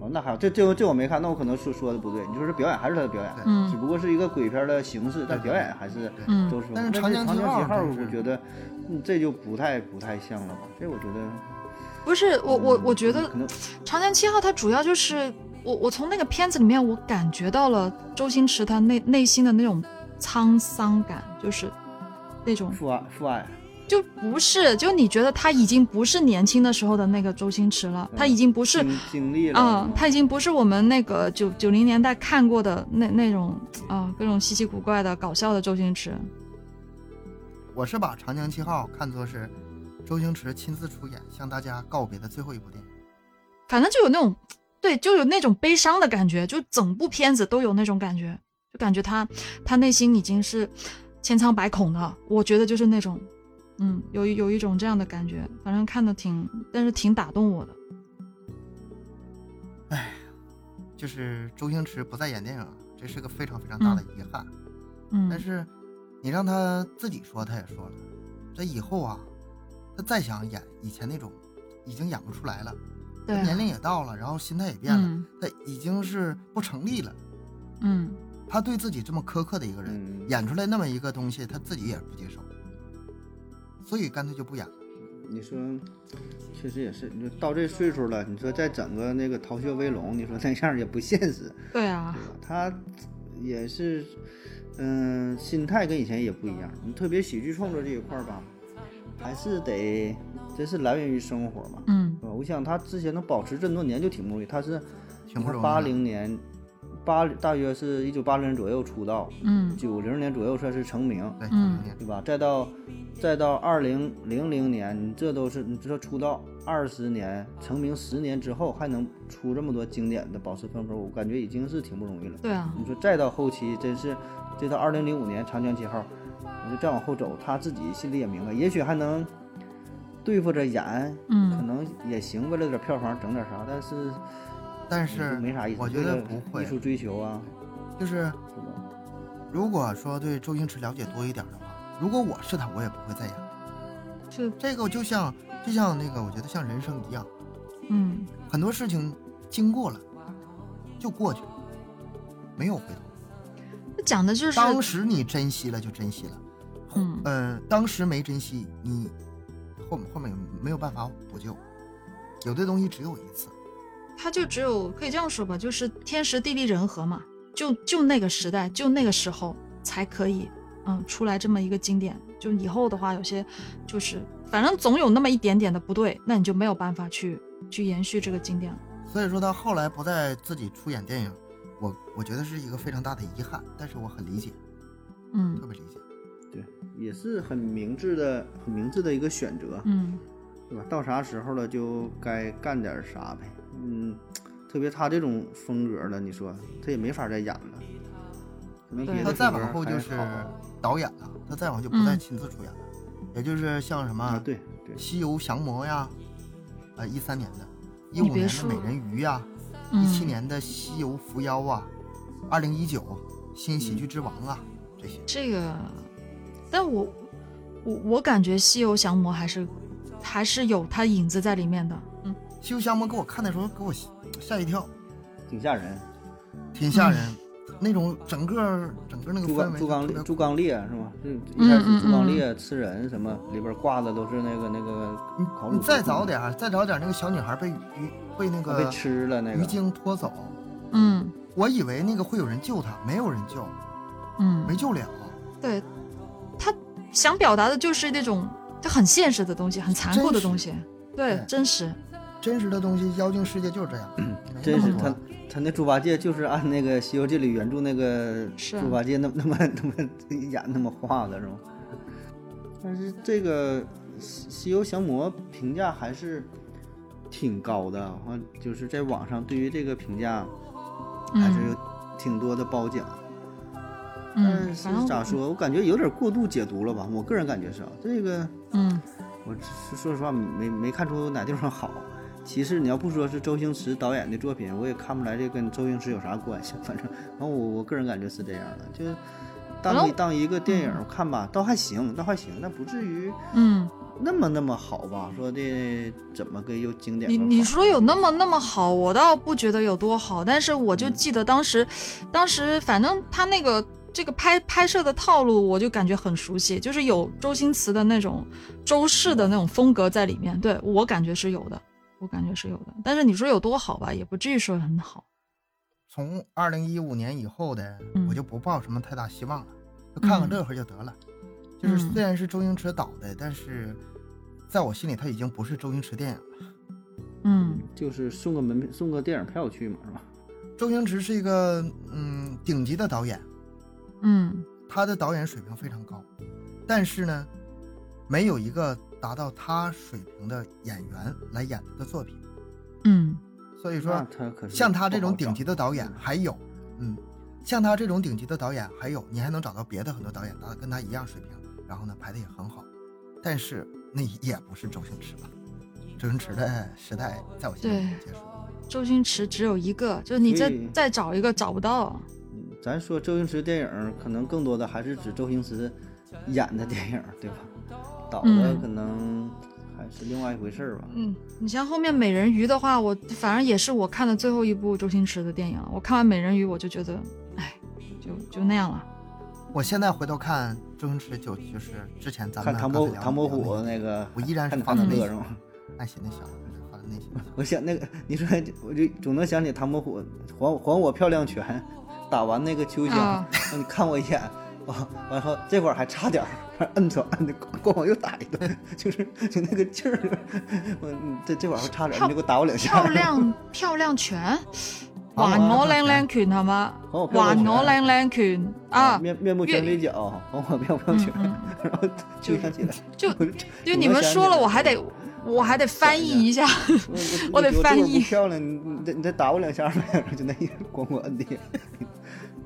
Speaker 3: 哦，那还好，这这这我没看，那我可能说说的不对。你说是表演还是他的表演
Speaker 1: 对？
Speaker 2: 嗯
Speaker 3: 只不过是一个鬼片的形式，但
Speaker 1: 对
Speaker 3: 表演还是
Speaker 1: 对
Speaker 2: 嗯
Speaker 3: 都是。
Speaker 1: 但是
Speaker 3: 那
Speaker 1: 长
Speaker 3: 这
Speaker 1: 江
Speaker 3: 长
Speaker 1: 七
Speaker 3: 江
Speaker 1: 号
Speaker 3: 七号，
Speaker 1: 真是
Speaker 3: 我觉得嗯这就不太不太像了吧？这我觉得，
Speaker 2: 不是我我
Speaker 3: 嗯
Speaker 2: 我觉得
Speaker 3: 可能
Speaker 2: 《长江七号》它主要就是我我从那个片子里面我感觉到了周星驰他内内心的那种沧桑感，就是那种
Speaker 3: 父爱父爱，
Speaker 2: 就不是就你觉得他已经不是年轻的时候的那个周星驰了，他已经不是
Speaker 3: 经经历了
Speaker 2: 嗯，他已经不是我们那个九九零年代看过的那那种啊、各种稀奇古怪的搞笑的周星驰。
Speaker 1: 我是把《长江七号》看作是周星驰亲自出演向大家告别的最后一部电影。
Speaker 2: 反正就有那种，对，就有那种悲伤的感觉，就整部片子都有那种感觉，就感觉他他内心已经是千疮百孔的。我觉得就是那种，嗯，有一有一种这样的感觉，反正看的挺，但是挺打动我的。
Speaker 1: 就是周星驰不再演电影了，这是个非常非常大的遗憾。但
Speaker 2: 嗯
Speaker 1: 是你让他自己说，他也说了，这以后啊，他再想演以前那种，已经演不出来了。
Speaker 2: 对
Speaker 1: 他
Speaker 2: 啊
Speaker 1: 年龄也到了，然后心态也变了，
Speaker 2: 嗯
Speaker 1: 他已经是不成立了。
Speaker 2: 嗯，
Speaker 1: 他对自己这么苛刻的一个人，
Speaker 3: 嗯
Speaker 1: 演出来那么一个东西，他自己也不接受，所以干脆就不演了。
Speaker 3: 你说，确实也是。你说到这岁数了，你说再整个那个《逃学威龙》，你说那样也不现实，
Speaker 2: 对啊
Speaker 3: 对，吧？他也是，嗯、心态跟以前也不一样。你特别喜剧创作这一块儿吧，还是得，这是来源于生活嘛，
Speaker 2: 嗯
Speaker 3: 是吧？呃我想他之前能保持这么多年就挺不容易，他是
Speaker 1: 挺不容易的
Speaker 3: 八零年，八大约是一九八零年左右出道，
Speaker 2: 嗯
Speaker 3: 九零年左右算是成名，
Speaker 1: 对，
Speaker 2: 嗯
Speaker 1: 九零年
Speaker 3: 对吧？再到再到二零零零年，你这都是你这出道二十年，成名十年之后还能出这么多经典的保持风格，我感觉已经是挺不容易了。
Speaker 2: 对啊，
Speaker 3: 你说再到后期，真是这到二零零五年长江七号，你就再往后走，他自己心里也明白，也许还能对付着演，可
Speaker 2: 嗯
Speaker 3: 能也行，为了点票房整点啥，但是
Speaker 1: 但
Speaker 3: 就是没啥意思。
Speaker 1: 我觉
Speaker 3: 为
Speaker 1: 得
Speaker 3: 了
Speaker 1: 不会
Speaker 3: 艺，术追求啊，
Speaker 1: 就是
Speaker 3: 是吧？
Speaker 1: 如果说对周星驰了解多一点的话，如果我是他，我也不会再演。
Speaker 2: 是
Speaker 1: 这个就像就像那个，我觉得像人生一样，
Speaker 2: 嗯
Speaker 1: 很多事情经过了就过去了，没有回头。
Speaker 2: 讲的就是
Speaker 1: 当时你珍惜了就珍惜了，呃
Speaker 2: 嗯
Speaker 1: 嗯，当时没珍惜，你后后面没有办法补救。有的东西只有一次。
Speaker 2: 他就只有可以这样说吧，就是天时地利人和嘛，就就那个时代，就那个时候才可以，嗯，出来这么一个经典。就以后的话，有些就是反正总有那么一点点的不对，那你就没有办法去去延续这个经典了。
Speaker 1: 所以说他后来不再自己出演电影，我我觉得是一个非常大的遗憾，但是我很理解，
Speaker 2: 嗯
Speaker 1: 特别理解。
Speaker 3: 对，也是很明智的、很明智的一个选择，
Speaker 2: 嗯，
Speaker 3: 对吧？到啥时候了就该干点啥呗。嗯，特别他这种风格的，你说他也没法再演了。可能
Speaker 2: 对
Speaker 3: 别
Speaker 1: 他
Speaker 3: 的
Speaker 1: 再
Speaker 3: 风格
Speaker 1: 往后就
Speaker 3: 还
Speaker 1: 是啊
Speaker 3: 好啊
Speaker 1: 导演了，他再往后就不再
Speaker 2: 嗯
Speaker 1: 亲自出演了，也就是像什
Speaker 3: 啊，
Speaker 1: 么
Speaker 3: 对对，
Speaker 1: 《西游降魔》呀，呃，一三年的，一
Speaker 2: 你
Speaker 1: 五
Speaker 2: 别
Speaker 1: 年的《
Speaker 2: 说
Speaker 1: 美人鱼》呀，
Speaker 2: 嗯
Speaker 1: 一七年的《西游伏妖》啊，二零一九《新喜剧之王》啊，这些
Speaker 2: 这个，但我我我感觉《西游降魔》还是还是有它影子在里面的。嗯，
Speaker 1: 《西游降魔》给我看的时候给我吓一跳，
Speaker 3: 挺吓人。
Speaker 1: 挺吓
Speaker 2: 嗯
Speaker 1: 人，那种整个整个那个
Speaker 3: 猪
Speaker 1: 氛
Speaker 3: 刚
Speaker 1: 围
Speaker 3: 猪
Speaker 1: 就
Speaker 3: 刚
Speaker 1: 特
Speaker 3: 烈
Speaker 1: 别
Speaker 3: 猪刚烈是吗？就
Speaker 2: 嗯
Speaker 3: 一开始猪
Speaker 2: 嗯嗯
Speaker 3: 刚烈吃人什么，里边挂的都是那个那个烤乳
Speaker 1: 你
Speaker 3: 猪
Speaker 1: 再早点儿，再早点儿，那个小女孩被鱼被那
Speaker 3: 啊被
Speaker 1: 个
Speaker 3: 吃了那
Speaker 1: 鱼
Speaker 3: 个。
Speaker 1: 精拖走，
Speaker 2: 嗯
Speaker 1: 我以为那个会有人救她，没有人救，
Speaker 2: 嗯，
Speaker 1: 没救了。
Speaker 2: 对，他想表达的就是那种他很现实的东西，很残酷的东西，对，
Speaker 1: 对
Speaker 2: 真实。
Speaker 1: 真实的东西，妖精世界就是这样，没
Speaker 3: 真
Speaker 1: 那
Speaker 3: 是
Speaker 1: 么多
Speaker 3: 他，他那猪八戒就是按那个《西游记》里原著那个
Speaker 2: 是啊
Speaker 3: 猪八戒那那么那么演那么画的是吗？但是这个《西西游降魔》评价还是挺高的，我就是在网上对于这个评价还是
Speaker 2: 嗯
Speaker 3: 有挺多的褒奖。
Speaker 2: 嗯，
Speaker 3: 但是
Speaker 2: 反正
Speaker 3: 咋
Speaker 2: 我
Speaker 3: 说，我感觉有点过度解读了吧？我个人感觉是啊，这个
Speaker 2: 嗯
Speaker 3: 我是说实话没没看出哪地方好。其实你要不说是周星驰导演的作品，我也看不出来这跟周星驰有啥关系。反正，反正我我个人感觉是这样的，就是当你
Speaker 2: 反正
Speaker 3: 当一个电影看吧，倒还行，倒还行，但不至于
Speaker 2: 嗯，
Speaker 3: 那么那么好吧？说的怎么个又经典
Speaker 2: 你
Speaker 3: 又
Speaker 2: 你
Speaker 3: 好
Speaker 2: 说有那么那么好，我倒不觉得有多好，但是我就
Speaker 3: 嗯
Speaker 2: 记得当时，当时反正他那个。这个拍拍摄的套路，我就感觉很熟悉，就是有周星驰的那种周氏的那种风格在里面。对我感觉是有的，我感觉是有的。但是你说有多好吧，也不至于说很好。
Speaker 1: 从二零一五年以后的，
Speaker 2: 嗯
Speaker 1: 我就不抱什么太大希望了，就看看
Speaker 2: 嗯
Speaker 1: 乐呵就得了。就是
Speaker 2: 嗯
Speaker 1: 虽然是周星驰导的，但是在我心里他已经不是周星驰电影了。
Speaker 2: 嗯，
Speaker 3: 就是送个门送个电影票去嘛，是吧？
Speaker 1: 周星驰是一个嗯顶级的导演，
Speaker 2: 嗯
Speaker 1: 他的导演水平非常高，但是呢，没有一个达到他水平的演员来演他的作品。
Speaker 2: 嗯
Speaker 1: 所以
Speaker 3: 那
Speaker 1: 说，
Speaker 3: 他可是
Speaker 1: 像他
Speaker 3: 不
Speaker 1: 这种
Speaker 3: 好
Speaker 1: 顶
Speaker 3: 找啊
Speaker 1: 级的导演还有，嗯，像他这种顶级的导演还有，你还能找到别的很多导演，他跟他一样水平，然后呢拍的也很好，但是那也不是周星驰了。周星驰的时代在我心里已经结束了。，
Speaker 2: 周星驰只有一个，就是你再
Speaker 3: 所以
Speaker 2: 再找一个找不到。
Speaker 3: 嗯咱说周星驰电影儿，可能更多的还是指周星驰演的电影儿，对吧？导的
Speaker 2: 嗯
Speaker 3: 可能还是另外一回事儿吧。
Speaker 2: 嗯，你像后面美人鱼的话，我反正也是我看的最后一部周星驰的电影了。我看完美人鱼，我就觉得，哎，就就那样了。
Speaker 1: 我现在回头看周星驰就就是之前咱们
Speaker 3: 看唐
Speaker 1: 刚
Speaker 3: 伯
Speaker 1: 才聊
Speaker 3: 唐伯
Speaker 1: 聊那
Speaker 3: 虎
Speaker 1: 个
Speaker 3: 那个，
Speaker 1: 我依然是
Speaker 3: 看
Speaker 1: 发
Speaker 3: 唐
Speaker 1: 自
Speaker 2: 的
Speaker 1: 内
Speaker 3: 乐是
Speaker 1: 心
Speaker 3: 吗？
Speaker 1: 爱写那小孩儿，发自内心。
Speaker 3: 我想那个你说，我就总能想起唐伯虎还还我漂亮拳，打完那个秋香，
Speaker 2: 啊
Speaker 3: 说你看我一眼，啊，完后这会儿还差点儿，还摁错，摁的咣咣又打一顿， 就是就那个劲儿， 我你这这会儿还差点儿，你就给我打我两下儿。
Speaker 2: 漂亮哦漂亮 拳，
Speaker 1: 好
Speaker 2: 哇
Speaker 1: 好
Speaker 2: 挪
Speaker 1: 好
Speaker 2: 靓靓拳好吗？
Speaker 3: 好漂
Speaker 2: 哇
Speaker 3: 亮拳
Speaker 2: 挪靓靓拳啊！
Speaker 3: 面面目全非角，黄火飘飘
Speaker 2: 嗯
Speaker 3: 雪，
Speaker 2: 嗯，
Speaker 3: 然后
Speaker 2: 就
Speaker 3: 就是 想起来，
Speaker 2: 就
Speaker 3: 我
Speaker 2: 就你们说了，我还得 我还得翻译一下。
Speaker 3: 我
Speaker 2: 我得翻译
Speaker 3: 我这会儿不漂亮，你你再你再打我两下呗，就那一咣咣摁的，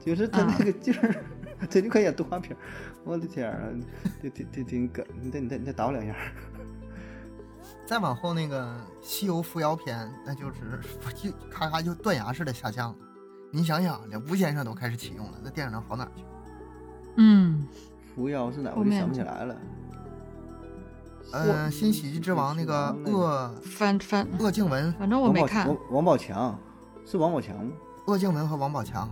Speaker 3: 就是他
Speaker 2: 啊
Speaker 3: 那个劲儿，他就可以演动画片儿，我的天儿啊，这挺挺挺梗，你再你再你再打我两下，
Speaker 1: 再往后那个《西游伏妖篇》，那就是 就咔咔就断崖式的下降了。你想想，连吴先生都开始启用了，那电影能好哪儿去？
Speaker 2: 嗯，
Speaker 3: 扶摇是哪？
Speaker 2: 后
Speaker 3: 我就
Speaker 2: 面
Speaker 3: 想不起来了。
Speaker 1: 嗯，《新喜剧之王》那个
Speaker 3: 那
Speaker 2: 嗯
Speaker 3: 个
Speaker 1: 鄂
Speaker 2: 反反
Speaker 1: 鄂靖文、
Speaker 2: 反正我
Speaker 3: 王
Speaker 2: 没
Speaker 3: 宝
Speaker 2: 看
Speaker 3: 王。王宝强是王宝强吗？
Speaker 1: 鄂靖文和王宝强，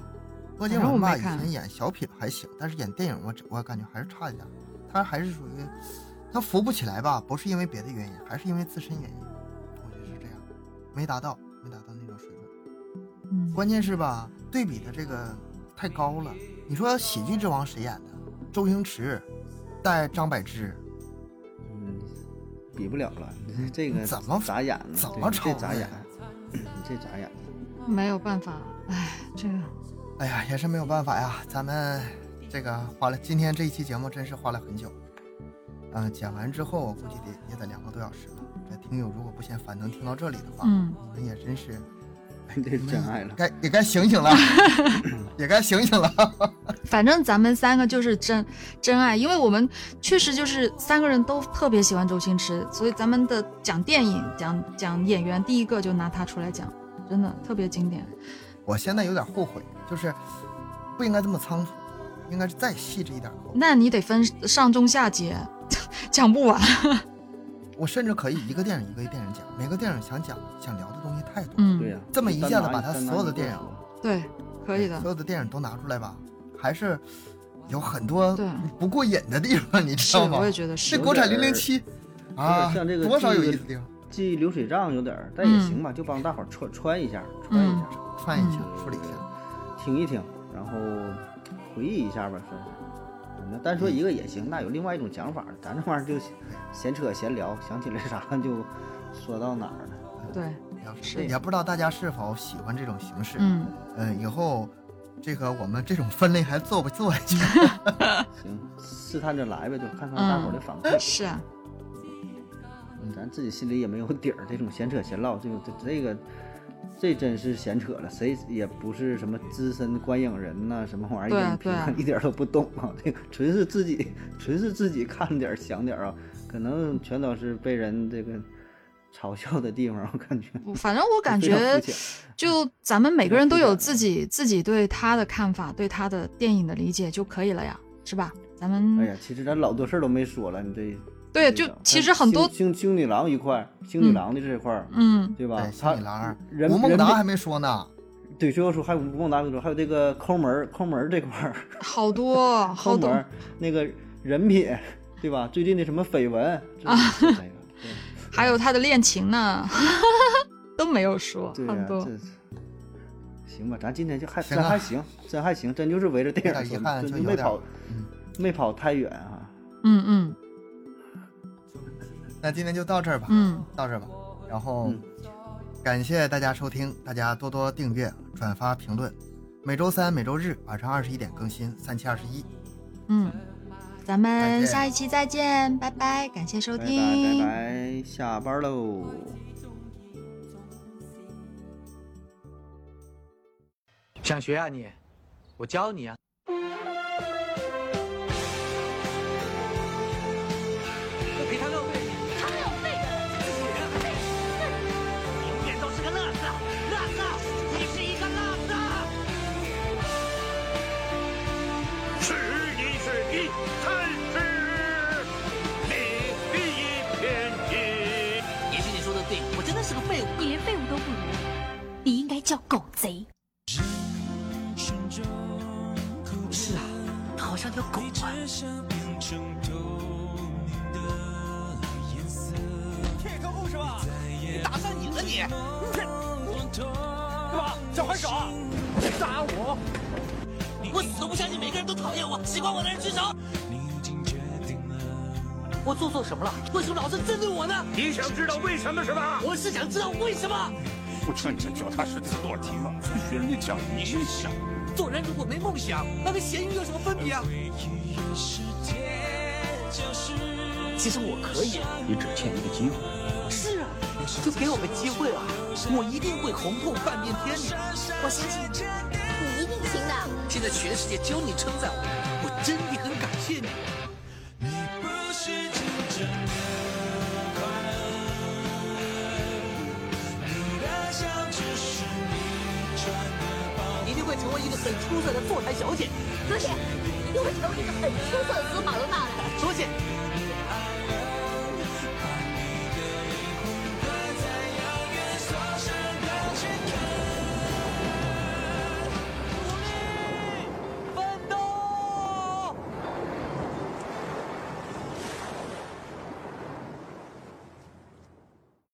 Speaker 1: 鄂靖
Speaker 2: 反正
Speaker 1: 文
Speaker 2: 我
Speaker 1: 吧，
Speaker 2: 没
Speaker 1: 以
Speaker 2: 看
Speaker 1: 前演小品还行，但是演电影我只我感觉还是差一点，他还是属于他扶不起来吧，不是因为别的原因，还是因为自身原因，我觉得是这样。没达到，没达到那种水准。
Speaker 2: 嗯，
Speaker 1: 关键是吧，对比的这个太高了。你说《喜剧之王》谁演的？周星驰带张柏芝，
Speaker 3: 嗯，比不了了，这个
Speaker 1: 怎么
Speaker 3: 咋演呢？
Speaker 1: 怎
Speaker 3: 对
Speaker 1: 么
Speaker 3: 你这
Speaker 1: 抄
Speaker 3: 咋
Speaker 1: 的
Speaker 3: 演？ 你这咋演？
Speaker 2: 没有办法，哎，这个
Speaker 1: 哎呀，也是没有办法呀。咱们这个花了今天这一期节目，真是花了很久。嗯、剪完之后我估计得也得两个多小时了。这听友如果不嫌烦，能听到这里的话，
Speaker 2: 嗯
Speaker 1: 你们也真是
Speaker 3: 这是真爱了。
Speaker 1: 该也该醒醒了， 也该醒醒了。
Speaker 2: 反正咱们三个就是真真爱，因为我们确实就是三个人都特别喜欢周星驰，所以咱们的讲电影、讲讲演员，第一个就拿他出来讲，真的特别经典。
Speaker 1: 我现在有点后悔，就是不应该这么仓促，应该是再细致一点口。
Speaker 2: 那你得分上中下节， 讲不完。
Speaker 1: 我甚至可以一个电影一个电影讲，每个电影想讲想聊的东西太多。
Speaker 2: 嗯，
Speaker 3: 对呀，
Speaker 1: 这么一
Speaker 3: 单
Speaker 1: 下
Speaker 3: 拿
Speaker 1: 子把他
Speaker 3: 单拿
Speaker 1: 所有
Speaker 3: 一
Speaker 1: 的
Speaker 3: 个
Speaker 1: 电影
Speaker 3: 说
Speaker 2: 对可以
Speaker 1: 所
Speaker 2: 的。
Speaker 1: 有的电影都拿出来吧，还是有很多
Speaker 2: 对
Speaker 1: 不过瘾的地方，你知
Speaker 2: 是，
Speaker 1: 道吗
Speaker 2: 我？也觉得
Speaker 1: 这
Speaker 2: 是
Speaker 3: 有。
Speaker 1: 国产零
Speaker 3: 点
Speaker 1: 零
Speaker 3: 儿
Speaker 1: 七
Speaker 3: 点
Speaker 1: 啊，
Speaker 3: 像这个
Speaker 1: 多少
Speaker 3: 记
Speaker 1: 有
Speaker 3: 忆
Speaker 1: 意
Speaker 3: 的
Speaker 1: 思的地方，
Speaker 3: 记流水账有点儿，但也行吧，就帮大伙儿穿穿一下，穿一下，
Speaker 1: 翻一下
Speaker 3: 嗯
Speaker 1: 梳理一下。
Speaker 3: 听一听，然后回忆一下吧，算是。嗯那单说一个也行，那有另外一种讲法儿，咱这玩意儿就闲扯闲聊，想起来啥就说到哪儿了。
Speaker 2: 对，
Speaker 1: 要
Speaker 3: 嗯
Speaker 1: 是
Speaker 2: 是
Speaker 1: 也不知道大家是否喜欢这种形式。
Speaker 2: 嗯，
Speaker 1: 嗯，以后这个我们这种分类还做不做下去？
Speaker 3: 行，试探着来呗，就看看大伙儿的反馈。
Speaker 2: 是啊，
Speaker 3: 咱自己心里也没有底儿，这种闲扯闲唠，这个这这个。这真是闲扯了，谁也不是什么资深观影人呐、什么玩意
Speaker 2: 对
Speaker 3: 儿
Speaker 2: 啊
Speaker 3: 影评
Speaker 2: 对啊
Speaker 3: 一点儿都不懂啊。这个纯是自己，纯是自己看点儿想点儿啊，可能全都是被人这个嘲笑的地方，我感觉。
Speaker 2: 我反正我感
Speaker 3: 非常
Speaker 2: 觉
Speaker 3: 肤浅
Speaker 2: 就咱们每个人都有
Speaker 3: 非常
Speaker 2: 自己自己对他的看法，对他的电影的理解就可以了呀，是吧？咱们、
Speaker 3: 哎呀，其实咱老多事儿都没说了，你这
Speaker 2: 对，
Speaker 3: 这
Speaker 2: 就
Speaker 3: 个
Speaker 2: 其
Speaker 3: 咱
Speaker 2: 实很多
Speaker 3: 星星星女郎一块儿，星
Speaker 2: 嗯
Speaker 3: 女郎的这块儿，
Speaker 2: 嗯，
Speaker 3: 对吧
Speaker 1: 对，？
Speaker 3: 他
Speaker 1: 小米兰儿，
Speaker 3: 人
Speaker 1: 吴孟
Speaker 3: 人
Speaker 1: 达
Speaker 3: 品
Speaker 1: 还没说呢。
Speaker 3: 对，最后说还有吴孟达没说，还有这个抠门儿抠门儿这块儿，
Speaker 2: 好 多好
Speaker 3: 抠门
Speaker 2: 多
Speaker 3: 儿那个人品，对吧？最近的什么绯闻啊，这个
Speaker 2: 还有他的恋情呢， 都没有说，
Speaker 3: 对对
Speaker 2: 很
Speaker 3: 呀，
Speaker 2: 多
Speaker 3: 这。行吧，咱今天就还
Speaker 1: 行
Speaker 3: 真
Speaker 1: 啊
Speaker 3: 还行，真还行，真就是围着电
Speaker 1: 有
Speaker 3: 影儿
Speaker 1: 点遗
Speaker 3: 说的，
Speaker 1: 憾
Speaker 3: 真
Speaker 1: 就
Speaker 3: 就
Speaker 1: 有
Speaker 3: 没
Speaker 1: 点儿
Speaker 3: 跑，
Speaker 1: 嗯
Speaker 3: 没跑太远啊。
Speaker 2: 嗯嗯
Speaker 1: 那今天就到这儿吧，
Speaker 2: 嗯，
Speaker 1: 到这儿吧。然后、
Speaker 3: 嗯
Speaker 1: 感谢大家收听，大家多多订阅、转发、评论。每周三、每周日晚上二十一点更新，三七二十一。
Speaker 2: 嗯，咱
Speaker 1: 再
Speaker 2: 们
Speaker 1: 见
Speaker 2: 下一期再见，拜拜，感谢收
Speaker 3: 拜拜
Speaker 2: 听。
Speaker 3: 拜拜，下班喽。
Speaker 4: 想学啊你？我教你啊。给他浪费。
Speaker 5: 他浪费了，这些人，永远都是个乐子，乐子，你是一个乐子。吃你是一贪吃，你是一偏激。
Speaker 6: 也许你说的对，我真的是个废物。
Speaker 7: 你连废物都不如，你应该叫狗贼。
Speaker 6: 是啊，他好像条狗啊。
Speaker 8: 骗客户是吧？你打上瘾了
Speaker 6: 啊
Speaker 8: 你！ 干嘛？想还手啊？打我！
Speaker 6: 我死都不相信每个人都讨厌我，喜欢我的人举手。我做错什么了？为什么老是针对我呢？
Speaker 8: 你想知道为什么是吧？
Speaker 6: 我是想知道为什么。
Speaker 9: 不穿你的脚踏实地做题吗？学人家讲理想。
Speaker 6: 做人如果没梦想，那跟咸鱼有什么分别啊？其实我可以，啊
Speaker 9: 你只欠一个机会。
Speaker 6: 是啊，就给我个机会啊，我一定会红透半边天的。
Speaker 7: 我相信你，你一定行的。
Speaker 6: 现在全世界只有你称赞我，我真的很感谢你。你一定会成为一个很出色的坐台小姐，
Speaker 7: 昨天，你会成为一个很出色的司马罗纳的。
Speaker 6: 小姐，